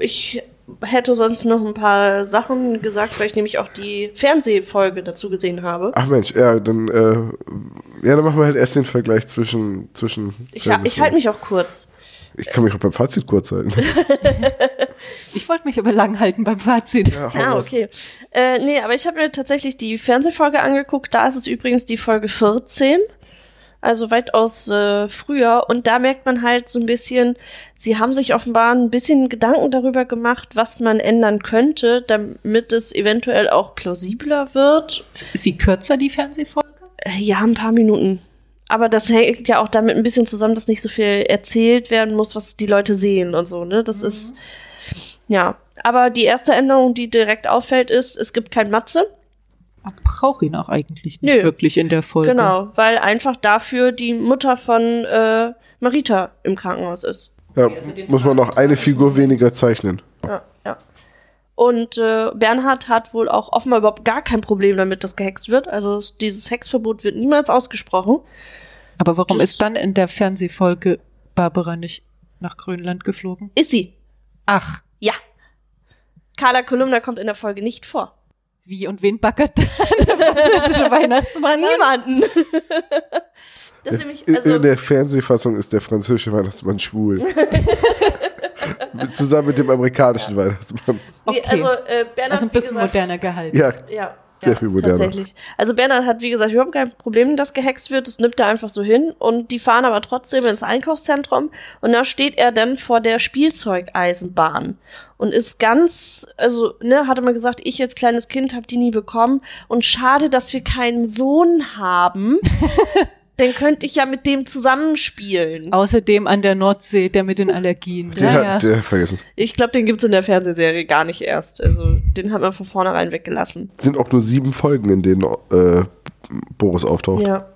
Speaker 2: Ich hätte sonst noch ein paar Sachen gesagt, weil ich nämlich auch die Fernsehfolge dazu gesehen habe.
Speaker 1: Ach Mensch, ja, dann, äh, ja, dann machen wir halt erst den Vergleich zwischen. zwischen
Speaker 2: Ich, ha- ich halte mich auch kurz.
Speaker 1: Ich kann mich auch beim Fazit kurz
Speaker 2: *laughs*
Speaker 1: halten.
Speaker 3: Ich wollte mich aber lang halten beim Fazit.
Speaker 2: Ah, okay. Äh, nee, aber ich habe mir tatsächlich die Fernsehfolge angeguckt. Da ist es übrigens die Folge 14. Also weitaus äh, früher. Und da merkt man halt so ein bisschen, sie haben sich offenbar ein bisschen Gedanken darüber gemacht, was man ändern könnte, damit es eventuell auch plausibler wird
Speaker 3: Ist sie kürzer, die Fernsehfolge?
Speaker 2: Äh, Ja, ein paar Minuten. Aber das hängt ja auch damit ein bisschen zusammen, dass nicht so viel erzählt werden muss, was die Leute sehen und so, ne? Das ist, ja. Aber die erste Änderung, die direkt auffällt, ist, es gibt kein Matze.
Speaker 3: Man braucht ihn auch eigentlich nicht
Speaker 2: Nö.
Speaker 3: wirklich in der Folge.
Speaker 2: Genau, weil einfach dafür die Mutter von äh, Marita im Krankenhaus ist.
Speaker 1: Ja, muss man noch eine Figur weniger zeichnen.
Speaker 2: Ja, ja. Und äh, Bernhard hat wohl auch offenbar überhaupt gar kein Problem damit, dass gehext wird. Also dieses Hexverbot wird niemals ausgesprochen.
Speaker 3: Aber warum
Speaker 2: Das-
Speaker 3: ist dann in der Fernsehfolge Barbara nicht nach Grönland geflogen?
Speaker 2: Ist sie.
Speaker 3: Ach,
Speaker 2: Ja. Carla Kolumna kommt in der Folge nicht vor.
Speaker 3: wie und wen backert *laughs* der französische Weihnachtsmann? an?
Speaker 2: niemanden. das ist nämlich,
Speaker 1: In-
Speaker 2: also,
Speaker 1: In der Fernsehfassung ist der französische Weihnachtsmann schwul. Zusammen mit dem amerikanischen Weihnachtsmann.
Speaker 2: Nee,
Speaker 3: Okay.
Speaker 2: also äh, Bernhard
Speaker 3: also ein
Speaker 2: wie
Speaker 3: bisschen
Speaker 2: gesagt,
Speaker 3: moderner gehalten.
Speaker 1: Ja,
Speaker 2: Ja.
Speaker 1: Sehr
Speaker 2: ja,
Speaker 1: viel moderner.
Speaker 2: Tatsächlich. Also Bernhard hat, wie gesagt, überhaupt kein Problem, dass gehext wird. Das nimmt er einfach so hin. Und die fahren aber trotzdem ins Einkaufszentrum. Und da steht er dann vor der Spielzeugeisenbahn. Und ist ganz, also, ne, hatte man gesagt, ich als kleines Kind habe die nie bekommen. Und schade, dass wir keinen Sohn
Speaker 3: *laughs*
Speaker 2: haben. dann könnte ich ja mit dem zusammenspielen.
Speaker 3: Außerdem an der Nordsee, der mit den Allergien.
Speaker 1: den
Speaker 3: Ja,
Speaker 1: hat
Speaker 3: ja.
Speaker 1: der vergessen.
Speaker 2: Ich glaube, den gibt's in der Fernsehserie gar nicht erst. Also, den hat man von vornherein weggelassen.
Speaker 1: Sind auch nur sieben Folgen, in denen äh, Boris auftaucht.
Speaker 2: Ja.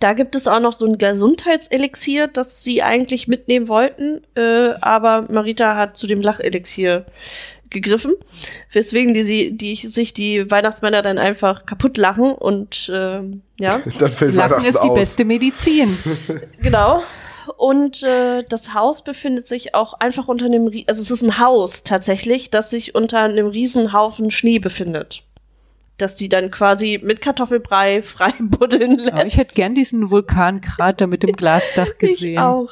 Speaker 2: Da gibt es auch noch so ein Gesundheitselixier, das sie eigentlich mitnehmen wollten, äh, aber Marita hat zu dem Lachelixier gegriffen, weswegen die, die, die sich die Weihnachtsmänner dann einfach kaputt lachen und ähm, ja,
Speaker 1: Dann fällt
Speaker 3: Lachen
Speaker 1: Weihnachten
Speaker 3: ist die
Speaker 1: aus.
Speaker 3: beste Medizin.
Speaker 2: genau. Und äh, das Haus befindet sich auch einfach unter einem, Rie- also es ist ein Haus tatsächlich, das sich unter einem Riesenhaufen Schnee befindet. Dass die dann quasi mit Kartoffelbrei *laughs* frei buddeln lässt.
Speaker 3: Aber Oh, ich hätte gern diesen Vulkankrater
Speaker 2: *laughs*
Speaker 3: mit dem Glasdach gesehen.
Speaker 2: Ich auch.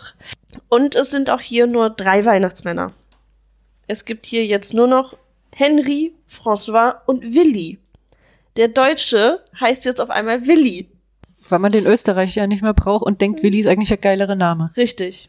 Speaker 2: Und es sind auch hier nur drei Weihnachtsmänner. Es gibt hier jetzt nur noch Henry, François und Willi. Der Deutsche heißt jetzt auf einmal Willi.
Speaker 3: Weil man den Österreicher nicht mehr braucht und
Speaker 2: Mhm.
Speaker 3: denkt, Willi ist eigentlich ein geilere Name.
Speaker 2: Richtig.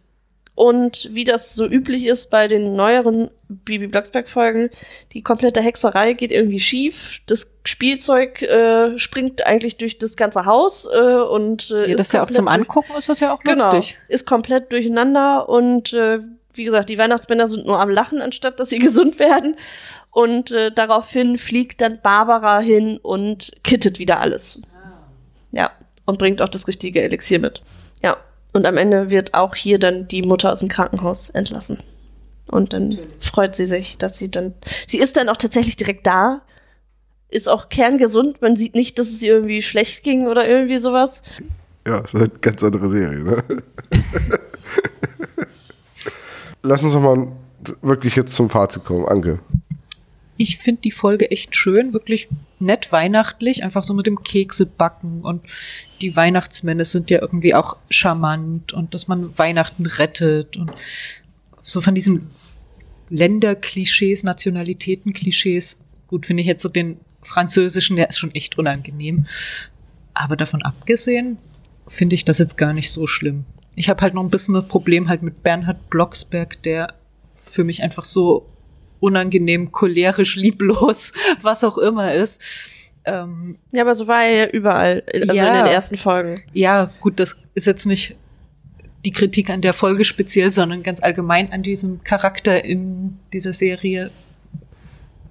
Speaker 2: Und wie das so üblich ist bei den neueren Bibi Blocksberg-Folgen, die komplette Hexerei geht irgendwie schief. Das Spielzeug äh, springt eigentlich durch das ganze Haus äh, und äh,
Speaker 3: Ja, das ist ja auch
Speaker 2: komplett
Speaker 3: zum
Speaker 2: durch-
Speaker 3: Angucken ist das ja auch
Speaker 2: Genau.
Speaker 3: lustig.
Speaker 2: Ist komplett durcheinander und äh, wie gesagt, die Weihnachtsmänner sind nur am Lachen, anstatt dass sie *laughs* gesund werden. Und äh, daraufhin fliegt dann Barbara hin und kittet wieder alles. Ja, und bringt auch das richtige Elixier mit. Ja, und am Ende wird auch hier dann die Mutter aus dem Krankenhaus entlassen. Und dann freut sie sich, dass sie dann. Sie ist dann auch tatsächlich direkt da. Ist auch kerngesund. Man sieht nicht, dass es ihr irgendwie schlecht ging oder irgendwie sowas.
Speaker 1: Ja, ist eine ganz andere Serie, ne? Lass uns doch mal wirklich jetzt zum Fazit kommen, Anke.
Speaker 3: Ich finde die Folge echt schön, wirklich nett weihnachtlich, einfach so mit dem Kekse backen und die Weihnachtsmänner sind ja irgendwie auch charmant und dass man Weihnachten rettet und so von diesen Länderklischees, Nationalitätenklischees. Gut, finde ich jetzt so den französischen, der ist schon echt unangenehm. Aber davon abgesehen, finde ich das jetzt gar nicht so schlimm. Ich habe halt noch ein bisschen das Problem halt mit Bernhard Blocksberg, der für mich einfach so unangenehm, cholerisch, lieblos, *laughs* was auch immer ist. Ähm,
Speaker 2: Ja, aber so war er ja überall, also
Speaker 3: Ja.
Speaker 2: in den ersten Folgen.
Speaker 3: ja, gut, das ist jetzt nicht die Kritik an der Folge speziell, sondern ganz allgemein an diesem Charakter in dieser Serie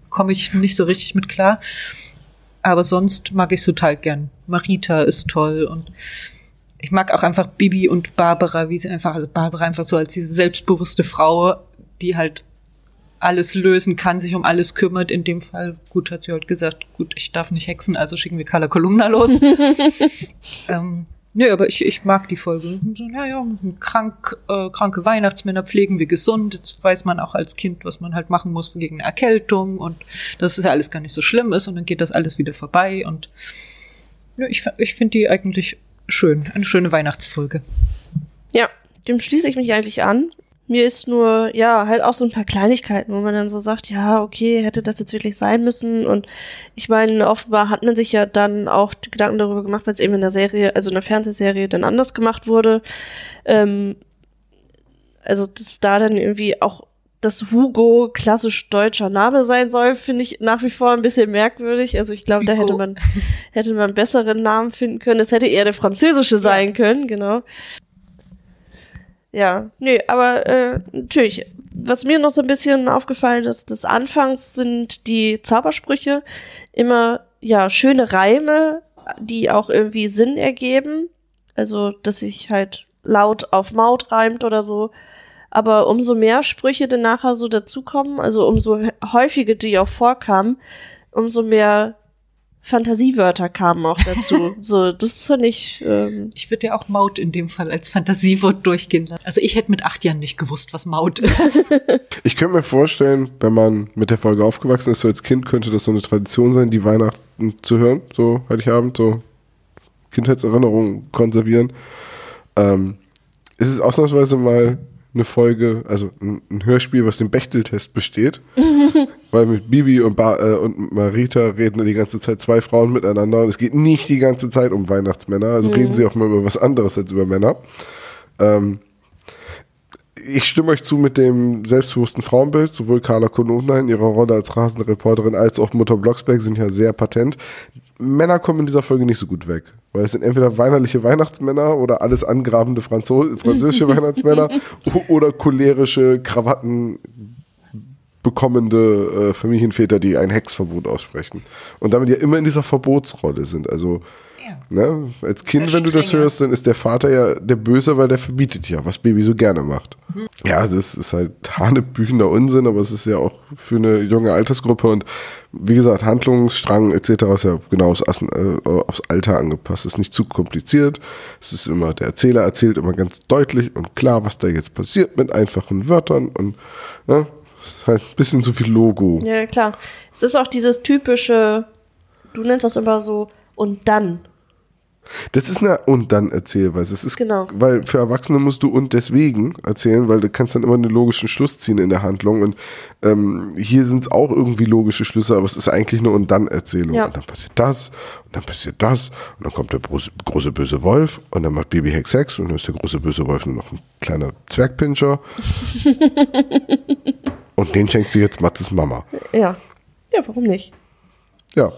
Speaker 3: komme ich nicht so richtig mit klar. Aber sonst mag ich es total gern. Marita ist toll und ich mag auch einfach Bibi und Barbara, wie sie einfach, also Barbara einfach so als diese selbstbewusste Frau, die halt alles lösen kann, sich um alles kümmert. In dem Fall, gut, hat sie halt gesagt, gut, ich darf nicht hexen, also schicken wir Carla Kolumna los. Ähm, nö, aber ich, ich mag die Folge. So, ja, ja, krank, äh, kranke Weihnachtsmänner pflegen wir gesund. Jetzt weiß man auch als Kind, was man halt machen muss gegen eine Erkältung und dass es ja alles gar nicht so schlimm ist und dann geht das alles wieder vorbei und nö, ich, fa- ich finde die eigentlich schön. Eine schöne Weihnachtsfolge.
Speaker 2: Ja, dem schließe ich mich eigentlich an. Mir ist nur, ja, halt auch so ein paar Kleinigkeiten, wo man dann so sagt, ja, okay, hätte das jetzt wirklich sein müssen? Und ich meine, offenbar hat man sich ja dann auch Gedanken darüber gemacht, weil es eben in der Serie, also in der Fernsehserie dann anders gemacht wurde. Ähm, also, dass da dann irgendwie auch das Hugo klassisch deutscher Name sein soll, finde ich nach wie vor ein bisschen merkwürdig. Also ich glaube, da
Speaker 3: Hugo.
Speaker 2: hätte man, hätte man einen besseren Namen finden können. Es hätte eher der französische sein können, genau. Ja, nee, aber äh, natürlich, was mir noch so ein bisschen aufgefallen ist, des Anfangs sind die Zaubersprüche immer, ja, schöne Reime, die auch irgendwie Sinn ergeben. Also, dass sich halt laut auf Maut reimt oder so. Aber umso mehr Sprüche dann nachher so dazukommen, also umso häufiger die auch vorkamen, umso mehr Fantasiewörter kamen auch *laughs* dazu. so, das finde ich, ähm,
Speaker 3: Ich würde ja auch Maut in dem Fall als Fantasiewort durchgehen lassen. Also ich hätte mit acht Jahren nicht gewusst, was Maut ist.
Speaker 1: Ich könnte mir vorstellen, wenn man mit der Folge aufgewachsen ist, so als Kind, könnte das so eine Tradition sein, die Weihnachten zu hören, so Heiligabend, so Kindheitserinnerungen konservieren. Ähm, es ist ausnahmsweise mal eine Folge, also ein, ein Hörspiel, was den Bechteltest besteht. Weil mit Bibi und, ba äh, und Marita reden die ganze Zeit zwei Frauen miteinander und es geht nicht die ganze Zeit um Weihnachtsmänner. Also reden sie auch mal über was anderes als über Männer. Ähm, ich stimme euch zu mit dem selbstbewussten Frauenbild. Sowohl Carla Konona in ihrer Rolle als rasende Reporterin als auch Mutter Blocksberg sind ja sehr patent. Männer kommen in dieser Folge nicht so gut weg, weil es sind entweder weinerliche Weihnachtsmänner oder alles angrabende Franzo französische Weihnachtsmänner o- oder cholerische Krawatten bekommende äh, Familienväter, die ein Hexverbot aussprechen. Und damit ja immer in dieser Verbotsrolle sind. Also
Speaker 3: Ja.
Speaker 1: ne, als Kind,
Speaker 3: Sehr
Speaker 1: wenn du das
Speaker 3: strenge.
Speaker 1: hörst, dann ist der Vater ja der Böse, weil der verbietet ja, was Baby so gerne macht. Ja, das ist halt hanebüchender Unsinn, aber es ist ja auch für eine junge Altersgruppe und wie gesagt, Handlungsstrang etc. ist ja genau aufs, Assen, äh, aufs Alter angepasst. Ist nicht zu kompliziert. Es ist immer, der Erzähler erzählt immer ganz deutlich und klar, was da jetzt passiert mit einfachen Wörtern und ne, ist halt ein bisschen zu viel Logo.
Speaker 2: Ja, klar. Es ist auch dieses typische, du nennst das immer so, und dann.
Speaker 1: Das ist eine und dann Erzählweise. Es ist,
Speaker 2: Genau.
Speaker 1: Weil für Erwachsene musst du und deswegen erzählen, weil du kannst dann immer einen logischen Schluss ziehen in der Handlung. Und ähm, hier sind es auch irgendwie logische Schlüsse, aber es ist eigentlich eine und dann Erzählung.
Speaker 2: Ja.
Speaker 1: Und dann passiert das, und dann passiert das, und dann kommt der große, große böse Wolf, und dann macht Baby Hex Hex, und dann ist der große böse Wolf nur noch ein kleiner
Speaker 2: *laughs*
Speaker 1: Zwergpinscher. und den schenkt sie jetzt Matzes Mama.
Speaker 2: Ja. Ja, warum nicht?
Speaker 1: Ja.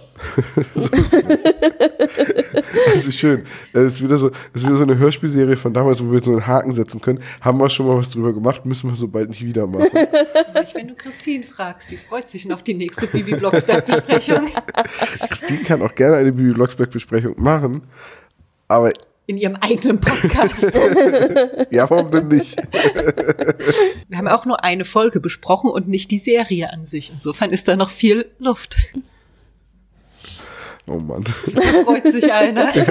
Speaker 1: *laughs* also schön. Es ist wieder so, es ist wieder so eine Hörspielserie von damals, wo wir so einen Haken setzen können. Haben wir schon mal was drüber gemacht, müssen wir so bald nicht wieder machen.
Speaker 3: *laughs* Nicht, wenn du Christine fragst, sie freut sich schon auf die nächste Bibi Blocksberg-Besprechung.
Speaker 1: Christine kann auch gerne eine Bibi Blocksberg-Besprechung machen. Aber
Speaker 3: In ihrem eigenen Podcast.
Speaker 1: ja, warum denn nicht?
Speaker 3: Wir haben auch nur eine Folge besprochen und nicht die Serie an sich. Insofern ist da noch viel Luft.
Speaker 1: Oh Mann.
Speaker 3: Freut sich einer.
Speaker 1: Ich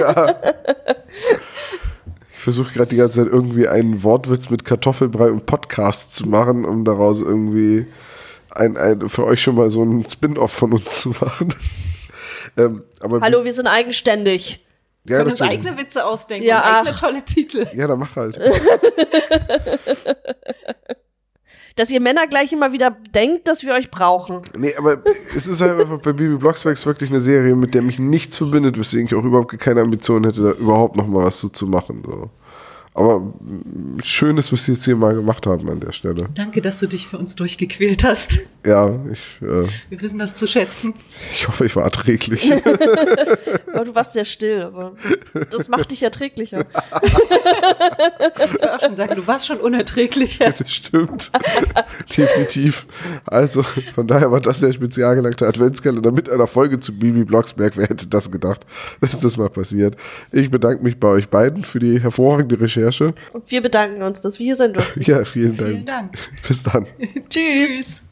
Speaker 1: versuche gerade die ganze Zeit irgendwie einen Wortwitz mit Kartoffelbrei und Podcast zu machen, um daraus irgendwie ein, ein, für euch schon mal so einen Spin-off von uns zu machen. *laughs* ähm, aber
Speaker 2: Hallo, wir sind eigenständig.
Speaker 1: ja,
Speaker 3: können uns
Speaker 1: natürlich.
Speaker 3: eigene Witze ausdenken,
Speaker 2: Ja,
Speaker 3: und eigene
Speaker 2: ach.
Speaker 3: tolle Titel.
Speaker 1: Ja, dann mach halt.
Speaker 2: Dass ihr Männer gleich immer wieder denkt, dass wir euch brauchen.
Speaker 1: Nee, aber es ist halt einfach bei Bibi Blocksbergs wirklich eine Serie, mit der mich nichts verbindet, weswegen ich auch überhaupt keine Ambition hätte, da überhaupt noch mal was so zu machen. So. Aber mm, schön ist, was sie jetzt hier mal gemacht haben an der Stelle.
Speaker 3: Danke, dass du dich für uns durchgequält hast.
Speaker 1: Ja, ich, äh,
Speaker 3: Wir wissen das zu schätzen.
Speaker 1: ich hoffe, ich war erträglich.
Speaker 3: *laughs*
Speaker 2: Aber du warst sehr still, aber das macht dich erträglicher.
Speaker 3: Ich will auch schon sagen, du warst schon unerträglicher.
Speaker 1: Das stimmt. Definitiv. Also, von daher war das der spezial gelangte Adventskalender mit einer Folge zu Bibi Blocksberg. Wer hätte das gedacht, dass das mal passiert? Ich bedanke mich bei euch beiden für die hervorragende Recherche.
Speaker 2: Und wir bedanken uns, dass wir hier sind.
Speaker 1: *laughs* Ja, vielen Dank.
Speaker 3: Vielen Dank.
Speaker 1: Bis dann.
Speaker 2: Tschüss.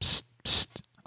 Speaker 4: Psst, psst.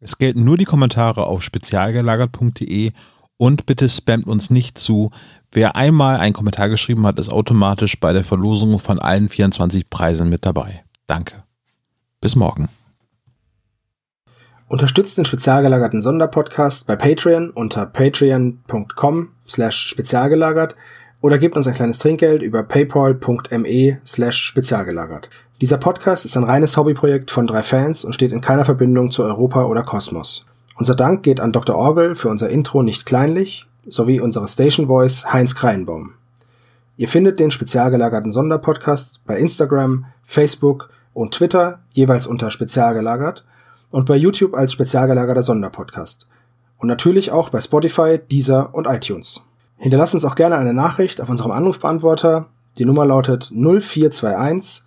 Speaker 5: Es gelten nur die Kommentare auf spezialgelagert.de und bitte spammt uns nicht zu. Wer einmal einen Kommentar geschrieben hat, ist automatisch bei der Verlosung von allen 24 Preisen mit dabei. Danke.
Speaker 4: bis morgen.
Speaker 6: Unterstützt den spezialgelagerten Sonderpodcast bei Patreon unter patreon.com slash spezialgelagert oder gebt uns ein kleines Trinkgeld über paypal.me slash spezialgelagert. Dieser Podcast ist ein reines Hobbyprojekt von drei Fans und steht in keiner Verbindung zu Europa oder Kosmos. Unser Dank geht an Dr. Orwell für unser Intro nicht kleinlich sowie unsere Station Voice Heinz Kreienbaum. Ihr findet den spezialgelagerten Sonderpodcast bei Instagram, Facebook und Twitter jeweils unter spezialgelagert und bei YouTube als spezialgelagerter Sonderpodcast. Und natürlich auch bei Spotify, Deezer und iTunes. Hinterlasst uns auch gerne eine Nachricht auf unserem Anrufbeantworter. Die Nummer lautet 0421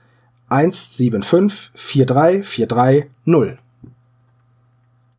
Speaker 6: 175 43430.